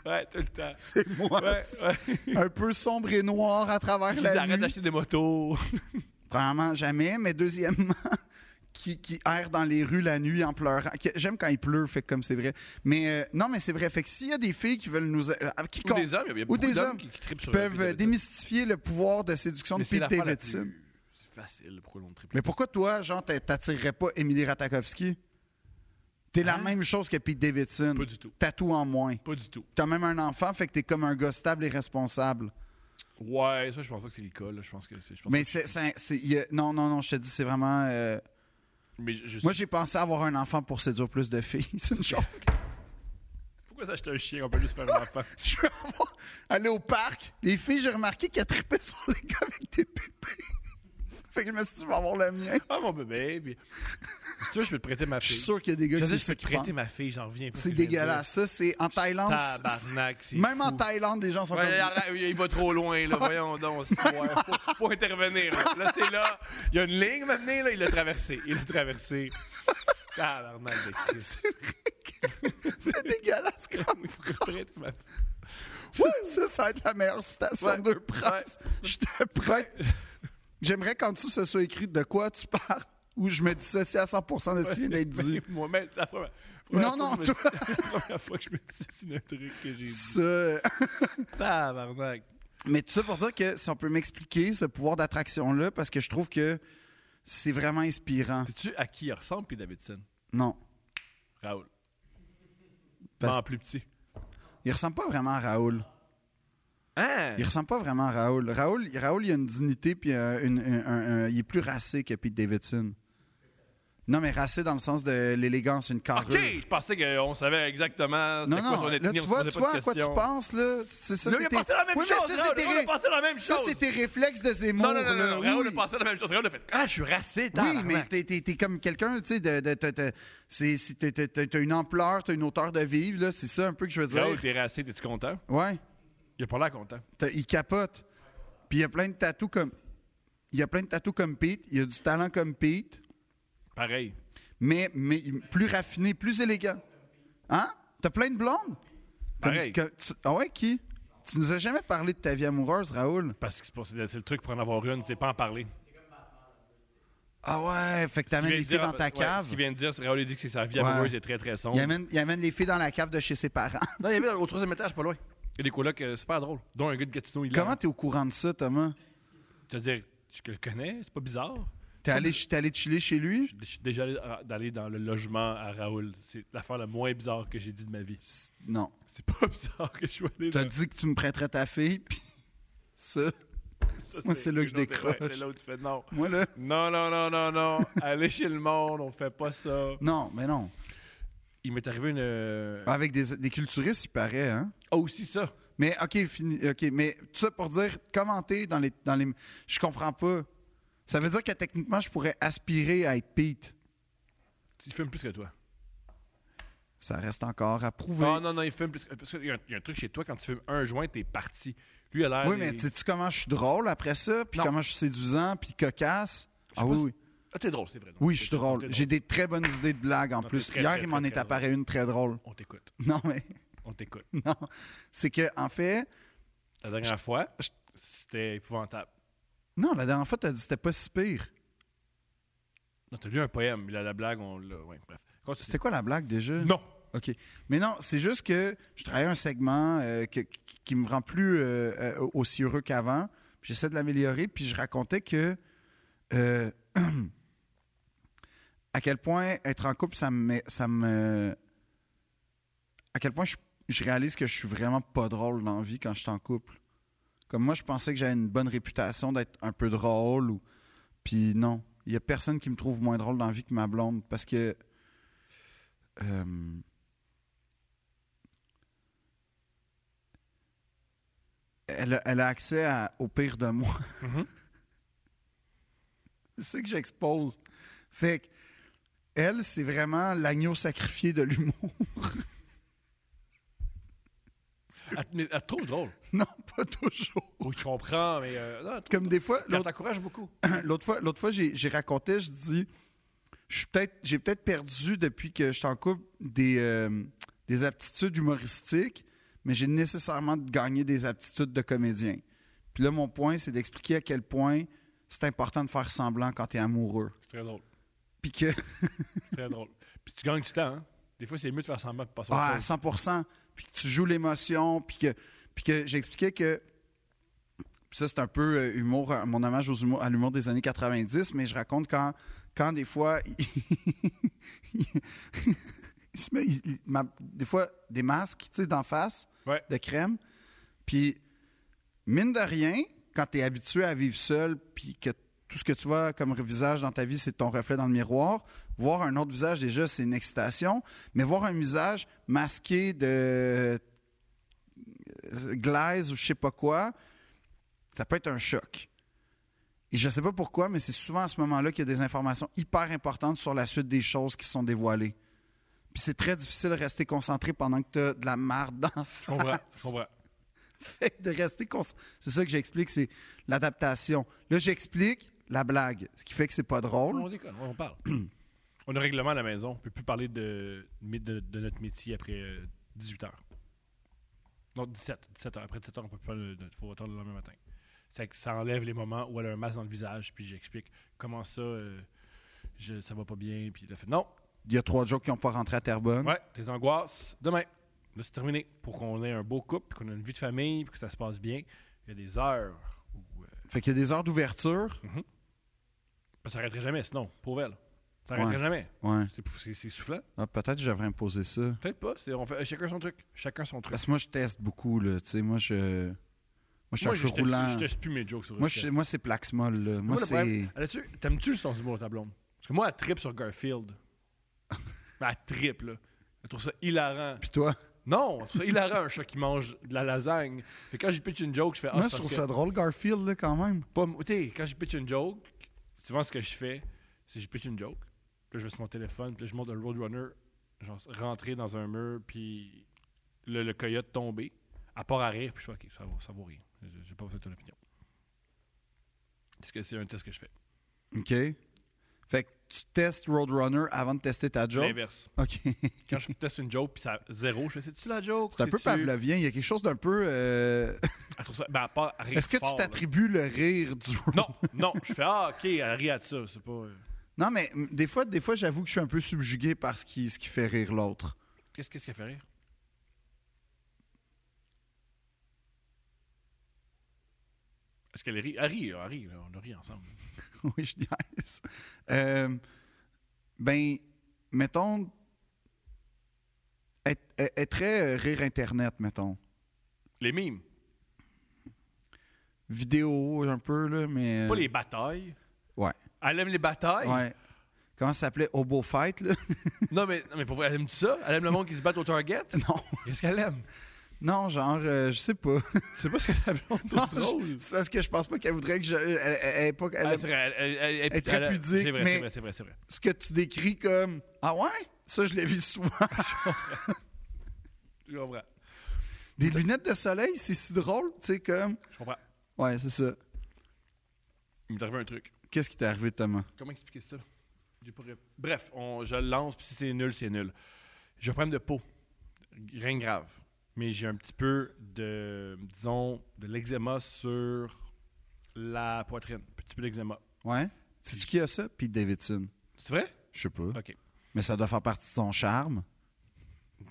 Speaker 1: Ouais, tout le temps.
Speaker 2: C'est moi.
Speaker 1: Ouais, ouais.
Speaker 2: Un peu sombre et noir à travers
Speaker 1: Ils
Speaker 2: la
Speaker 1: arrêtent
Speaker 2: nuit.
Speaker 1: d'acheter des motos.
Speaker 2: Premièrement, jamais, mais deuxièmement, qui, qui erre dans les rues la nuit en pleurant. Qui- J'aime quand il pleut, fait que comme c'est vrai. Mais euh, non, mais c'est vrai. Fait que s'il y a des filles qui veulent nous. euh, qui
Speaker 1: Ou des hommes, il y a beaucoup
Speaker 2: des
Speaker 1: d'hommes
Speaker 2: hommes
Speaker 1: qui, qui trippent sur
Speaker 2: peuvent euh,
Speaker 1: Pete Davidson.
Speaker 2: démystifier le pouvoir de séduction
Speaker 1: Mais
Speaker 2: de
Speaker 1: c'est
Speaker 2: Pete
Speaker 1: l'affaire la
Speaker 2: Davidson.
Speaker 1: plus- C'est facile, pourquoi l'on triple
Speaker 2: Mais pourquoi toi, genre, t'a- t'attirerais pas Émilie Ratakowski? T'es la
Speaker 1: Hein?
Speaker 2: même chose que Pete Davidson.
Speaker 1: Pas du tout.
Speaker 2: Tatou en moins.
Speaker 1: Pas du tout.
Speaker 2: T'as même un enfant, fait que t'es comme un gars stable et responsable.
Speaker 1: Ouais, ça, je pense pas que c'est l'école. là. Je pense que c'est. je pense
Speaker 2: Mais
Speaker 1: que-
Speaker 2: c'est. c'est- c'est- il y a- Non, non, non, je te dis, c'est vraiment. euh,
Speaker 1: Mais je, je
Speaker 2: Moi,
Speaker 1: sais-
Speaker 2: j'ai pensé avoir un enfant pour séduire plus de filles. C'est une joke.
Speaker 1: Pourquoi s'acheter un chien On peut juste faire un enfant.
Speaker 2: Je veux avoir- aller au parc. Les filles, j'ai remarqué qu'elles tripaient sur les gars avec des pépés. Fait que je me suis dit, je vais avoir le mien.
Speaker 1: Ah, mon bébé. Puis... Si tu veux, je peux te prêter ma
Speaker 2: Je
Speaker 1: fille.
Speaker 2: suis sûr qu'il y a des gars
Speaker 1: Je
Speaker 2: qui
Speaker 1: sais,
Speaker 2: c'est
Speaker 1: je peux
Speaker 2: ça
Speaker 1: te
Speaker 2: qui pensent.
Speaker 1: prêter ma fille, j'en reviens pas. ce
Speaker 2: C'est
Speaker 1: que je viens de
Speaker 2: dégueulasse. Ça, c'est en
Speaker 1: dire.
Speaker 2: Thaïlande. c'est-
Speaker 1: Tabarnak, c'est.
Speaker 2: Même en
Speaker 1: fou.
Speaker 2: Thaïlande, les gens sont
Speaker 1: Ouais,
Speaker 2: comme...
Speaker 1: arrête, il va trop loin, là. Voyons donc. c'est- ouais, faut, faut intervenir. Là, Là, c'est là. Il y a une ligne maintenant, là. Il l'a traversé. Il l'a traversé. Tabarnak de Christ.
Speaker 2: C'est vrai que c'est dégueulasse comme
Speaker 1: Prête, ma-
Speaker 2: ça, ça, ça va être la meilleure citation
Speaker 1: Ouais.
Speaker 2: de presse. Je te prête. J'aimerais qu'en dessous, ce soit écrit de quoi tu parles. où je me dissocie à 100 de ce qui vient d'être dit.
Speaker 1: Moi, mais la première, première
Speaker 2: Non,
Speaker 1: fois
Speaker 2: non,
Speaker 1: que je me dis- la première fois que je me dis, c'est un truc que j'ai dit.
Speaker 2: Ça- euh,
Speaker 1: Tabarnak.
Speaker 2: Mais tout ça pour dire que si on peut m'expliquer ce pouvoir d'attraction-là, parce que je trouve que c'est vraiment inspirant.
Speaker 1: Sais-tu à qui il ressemble, Pete Davidson?
Speaker 2: Non.
Speaker 1: Raoul.
Speaker 2: Parce-
Speaker 1: Mais en plus petit.
Speaker 2: Il ressemble pas vraiment à Raoul.
Speaker 1: Hein?
Speaker 2: Il ressemble pas vraiment à Raoul. Raoul, Raoul il a une dignité, puis euh, une- un- un- un- il est plus racé que Pete Davidson. Non, mais racé dans le sens de l'élégance, une carrure.
Speaker 1: OK! Je pensais qu'on savait exactement c'était
Speaker 2: Non,
Speaker 1: quoi
Speaker 2: non,
Speaker 1: son
Speaker 2: là,
Speaker 1: ethnie.
Speaker 2: tu
Speaker 1: on se
Speaker 2: vois,
Speaker 1: posait
Speaker 2: tu
Speaker 1: pas
Speaker 2: vois
Speaker 1: de
Speaker 2: à quoi tu
Speaker 1: questions.
Speaker 2: penses, là? C'est- ça,
Speaker 1: Là, il
Speaker 2: c'est
Speaker 1: a
Speaker 2: tes-
Speaker 1: pensé la même
Speaker 2: Oui, mais
Speaker 1: chose!
Speaker 2: ça,
Speaker 1: Raoul,
Speaker 2: c'est tes
Speaker 1: Raoul
Speaker 2: ré-
Speaker 1: a pensé la même
Speaker 2: Ça,
Speaker 1: chose!
Speaker 2: c'est tes réflexes de Zemmour.
Speaker 1: Non, non, non, non,
Speaker 2: là,
Speaker 1: non, Raoul a
Speaker 2: oui.
Speaker 1: pensé la même chose. Raoul a fait Ah, je suis raciste!
Speaker 2: Oui,
Speaker 1: tabarnak.
Speaker 2: mais t'es, t'es- t'es comme quelqu'un, tu sais, de, de- t'as- t'as- c'est- c'est- t'as- t'as- t'as- t'as une ampleur, t'as une hauteur de vivre, là, c'est ça un peu que je veux dire.
Speaker 1: Raoul, t'es raciste, t'es-tu content?
Speaker 2: Ouais,
Speaker 1: Il a pas l'air content.
Speaker 2: T'as- il capote. Puis il y a plein de tatous comme... Il y a plein de tatous comme Pete, il y a du talent comme Pete,
Speaker 1: Pareil.
Speaker 2: mais, mais plus raffiné, plus élégant. Hein? T'as plein de blondes? Comme-
Speaker 1: Pareil.
Speaker 2: que- tu- ah ouais, qui? Tu nous as jamais parlé de ta vie amoureuse, Raoul?
Speaker 1: Parce que c'est pas- c'est le c'est le truc pour en avoir une, c'est pas en parler.
Speaker 2: Ah ouais, fait que
Speaker 1: Ce qu'il
Speaker 2: t'amènes
Speaker 1: vient
Speaker 2: les
Speaker 1: de
Speaker 2: filles
Speaker 1: dire-
Speaker 2: dans ta
Speaker 1: ouais,
Speaker 2: cave.
Speaker 1: ce qu'il vient de dire, c'est Raoul a dit que c'est sa vie
Speaker 2: Ouais.
Speaker 1: amoureuse est très très sombre.
Speaker 2: il, amène, il amène les filles dans la cave de chez ses parents.
Speaker 1: Non, il y avait au troisième étage, pas loin. Il y a des colocs euh, super drôles, dont un gars de Gatineau. Il
Speaker 2: Comment t'es au courant de ça, Thomas?
Speaker 1: Tu veux dire, je le connais, c'est pas bizarre.
Speaker 2: T'es allé, t'es allé chiller chez lui?
Speaker 1: Je suis déjà allé à- d'aller dans le logement à Raoul. C'est l'affaire la moins bizarre que j'ai dit de ma vie.
Speaker 2: C'est- Non.
Speaker 1: C'est pas bizarre que je sois allé
Speaker 2: T'as
Speaker 1: dans-
Speaker 2: dit que tu me prêterais ta fille, puis ça.
Speaker 1: Ça,
Speaker 2: moi, c'est là que je
Speaker 1: non, c'est- ouais,
Speaker 2: décroche.
Speaker 1: c'est là où tu fais non.
Speaker 2: Moi, là.
Speaker 1: Non, non, non, non, non. Aller chez le monde, on fait pas ça.
Speaker 2: Non, mais non.
Speaker 1: Il m'est arrivé une. euh,
Speaker 2: Avec des, des culturistes, il paraît, hein?
Speaker 1: Ah, aussi ça.
Speaker 2: Mais, OK, fini. OK, mais tout ça pour dire, commenter dans les. Dans les je comprends pas. Ça veut dire que techniquement, je pourrais aspirer à être Pete.
Speaker 1: Il filme plus que toi. Ah,
Speaker 2: Ça reste encore à prouver.
Speaker 1: Non, non, non, il filme plus que. Parce qu'il y, a un- il y a un truc chez toi, quand tu filmes un joint, t'es parti. Lui, il a l'air.
Speaker 2: oui,
Speaker 1: il-
Speaker 2: mais sais-tu comment je suis drôle après ça? Puis
Speaker 1: Non.
Speaker 2: comment je suis séduisant, puis cocasse? Ah oui,
Speaker 1: pas si-
Speaker 2: oui.
Speaker 1: Ah, t'es drôle, c'est vrai. non.
Speaker 2: Oui, je suis
Speaker 1: T'es- t'es
Speaker 2: drôle.
Speaker 1: drôle.
Speaker 2: J'ai des très bonnes idées de blagues en
Speaker 1: Non,
Speaker 2: plus.
Speaker 1: t'es très,
Speaker 2: Hier,
Speaker 1: très,
Speaker 2: il m'en
Speaker 1: très,
Speaker 2: est
Speaker 1: très
Speaker 2: apparu une très drôle.
Speaker 1: On t'écoute.
Speaker 2: Non, mais
Speaker 1: On t'écoute.
Speaker 2: non. C'est que, en fait,
Speaker 1: La dernière fois,
Speaker 2: je-
Speaker 1: c'était épouvantable.
Speaker 2: non, la dernière fois, tu as dit que c'était pas si pire.
Speaker 1: Non, t'as lu un poème, mais la, la blague, on l'a. Ouais, bref. Continue.
Speaker 2: C'était quoi la blague déjà?
Speaker 1: Non.
Speaker 2: OK. Mais non, c'est juste que je travaille un segment euh, que- qui me rend plus euh, euh, aussi heureux qu'avant. Puis J'essaie de l'améliorer. Puis je racontais que euh, à quel point être en couple, ça me. met- Ça me à quel point je, je réalise que je suis vraiment pas drôle dans la vie quand je suis en couple. Comme moi, je pensais que j'avais une bonne réputation d'être un peu drôle. Ou... Puis non, il y a personne qui me trouve moins drôle dans la vie que ma blonde. Parce que. euh, elle, a- elle a accès à- au pire de moi.
Speaker 1: Mhm.
Speaker 2: c'est ça que j'expose. Fait que, elle, c'est vraiment l'agneau sacrifié de l'humour.
Speaker 1: Elle, mais elle te trouve drôle.
Speaker 2: non, pas toujours.
Speaker 1: Oui, je comprends, mais. euh, non, elle te trouve
Speaker 2: Comme des fois,
Speaker 1: drôle. Elle
Speaker 2: l'autre-
Speaker 1: t'encourage beaucoup.
Speaker 2: l'autre fois, l'autre fois j'ai j'ai raconté, je dis, je suis peut-être- j'ai peut-être perdu depuis que je suis en couple des, euh, des aptitudes humoristiques, mais j'ai nécessairement gagné des aptitudes de comédien. Puis là, mon point, c'est d'expliquer à quel point c'est important de faire semblant quand tu es amoureux.
Speaker 1: C'est très drôle.
Speaker 2: Puis que,
Speaker 1: Très drôle. Puis tu gagnes du temps, hein. Des fois, c'est mieux de faire semblant que de passer à autre
Speaker 2: ah, à
Speaker 1: chose.
Speaker 2: 100 puis que tu joues l'émotion, puis que, puis que j'expliquais que. puis ça, c'est un peu euh, humour, euh, mon hommage aux humour, à l'humour des années 90, mais je raconte quand, quand des fois. il- il se met- il- il- ma- des fois, des masques, tu sais, d'en face,
Speaker 1: Ouais.
Speaker 2: de crème. Puis, mine de rien, quand tu es habitué à vivre seul, puis que tout ce que tu vois comme visage dans ta vie, c'est ton reflet dans le miroir, voir un autre visage, déjà, c'est une excitation. Mais voir un visage masqué de euh, glaise ou je sais pas quoi, ça peut être un choc. Et je sais pas pourquoi, mais c'est souvent à ce moment-là qu'il y a des informations hyper importantes sur la suite des choses qui sont dévoilées. Puis c'est très difficile de rester concentré pendant que tu as de la marde d'en
Speaker 1: Je comprends. Je comprends.
Speaker 2: fait que de rester concentré. C'est ça que j'explique, c'est l'adaptation. Là, j'explique la blague, ce qui fait que c'est pas
Speaker 1: On
Speaker 2: drôle.
Speaker 1: déconne, on parle. on a un règlement à la maison. On peut plus parler de, de, de notre métier après euh, 18 h Non, 17. 17 heures. Après 17 h on peut plus parler de notre faut attendre le lendemain matin. C'est que ça enlève les moments où elle a un masque dans le visage, puis j'explique comment ça. euh, je- ça va pas bien. Puis il a fait non,
Speaker 2: Il y a trois jokes qui n'ont pas rentré à Terrebonne.
Speaker 1: ouais, tes angoisses, demain. Là, c'est terminé. Pour qu'on ait un beau couple, puis qu'on ait une vie de famille, puis que ça se passe bien, il y a des heures où. euh,
Speaker 2: Fait qu'il y a des heures d'ouverture.
Speaker 1: ben, ça s'arrêterait jamais, sinon, pour elle. Ça s'arrêterait
Speaker 2: Ouais.
Speaker 1: jamais.
Speaker 2: Ouais.
Speaker 1: C'est, c'est- c'est soufflant.
Speaker 2: Ah, Peut-être que j'aurais imposé ça.
Speaker 1: Peut-être pas. c'est- on fait, euh, chacun son truc. Chacun son truc.
Speaker 2: Parce que moi, je teste beaucoup, là. Tu sais, moi, je. Moi, je suis
Speaker 1: Moi,
Speaker 2: un
Speaker 1: je,
Speaker 2: cheveu
Speaker 1: je te-
Speaker 2: roulant.
Speaker 1: je te plus mes jokes sur
Speaker 2: Moi,
Speaker 1: Richard.
Speaker 2: je- moi, c'est Plaxmol, là. Moi,
Speaker 1: Moi, le
Speaker 2: c'est.
Speaker 1: problème- Ah, là-dessus, t'aimes-tu le sens d'humour de ta blonde? Parce que moi, elle tripe sur Garfield. Mais elle tripe, là. Elle trouve ça hilarant.
Speaker 2: Puis toi?
Speaker 1: Non, elle trouve ça hilarant, un chat qui mange de la lasagne. Fait que quand j'y pitch une joke, je fais... Ah,
Speaker 2: moi,
Speaker 1: c'est
Speaker 2: je
Speaker 1: parce
Speaker 2: trouve
Speaker 1: que-
Speaker 2: ça drôle, Garfield, là, quand même.
Speaker 1: pas m- tu sais, quand je pitch une joke, souvent ce que je fais, c'est que je pitch une joke, puis là, je vais sur mon téléphone, puis là, je monte le Roadrunner, genre rentrer dans un mur, puis le, le coyote tomber, à part à rire, puis je fais OK, ça vaut, ça vaut rien. J'ai j'ai pas fait ton opinion. Est-ce que c'est un test que je fais?
Speaker 2: OK. Fait que tu testes Roadrunner avant de tester ta joke.
Speaker 1: L'inverse.
Speaker 2: OK. C'est
Speaker 1: Quand je teste une joke, puis ça zéro, je fais c'est-tu la joke?
Speaker 2: un peu
Speaker 1: C'est-tu-
Speaker 2: pavlovien. Il y a quelque chose d'un peu. euh,
Speaker 1: Elle trouve ça- ben, à part à rire
Speaker 2: Est-ce que
Speaker 1: fort,
Speaker 2: tu
Speaker 1: là.
Speaker 2: t'attribues le rire du
Speaker 1: Non, non, je fais Ah, OK, elle rit à ça, c'est pas. euh,
Speaker 2: Non, mais mm, des fois, des fois j'avoue que je suis un peu subjugué par ce qui, ce qui fait rire l'autre.
Speaker 1: Qu'est-ce qu'est-ce qu'elle fait rire? Est-ce qu'elle rit? Elle rit, là, elle rit, là, on a ri ensemble.
Speaker 2: oui, je niaise. Euh, ben, mettons, être, être- être très euh, rire Internet, mettons.
Speaker 1: Les mimes,
Speaker 2: Vidéo, un peu, là, mais... euh,
Speaker 1: pas les batailles.
Speaker 2: Ouais,
Speaker 1: Elle aime les batailles?
Speaker 2: ouais. Comment ça s'appelait? Hobo Fight, là?
Speaker 1: Non, mais, non, mais pour vrai, elle aime ça? Elle aime le monde qui se bat au Target?
Speaker 2: non.
Speaker 1: Qu'est-ce qu'elle aime?
Speaker 2: Non, genre, euh, je sais pas.
Speaker 1: C'est pas ce que ta blonde
Speaker 2: Non,
Speaker 1: trouve drôle.
Speaker 2: je- C'est parce que je pense pas qu'elle voudrait que je... Elle, elle- elle est pas- elle-
Speaker 1: Ah, c'est vrai, Elle, elle- elle-
Speaker 2: est très
Speaker 1: elle-
Speaker 2: pudique,
Speaker 1: C'est vrai,
Speaker 2: mais-
Speaker 1: c'est vrai, c'est vrai, c'est vrai.
Speaker 2: Ce que tu décris comme... Ah ouais? Ça, je l'ai vu souvent.
Speaker 1: Je comprends.
Speaker 2: Des lunettes de soleil, c'est si drôle, tu sais, comme...
Speaker 1: Je comprends.
Speaker 2: Ouais, c'est ça.
Speaker 1: Il m'est arrivé un truc.
Speaker 2: Qu'est-ce qui t'est arrivé, Thomas?
Speaker 1: Comment expliquer ça? J'ai pas rép- Bref, on- je le lance, puis si c'est nul, c'est nul. J'ai un problème de peau. Rien de grave. Mais j'ai un petit peu de, disons, de l'eczéma sur la poitrine. Petit peu d'eczéma.
Speaker 2: Ouais. C'est-tu qui a ça? Pete Davidson.
Speaker 1: C'est vrai?
Speaker 2: Je sais pas.
Speaker 1: OK.
Speaker 2: Mais ça doit faire partie de son charme.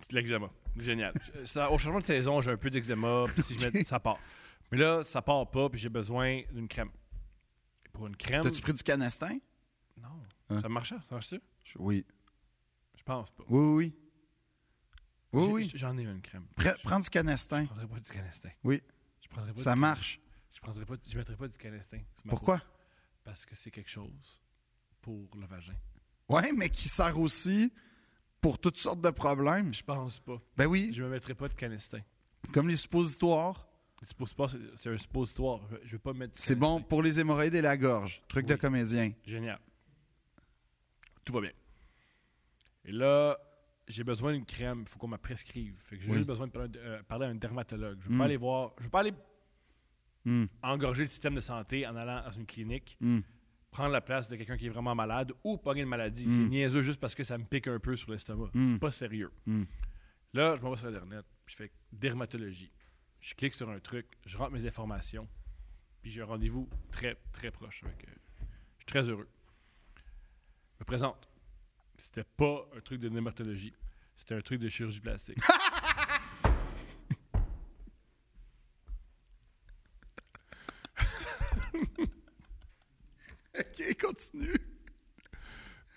Speaker 1: De L'eczéma. Génial. Ça, au changement de saison, j'ai un peu d'eczéma, puis si je mets, ça part. Mais là, ça part pas, puis j'ai besoin d'une crème. Et Pour une crème.
Speaker 2: T'as-tu pris du canestin?
Speaker 1: Non.
Speaker 2: Hein?
Speaker 1: Ça marche, ça marche tu
Speaker 2: Je- Oui.
Speaker 1: Je pense pas.
Speaker 2: Oui, oui. Oui,
Speaker 1: J'ai-
Speaker 2: oui.
Speaker 1: J'en ai une crème.
Speaker 2: Pre- prends du
Speaker 1: Je
Speaker 2: canestin.
Speaker 1: prendrais pas du canestin.
Speaker 2: Oui.
Speaker 1: Je prendrais pas
Speaker 2: Ça
Speaker 1: du
Speaker 2: marche.
Speaker 1: Je prendrais pas, je mettrais pas du canestin. sur ma peau.
Speaker 2: Pourquoi?
Speaker 1: Parce que c'est quelque chose pour le vagin.
Speaker 2: Ouais, mais qui sert aussi pour toutes sortes de problèmes.
Speaker 1: Je pense pas.
Speaker 2: Ben oui,
Speaker 1: Je me mettrais pas de canestin.
Speaker 2: comme les suppositoires,
Speaker 1: Le suppositoire, c'est- c'est un suppositoire. Je- Je vais pas mettre. du
Speaker 2: c'est
Speaker 1: canestin.
Speaker 2: bon pour les hémorroïdes et la gorge. Truc de
Speaker 1: Oui.
Speaker 2: comédien.
Speaker 1: Génial. Tout va bien. Et là, j'ai besoin d'une crème. Il faut qu'on me prescrive. Fait que j'ai
Speaker 2: Oui.
Speaker 1: juste besoin de parler, euh, parler à un dermatologue. Je veux
Speaker 2: Mm.
Speaker 1: pas aller voir. Je veux pas aller
Speaker 2: Hum,
Speaker 1: engorger le système de santé en allant dans une clinique.
Speaker 2: hum.
Speaker 1: prendre la place de quelqu'un qui est vraiment malade ou pogner une maladie.
Speaker 2: Mm.
Speaker 1: C'est niaiseux juste parce que ça me pique un peu sur l'estomac.
Speaker 2: Mm.
Speaker 1: C'est pas sérieux.
Speaker 2: Mm.
Speaker 1: Là, je m'en vais sur Internet, puis je fais dermatologie. Je clique sur un truc, je rentre mes informations, puis j'ai un rendez-vous très, très proche avec. euh, je suis très heureux. Je me présente. C'était pas un truc de dermatologie, c'était un truc de chirurgie plastique.
Speaker 2: OK, continue.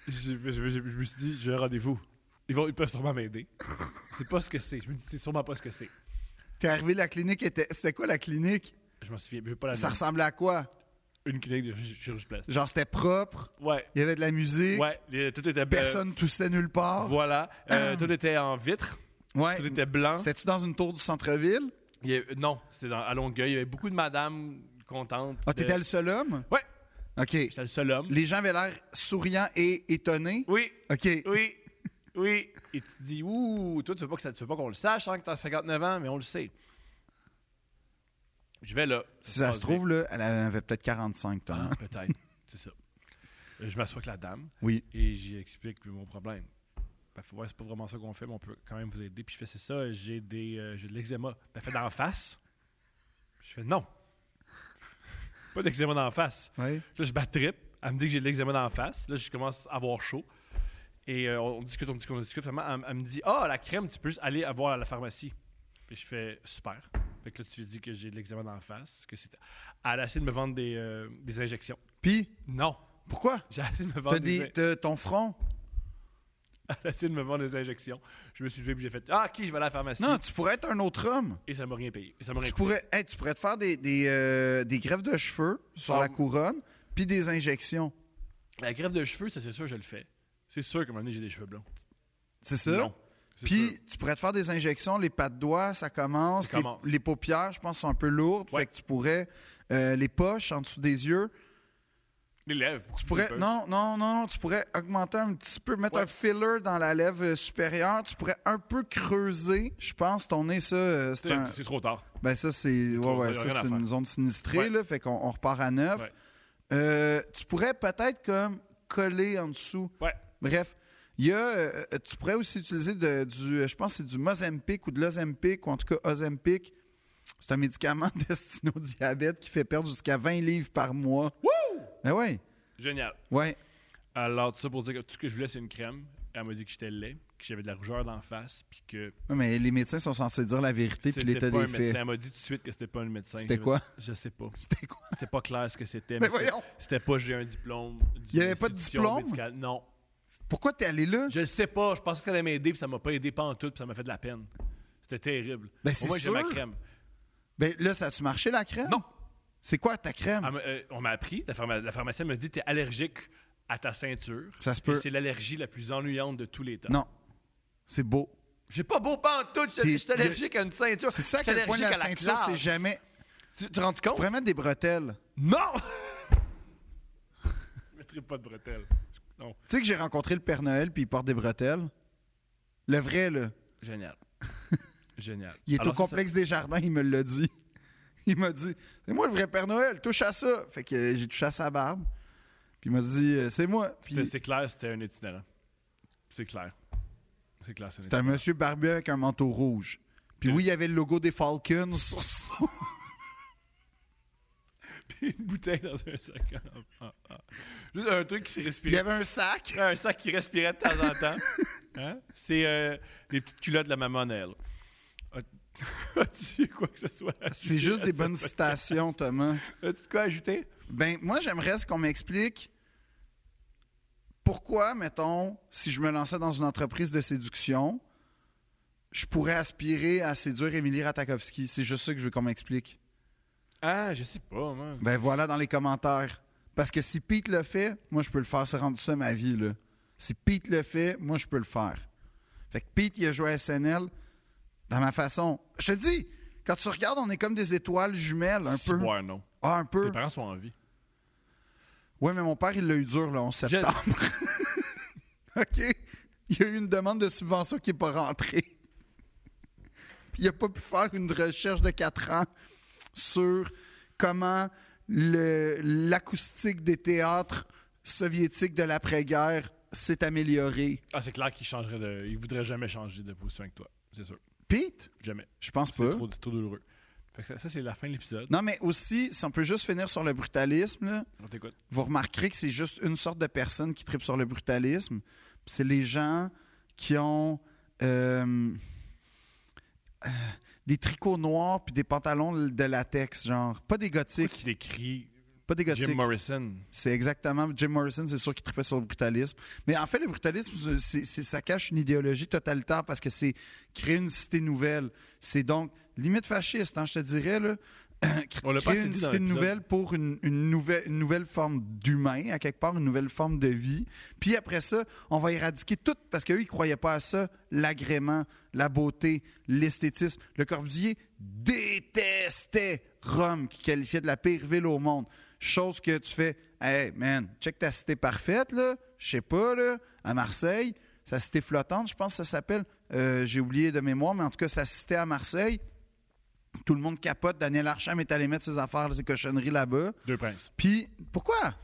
Speaker 1: J'ai- j'ai- j'ai- je me suis dit, j'ai un rendez-vous. Ils, vont, ils peuvent sûrement m'aider. C'est pas ce que c'est. Je me dis, c'est sûrement pas ce que c'est.
Speaker 2: T'es arrivé, la clinique était... C'était quoi la clinique?
Speaker 1: Je m'en souviens, je vais pas la
Speaker 2: Ça
Speaker 1: nommer.
Speaker 2: ressemblait à quoi?
Speaker 1: Une clinique de chir- chirurgie plastique.
Speaker 2: Genre, c'était propre,
Speaker 1: Ouais.
Speaker 2: il y avait de la musique,
Speaker 1: Ouais, euh, les- tout était
Speaker 2: personne toussait nulle
Speaker 1: euh,
Speaker 2: part.
Speaker 1: voilà, Euh, tout était en vitre,
Speaker 2: Ouais.
Speaker 1: tout était blanc.
Speaker 2: C'était-tu dans une tour du centre-ville?
Speaker 1: Il y avait- non, c'était dans- à Longueuil. Il y avait beaucoup de madames contentes.
Speaker 2: Ah,
Speaker 1: de-
Speaker 2: t'étais le seul homme?
Speaker 1: Euh, Ouais,
Speaker 2: OK.
Speaker 1: j'étais le seul homme.
Speaker 2: Les gens avaient l'air souriants et étonnés.
Speaker 1: Oui,
Speaker 2: OK.
Speaker 1: oui, oui. Et tu te dis, ouh, toi, tu veux pas que ça- tu veux pas qu'on le sache, hein, que t'as 59 ans, mais on le sait. Je vais là.
Speaker 2: Si ça
Speaker 1: passe
Speaker 2: se trouve, là, elle avait peut-être hein? 45
Speaker 1: bien.
Speaker 2: ans.
Speaker 1: Ah, peut-être, c'est ça. Euh, Je m'assois avec la dame.
Speaker 2: Oui.
Speaker 1: et j'y explique mon problème. Ben, faut voir, c'est pas vraiment ça qu'on fait, mais on peut quand même vous aider. Puis je fais, c'est ça, j'ai des, euh, j'ai de l'eczéma. Ben, elle fait d'en face. Je fais, non. Pas d'eczéma d'en face.
Speaker 2: Oui.
Speaker 1: Là, je battripe. Elle me dit que j'ai de l'eczéma dans la face. Là, je commence à avoir chaud. Et euh, on discute, on discute, on discute. Finalement, elle, elle me dit Ah, la crème, tu peux juste aller avoir à la pharmacie. Puis je fais Super. Fait que là, tu lui dis que j'ai de l'eczéma dans la face. Que c'est... Elle a essayé de me vendre des, euh, des injections.
Speaker 2: Puis,
Speaker 1: Non.
Speaker 2: pourquoi?
Speaker 1: J'ai essayé de me vendre
Speaker 2: T'as
Speaker 1: des,
Speaker 2: des, t'as ton front?
Speaker 1: Elle a essayé de me vendre des injections. Je me suis levé et j'ai fait Ah, qui je vais aller à la pharmacie
Speaker 2: Non, tu pourrais être un autre homme.
Speaker 1: Et ça m'a rien payé. Et ça m'a rien
Speaker 2: Tu
Speaker 1: coûté.
Speaker 2: pourrais, hey, tu pourrais te faire des, des, euh, des greffes de cheveux sur
Speaker 1: Ah.
Speaker 2: la couronne, puis des injections.
Speaker 1: La greffe de cheveux, ça, c'est sûr, je le fais. C'est sûr qu'à un moment donné, j'ai des cheveux blonds.
Speaker 2: C'est ça?
Speaker 1: Non. C'est sûr.
Speaker 2: Puis tu pourrais te faire des injections, les pattes doigts, ça commence.
Speaker 1: Ça
Speaker 2: les-
Speaker 1: commence.
Speaker 2: Les, paupières, je pense, sont un peu lourdes.
Speaker 1: Ouais.
Speaker 2: Fait que tu pourrais. euh, les poches en dessous des yeux.
Speaker 1: Les lèvres. beaucoup
Speaker 2: Tu
Speaker 1: plus
Speaker 2: pourrais.
Speaker 1: peuses.
Speaker 2: Non, non, non, non. Tu pourrais augmenter un petit peu, mettre
Speaker 1: Ouais.
Speaker 2: un filler dans la lèvre euh, supérieure. Tu pourrais un peu creuser. Je pense ton nez, ça, euh, c'est
Speaker 1: C'est,
Speaker 2: un.
Speaker 1: c'est trop tard.
Speaker 2: Ben ça, c'est.
Speaker 1: trop-
Speaker 2: Ouais, ouais,
Speaker 1: y a
Speaker 2: ça,
Speaker 1: rien à
Speaker 2: c'est
Speaker 1: faire.
Speaker 2: une zone sinistrée,
Speaker 1: Ouais.
Speaker 2: là. Fait qu'on on repart à neuf.
Speaker 1: Ouais.
Speaker 2: Euh, tu pourrais peut-être comme coller en dessous.
Speaker 1: Ouais.
Speaker 2: Bref, il y a, euh, euh, tu pourrais aussi utiliser de- du, euh, je pense que c'est du Mozempic ou de l'Ozempic, ou en tout cas Ozempic. C'est un médicament destiné au diabète qui fait perdre jusqu'à 20 livres par mois. Wouh! Ben ouais,
Speaker 1: Génial.
Speaker 2: ouais.
Speaker 1: Alors, tout ça pour dire que tout ce que je voulais, c'est une crème. Elle m'a dit que j'étais laid, que j'avais de la rougeur d'en face, puis que
Speaker 2: Ouais, Mais les médecins sont censés dire la vérité puis
Speaker 1: c'était
Speaker 2: l'état
Speaker 1: pas un
Speaker 2: des
Speaker 1: médecin.
Speaker 2: faits.
Speaker 1: Elle m'a dit tout de suite que c'était pas un médecin.
Speaker 2: C'était
Speaker 1: Je-
Speaker 2: quoi?
Speaker 1: Je sais pas.
Speaker 2: C'était quoi?
Speaker 1: C'était pas clair ce que c'était.
Speaker 2: Mais
Speaker 1: mais c'était-
Speaker 2: voyons!
Speaker 1: C'était pas j'ai un diplôme. d'une
Speaker 2: Il y avait pas de
Speaker 1: institution
Speaker 2: diplôme?
Speaker 1: médicale. Non.
Speaker 2: Pourquoi t'es allé là?
Speaker 1: Je le sais pas. Je pensais que ça allait m'aider, puis ça m'a pas aidé pas en tout, puis ça m'a fait de la peine. C'était terrible.
Speaker 2: Ben,
Speaker 1: Au
Speaker 2: c'est
Speaker 1: moins, j'ai
Speaker 2: sûr.
Speaker 1: ma crème.
Speaker 2: Ben là, ça a-tu marché la crème?
Speaker 1: Non.
Speaker 2: C'est quoi ta crème?
Speaker 1: Elle m'a- euh, on m'a appris, la, pharma- la pharmacienne m'a dit t'es allergique à ta ceinture.
Speaker 2: Ça se
Speaker 1: Et
Speaker 2: peut.
Speaker 1: c'est l'allergie la plus ennuyante de tous les temps.
Speaker 2: Non. C'est beau.
Speaker 1: J'ai pas beau pantoute, je
Speaker 2: T'es-
Speaker 1: je suis allergique à une ceinture.
Speaker 2: C'est
Speaker 1: Je
Speaker 2: ça à
Speaker 1: suis
Speaker 2: quel point
Speaker 1: allergique
Speaker 2: la
Speaker 1: à
Speaker 2: ceinture, c'est
Speaker 1: classe.
Speaker 2: jamais.
Speaker 1: Tu tu te rends
Speaker 2: Tu
Speaker 1: compte?
Speaker 2: pourrais mettre des bretelles.
Speaker 1: Non! je mettrai pas de bretelles. Non.
Speaker 2: Tu sais que j'ai rencontré le Père Noël puis il porte des bretelles. Le vrai, là.
Speaker 1: Génial. Génial.
Speaker 2: Il est
Speaker 1: Alors,
Speaker 2: au
Speaker 1: ça,
Speaker 2: complexe des jardins, il me l'a dit. Il m'a dit C'est moi le vrai Père Noël, touche à ça. Fait que euh, j'ai touché à sa barbe. Puis il m'a dit euh, C'est moi.
Speaker 1: ça-
Speaker 2: Puis
Speaker 1: C'est c'est clair, c'était un itinérant. C'est clair. C'est clair, c'est un
Speaker 2: c'était un monsieur barbu avec un manteau rouge. Puis oui, il y avait le logo des Falcons sur son-
Speaker 1: itinérant. une bouteille dans un sac. en- en- en- Juste un truc qui s'est
Speaker 2: Il y
Speaker 1: respiré.
Speaker 2: avait un sac.
Speaker 1: un sac qui respirait de temps en temps. Hein? C'est euh, les petites culottes de la maman Noël. As- As-tu quoi que ce soit? à
Speaker 2: C'est
Speaker 1: ajouter
Speaker 2: juste
Speaker 1: à
Speaker 2: des
Speaker 1: ça?
Speaker 2: bonnes citations, Thomas.
Speaker 1: As-tu de quoi ajouter?
Speaker 2: Ben, moi, j'aimerais ce qu'on m'explique pourquoi, mettons, si je me lançais dans une entreprise de séduction, je pourrais aspirer à séduire Émilie Ratakowski. C'est juste ça que je veux qu'on m'explique.
Speaker 1: Ah, je sais pas, moi.
Speaker 2: Ben voilà dans les commentaires. Parce que si Pete le fait, moi, je peux le faire. C'est rendu ça ma vie, là. Si Pete le fait, moi, je peux le faire. Fait que Pete, il a joué à SNL dans ma façon. Je te dis, quand tu regardes, on est comme des étoiles jumelles, un
Speaker 1: Si,
Speaker 2: peu.
Speaker 1: boire, non.
Speaker 2: Ah, un peu.
Speaker 1: Tes parents sont en vie.
Speaker 2: Ouais, mais mon père, il l'a eu dur le 11
Speaker 1: Je-
Speaker 2: septembre. OK? Il y a eu une demande de subvention qui n'est pas rentrée. Puis il n'a pas pu faire une recherche de 4 ans sur comment le- l'acoustique des théâtres soviétiques de l'après-guerre s'est améliorée.
Speaker 1: Ah, c'est clair qu'ils changeraient de. Ils voudraient jamais changer de position avec toi. C'est sûr.
Speaker 2: Pete?
Speaker 1: Jamais.
Speaker 2: Je pense
Speaker 1: C'est
Speaker 2: pas.
Speaker 1: trop, trop douloureux. Fait que ça, ça, c'est la fin de l'épisode.
Speaker 2: Non, mais aussi, si on peut juste finir sur le brutalisme, là,
Speaker 1: On t'écoute.
Speaker 2: vous remarquerez que c'est juste une sorte de personne qui tripe sur le brutalisme. Puis C'est les gens qui ont euh, euh, des tricots noirs puis des pantalons de latex, genre. Pas des
Speaker 1: Pourquoi tu
Speaker 2: gothiques.
Speaker 1: décris
Speaker 2: Pas des
Speaker 1: Jim
Speaker 2: gothiques.
Speaker 1: Morrison?
Speaker 2: C'est exactement. Jim Morrison, c'est sûr qu'il tripait sur le brutalisme. Mais en fait, le brutalisme, euh, c'est- c'est- ça cache une idéologie totalitaire parce que c'est créer une cité nouvelle. C'est donc limite fasciste, hein, je te dirais. Là.
Speaker 1: On l'a pas
Speaker 2: créer
Speaker 1: assez
Speaker 2: une
Speaker 1: dit dans
Speaker 2: cité
Speaker 1: l'épisode.
Speaker 2: nouvelle pour une, une nouvelle, une nouvelle forme d'humain, à quelque part, une nouvelle forme de vie. Puis après ça, on va éradiquer tout, parce qu'eux, ils ne croyaient pas à ça, l'agrément, la beauté, l'esthétisme. Le Corbusier détestait Rome, qui qualifiait de la pire ville au monde. Chose que tu fais, hey man, check ta cité parfaite, là, je sais pas, là, à Marseille, sa cité flottante, je pense que ça s'appelle, euh, j'ai oublié de mémoire, mais en tout cas, sa cité à Marseille. Tout le monde capote. Daniel Archam est allé mettre ses affaires, ses cochonneries là-bas.
Speaker 1: Deux princes.
Speaker 2: Puis, pourquoi?